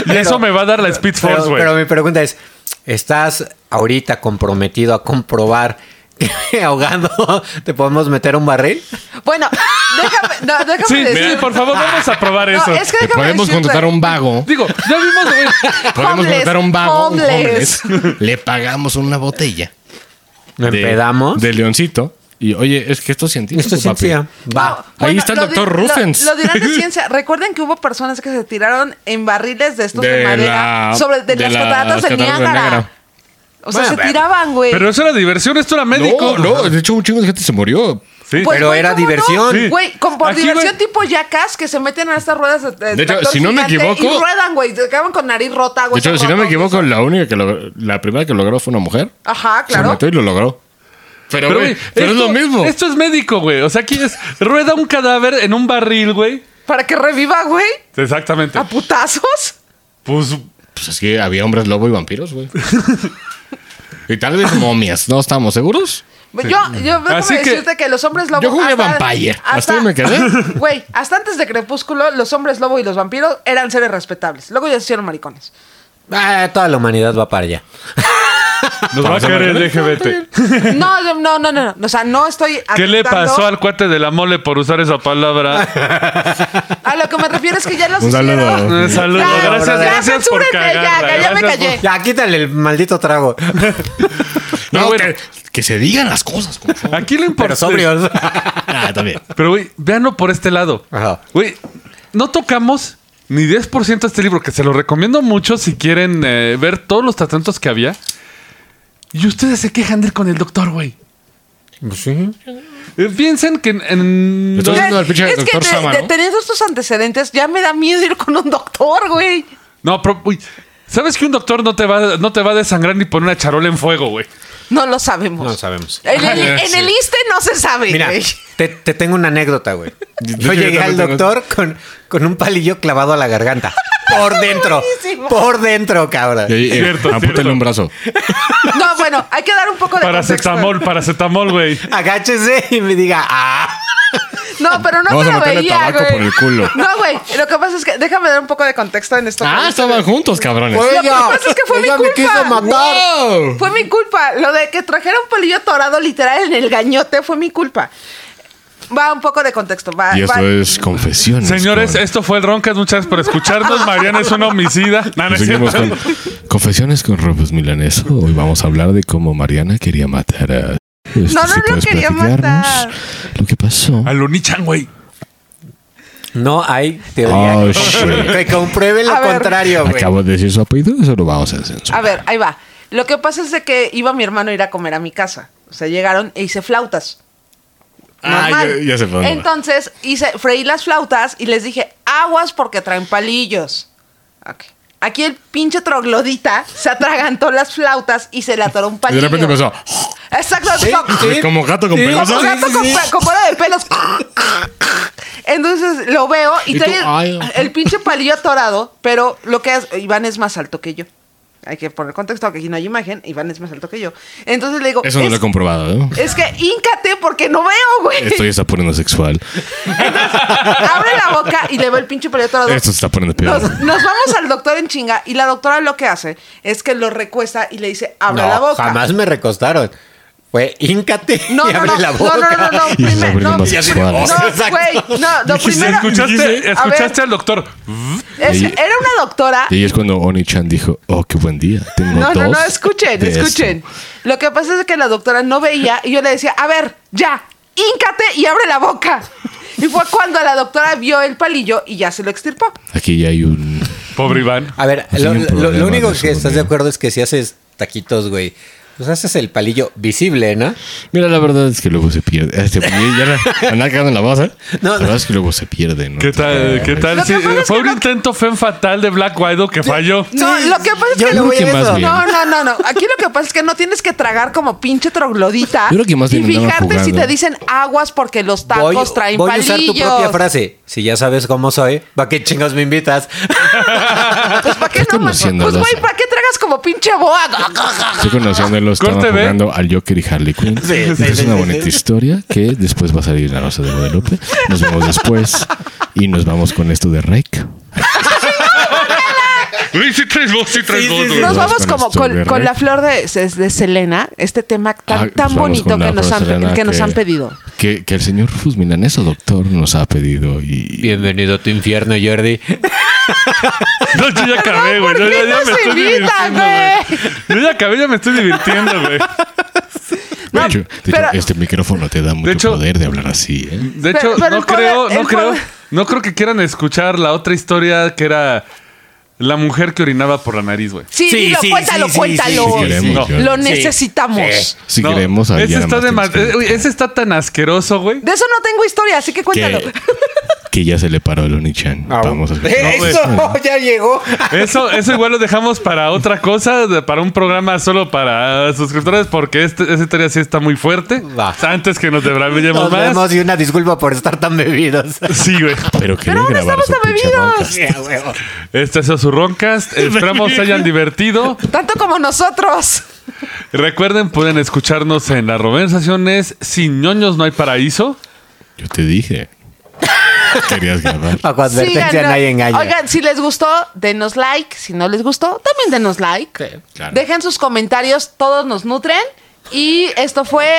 Speaker 3: Pero-
Speaker 2: eso me va a dar la Speed
Speaker 3: Pero-
Speaker 2: Force, güey.
Speaker 3: Pero mi pregunta es, ¿estás ahorita comprometido a comprobar que (laughs) ahogando te podemos meter un barril?
Speaker 5: Bueno, déjame, no, déjame
Speaker 2: Sí,
Speaker 5: decir...
Speaker 2: sí, por favor, vamos a probar
Speaker 5: Ah. No,
Speaker 2: eso.
Speaker 5: es que
Speaker 4: Te
Speaker 5: déjame
Speaker 4: eh, podemos
Speaker 5: decirte-
Speaker 4: contratar a un vago.
Speaker 2: Digo, ya vimos, güey.
Speaker 4: Podemos
Speaker 5: Homeless,
Speaker 4: contratar a un vago. un
Speaker 5: homeless. (laughs)
Speaker 4: homeless. Le pagamos una botella.
Speaker 3: ¿Me
Speaker 4: de-
Speaker 3: empedamos?
Speaker 4: De leoncito. Y oye, es que esto es científico,
Speaker 3: Esto es
Speaker 4: papi.
Speaker 3: ciencia. Va.
Speaker 4: Ahí está el
Speaker 5: lo
Speaker 4: doctor
Speaker 5: di- lo-
Speaker 4: Rufens.
Speaker 5: Lo,
Speaker 4: (laughs)
Speaker 5: dirán de ciencia. Recuerden que hubo personas que se tiraron en barriles de estos de,
Speaker 4: De
Speaker 5: madera
Speaker 4: la-
Speaker 5: sobre de,
Speaker 4: de
Speaker 5: las
Speaker 4: la-
Speaker 5: cataratas
Speaker 4: las
Speaker 5: del
Speaker 4: cataratas del
Speaker 5: Niágara.
Speaker 4: Niágara.
Speaker 5: O sea,
Speaker 3: Bueno,
Speaker 5: se
Speaker 3: pero-
Speaker 5: tiraban, güey.
Speaker 2: Pero eso era diversión, esto era médico.
Speaker 4: No, no, de hecho un chingo de gente se murió.
Speaker 2: Sí.
Speaker 5: Pues,
Speaker 3: pero
Speaker 5: güey,
Speaker 3: era
Speaker 5: ¿cómo
Speaker 3: diversión.
Speaker 5: no?
Speaker 2: Sí.
Speaker 5: Güey, con por
Speaker 2: Aquí,
Speaker 5: diversión
Speaker 2: güey.
Speaker 5: tipo yacas que se meten a estas ruedas de, de
Speaker 4: De hecho,
Speaker 5: tractor
Speaker 4: si no me
Speaker 5: gigante
Speaker 4: equivoco-
Speaker 5: Y ruedan, güey. Se acaban con nariz rota,
Speaker 4: De
Speaker 5: güey.
Speaker 4: hecho, si no me equivoco, la única que logró, la primera que logró fue una mujer.
Speaker 5: Ajá,
Speaker 4: Se
Speaker 5: Ah, claro.
Speaker 4: mató y lo logró. Pero,
Speaker 2: Pero,
Speaker 4: güey,
Speaker 2: güey,
Speaker 4: pero es lo mismo.
Speaker 2: Esto es médico, güey. O sea, aquí es rueda un cadáver en un barril, güey.
Speaker 5: Para que reviva, güey.
Speaker 2: Exactamente.
Speaker 5: A putazos.
Speaker 2: Pues
Speaker 4: Pues es que había hombres lobo y
Speaker 2: (laughs)
Speaker 4: vampiros, güey. y tal vez momias, no estamos seguros.
Speaker 5: Pues Yo, yo déjame
Speaker 2: Así que-
Speaker 5: decirte que los hombres lobo.
Speaker 4: Yo jugué Vampire. Hasta ahí me quedé.
Speaker 5: (laughs) Güey, hasta antes de Crepúsculo, los hombres lobo y los vampiros eran seres respetables. Luego ya se hicieron maricones.
Speaker 4: (laughs)
Speaker 3: Ah, toda la humanidad va para allá.
Speaker 2: nos va a
Speaker 4: Vamos a
Speaker 2: caer el
Speaker 4: ver.
Speaker 2: LGBT.
Speaker 5: No, no, no, no, no. O sea, no estoy.
Speaker 2: ¿Qué le
Speaker 5: aceptando-
Speaker 2: pasó al cuate de la mole por usar esa palabra?
Speaker 5: A lo que me refiero es que ya
Speaker 4: (laughs)
Speaker 5: los
Speaker 4: Un saludo.
Speaker 5: hicieron.
Speaker 2: Eh, (laughs) Saludos,
Speaker 5: Ya,
Speaker 2: gracias,
Speaker 5: ya,
Speaker 2: gracias por
Speaker 5: censúrenme, ya,
Speaker 2: cagarla.
Speaker 5: ya, ya me
Speaker 2: gracias por-
Speaker 5: callé.
Speaker 3: Ya, quítale el maldito trago.
Speaker 4: No,
Speaker 2: No, bueno.
Speaker 4: que, que se digan las cosas, por favor.
Speaker 2: Aquí lo importante.
Speaker 3: Pero sobrios.
Speaker 4: ah, también.
Speaker 2: Pero, güey, véanlo por este lado.
Speaker 3: (laughs) Ajá.
Speaker 2: Güey, no tocamos ni 10% de este libro, que se lo recomiendo mucho si quieren eh, ver todos los tratamientos que había. Y ustedes se quejan de ir con el doctor, güey. Pues
Speaker 3: sí.
Speaker 2: Eh, Piensen que en... en-
Speaker 4: Entonces-
Speaker 5: Ya-
Speaker 4: no, el pinche
Speaker 5: es que
Speaker 4: doctor
Speaker 5: te-
Speaker 4: Sama,
Speaker 5: de-
Speaker 4: ¿no?
Speaker 5: teniendo estos antecedentes, ya me da miedo ir con un doctor, güey.
Speaker 2: No, pero... uy, ¿Sabes que un doctor no te, va, no te va a desangrar ni poner una charola en fuego, güey?
Speaker 5: No lo sabemos.
Speaker 3: No lo sabemos.
Speaker 5: En
Speaker 4: (laughs)
Speaker 5: el,
Speaker 4: Ah,
Speaker 5: en
Speaker 4: sí.
Speaker 5: el ISSSTE no se sabe,
Speaker 3: Mira,
Speaker 5: güey.
Speaker 3: te, te tengo una anécdota, güey.
Speaker 4: Yo-
Speaker 3: Yo
Speaker 4: yo
Speaker 3: llegué al
Speaker 4: también tengo-
Speaker 3: doctor con, con un palillo clavado a la garganta. Por dentro.
Speaker 5: Buenísimo.
Speaker 3: por dentro, cabrón.
Speaker 4: Y ahí,
Speaker 2: (laughs)
Speaker 4: eh,
Speaker 2: Cierto,
Speaker 4: ampútenle
Speaker 2: cierto.
Speaker 4: un brazo.
Speaker 5: No, bueno, hay que dar un poco de contexto.
Speaker 2: Paracetamol, paracetamol,
Speaker 5: (laughs)
Speaker 2: güey.
Speaker 3: Agáchese y me diga, ah.
Speaker 5: No, pero no
Speaker 4: Vamos
Speaker 5: me
Speaker 4: a
Speaker 5: lo
Speaker 4: meterle
Speaker 5: veía,
Speaker 4: tabaco
Speaker 5: güey.
Speaker 4: por el culo.
Speaker 5: (laughs) No, güey. Lo que pasa es que déjame dar un poco de contexto en esto.
Speaker 4: Ah,
Speaker 5: que-
Speaker 4: estaban juntos, cabrones.
Speaker 5: Lo que pasa es que fue mi
Speaker 3: ella me
Speaker 5: culpa.
Speaker 3: quiso matar.
Speaker 4: ¡Wow!
Speaker 5: Fue mi culpa. Lo de que trajera un palillo torado literal en el gañote fue mi culpa. Va un poco de contexto. Va,
Speaker 4: Y
Speaker 5: va.
Speaker 4: esto es confesiones.
Speaker 2: Señores,
Speaker 4: con-
Speaker 2: esto fue el Roncas. Muchas gracias por escucharnos. Mariana es una homicida. No, no es
Speaker 4: Seguimos
Speaker 2: cierto.
Speaker 4: con confesiones con Rufus Milaneso. Hoy vamos a hablar de cómo Mariana quería matar a. Este,
Speaker 5: no lo
Speaker 4: puedes
Speaker 5: quería
Speaker 4: platicarnos
Speaker 5: matar.
Speaker 4: Lo que pasó.
Speaker 2: A Lonichan, güey.
Speaker 3: No hay teoría.
Speaker 4: Oh,
Speaker 5: (laughs)
Speaker 4: shit.
Speaker 3: que compruebe
Speaker 5: A
Speaker 3: lo
Speaker 5: ver.
Speaker 3: contrario, güey.
Speaker 4: Acabo de decir su apellido, eso lo vamos a censurar.
Speaker 5: A ver, ahí va. Lo que pasa es de que iba mi hermano a ir a comer a mi casa. O sea, llegaron e hice flautas.
Speaker 4: Ah,
Speaker 5: Normal.
Speaker 4: ya- ya sé por dónde va.
Speaker 5: Entonces hice, freí las flautas y les dije, aguas porque traen palillos. Ok. Aquí el pinche troglodita se atragantó las flautas y se le atoró un
Speaker 4: Y
Speaker 5: palillo.
Speaker 4: de repente empezó.
Speaker 5: Exacto.
Speaker 3: Sí.
Speaker 4: Como gato con
Speaker 3: Sí.
Speaker 4: pelos.
Speaker 5: Como gato con, pe- con bola de pelos. Entonces lo veo y,
Speaker 4: Y tú,
Speaker 5: trae el-
Speaker 4: ay, ajá.
Speaker 5: el pinche palillo atorado, pero lo que es, Iván es más alto que yo. Hay que poner contexto, que aquí no hay imagen, Iván es más alto que yo. Entonces le digo,
Speaker 4: Eso no
Speaker 5: es,
Speaker 4: lo he comprobado, ¿eh?
Speaker 3: (laughs)
Speaker 4: ¿no?
Speaker 5: es que híncate porque no veo, güey.
Speaker 4: Esto ya está poniendo sexual.
Speaker 5: (laughs) Abre la boca y le veo el pinche palillo atorado.
Speaker 4: Esto se está poniendo peor.
Speaker 5: Nos, nos vamos al doctor en chinga y la doctora lo que hace es que lo recuesta y le dice, abre
Speaker 3: No,
Speaker 5: la boca.
Speaker 3: jamás me recostaron. Fue, íncate
Speaker 5: No,
Speaker 3: y
Speaker 5: no,
Speaker 3: abre
Speaker 5: no,
Speaker 3: la
Speaker 5: no,
Speaker 3: boca.
Speaker 5: no, no, no,
Speaker 4: Y se está poniendo
Speaker 5: primero- no,
Speaker 4: sexual.
Speaker 5: No,
Speaker 3: (laughs)
Speaker 5: güey, no, lo
Speaker 2: Dijiste,
Speaker 5: primero...
Speaker 2: escuchaste,
Speaker 5: A ver,
Speaker 2: escuchaste al doctor.
Speaker 5: Es-
Speaker 4: Y-
Speaker 5: era una doctora.
Speaker 4: Y ahí es cuando Oni-chan dijo, oh, qué buen día. Tengo
Speaker 5: No, no,
Speaker 4: dos
Speaker 5: no, escuchen,
Speaker 4: de esto".
Speaker 5: escuchen. Lo que pasa es que la doctora no veía y yo le decía, a ver, ya, híncate y abre la boca. Y fue cuando la doctora vio el palillo y ya se lo extirpó.
Speaker 4: Aquí ya hay un...
Speaker 2: Pobre Iván.
Speaker 3: A ver,
Speaker 4: Pues
Speaker 3: lo,
Speaker 4: hay un
Speaker 3: lo- lo
Speaker 4: problema
Speaker 3: único
Speaker 4: de
Speaker 3: que estás
Speaker 4: seguridad.
Speaker 3: de acuerdo es que si haces taquitos, güey, pues haces el palillo visible, ¿no?
Speaker 4: Mira, la verdad es que luego se pierde. Este, ya la, andaba quedando en la base.
Speaker 3: No,
Speaker 4: la
Speaker 3: no.
Speaker 4: verdad es que luego se pierde, ¿no? Eh,
Speaker 2: ¿Qué tal? ¿Qué
Speaker 5: Lo
Speaker 2: tal?
Speaker 5: que
Speaker 2: Sí, eh,
Speaker 5: pasa es
Speaker 2: fue
Speaker 5: que
Speaker 2: un
Speaker 5: no-
Speaker 2: intento fan fatal de Black Widow que falló.
Speaker 5: No, lo que pasa es
Speaker 3: yo
Speaker 5: que-
Speaker 3: no voy
Speaker 4: Creo
Speaker 3: a
Speaker 4: que más
Speaker 3: eso.
Speaker 4: bien.
Speaker 5: No, no, no, no. Aquí lo que pasa es que no tienes que tragar como pinche troglodita.
Speaker 4: Yo creo que más
Speaker 5: y
Speaker 4: bien andaban
Speaker 5: fijarte si
Speaker 4: jugando.
Speaker 5: te dicen aguas porque los tacos traen
Speaker 3: voy a
Speaker 5: palillos.
Speaker 3: usar tu propia frase. Si ya sabes cómo soy, ¿para qué chingos me
Speaker 5: (laughs)
Speaker 3: invitas?
Speaker 5: Pues para qué
Speaker 4: Estoy
Speaker 5: no más. Pues
Speaker 4: conociendo,
Speaker 5: güey,
Speaker 4: Laza.
Speaker 5: ¿para qué tragas como pinche boa?
Speaker 4: Estoy conociéndolo, estaba
Speaker 2: Corte B.
Speaker 4: jugando al Joker y Harley Quinn.
Speaker 3: Sí,
Speaker 4: Esta
Speaker 3: sí,
Speaker 4: es
Speaker 3: sí,
Speaker 4: una
Speaker 3: sí,
Speaker 4: bonita
Speaker 3: sí.
Speaker 4: historia que después va a salir en la Rosa de Guadalupe. Nos vemos después y nos vamos con esto de Rake.
Speaker 2: Uy, sí traes voz, sí traes
Speaker 3: Sí, sí,
Speaker 2: voz,
Speaker 3: sí.
Speaker 2: güey.
Speaker 5: Nos
Speaker 4: Nos
Speaker 5: vamos
Speaker 4: con
Speaker 5: como
Speaker 4: esto,
Speaker 5: con,
Speaker 4: ¿verdad?
Speaker 5: con la flor de, de Selena, este tema tan,
Speaker 4: Ah,
Speaker 5: tan
Speaker 4: nos vamos
Speaker 5: bonito
Speaker 4: con la
Speaker 5: que nos, han,
Speaker 4: Rosalena
Speaker 5: que, nos han pedido.
Speaker 4: Que, que el señor Rufus Milaneso, doctor, nos ha pedido. Y,
Speaker 3: Bienvenido a tu infierno, Jordi.
Speaker 2: No, yo ya acabé, güey. Yo, ya-
Speaker 5: ¿por qué
Speaker 2: ya
Speaker 5: no
Speaker 2: me
Speaker 5: se
Speaker 2: estoy
Speaker 5: invitan,
Speaker 2: divirtiendo, güey. Yo ya acabé, ya me estoy divirtiendo, güey.
Speaker 4: de hecho, de hecho,
Speaker 5: pero-
Speaker 4: este micrófono te da mucho
Speaker 2: hecho-
Speaker 4: poder de hablar así. ¿eh?
Speaker 2: De hecho,
Speaker 5: Pero- pero
Speaker 2: no
Speaker 5: el poder-
Speaker 2: creo, no
Speaker 5: el
Speaker 2: creo,
Speaker 5: poder-
Speaker 2: no creo que quieran escuchar la otra historia que era la mujer que orinaba por la nariz, güey.
Speaker 5: Sí,
Speaker 3: Sí,
Speaker 5: dilo,
Speaker 3: sí,
Speaker 5: cuéntalo,
Speaker 3: sí, sí,
Speaker 5: cuéntalo.
Speaker 4: sí, queremos,
Speaker 2: No.
Speaker 4: yo-
Speaker 5: Lo
Speaker 4: Sí.
Speaker 3: (laughs)
Speaker 5: necesitamos.
Speaker 4: Si queremos, a
Speaker 2: ese
Speaker 4: Diana
Speaker 2: está, de
Speaker 4: Martínez,
Speaker 2: ma- eh,
Speaker 4: que-
Speaker 2: uy, ese está tan asqueroso, güey.
Speaker 5: De eso no tengo historia, así que cuéntalo.
Speaker 4: que,
Speaker 5: (laughs)
Speaker 4: que ya se le paró el Onichan.
Speaker 2: Ah,
Speaker 4: Vamos
Speaker 2: eh,
Speaker 4: a escuchar.
Speaker 2: güey.
Speaker 3: Eso Oh, ya llegó.
Speaker 2: Eso, eso igual lo dejamos para otra cosa, de- para un programa solo para suscriptores, porque este, esa historia sí está muy fuerte.
Speaker 3: Va.
Speaker 2: O sea, Antes que nos
Speaker 3: Nos
Speaker 2: debrayemos más.
Speaker 3: vemos y una disculpa por estar tan bebidos. (laughs)
Speaker 2: Sí, güey.
Speaker 4: Pero que
Speaker 5: Pero ahora
Speaker 4: grabar
Speaker 5: estamos
Speaker 4: su
Speaker 5: tan
Speaker 4: pinche
Speaker 5: bebidos.
Speaker 2: Este es su Roncast. Esperamos se hayan divertido.
Speaker 5: Tanto como nosotros.
Speaker 2: Recuerden, pueden escucharnos en las conversaciones Sin ñoños no hay paraíso.
Speaker 4: Yo te
Speaker 5: (laughs)
Speaker 4: dije. Querías grabar.
Speaker 3: Bajo advertencia,
Speaker 5: Síganos.
Speaker 3: nadie engaña.
Speaker 5: Oigan, si les gustó, denos like. Si no les gustó, también denos like.
Speaker 4: claro.
Speaker 5: Dejen sus comentarios, todos nos nutren. Y esto fue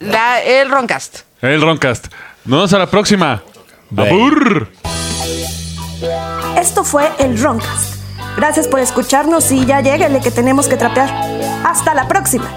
Speaker 5: la- el Roncast.
Speaker 2: El Roncast. Nos vemos a la próxima.
Speaker 3: Bye.
Speaker 2: ¡Abur!
Speaker 1: Esto fue el Roncast. Gracias por escucharnos y ya lléguenle que tenemos que trapear. Hasta la próxima.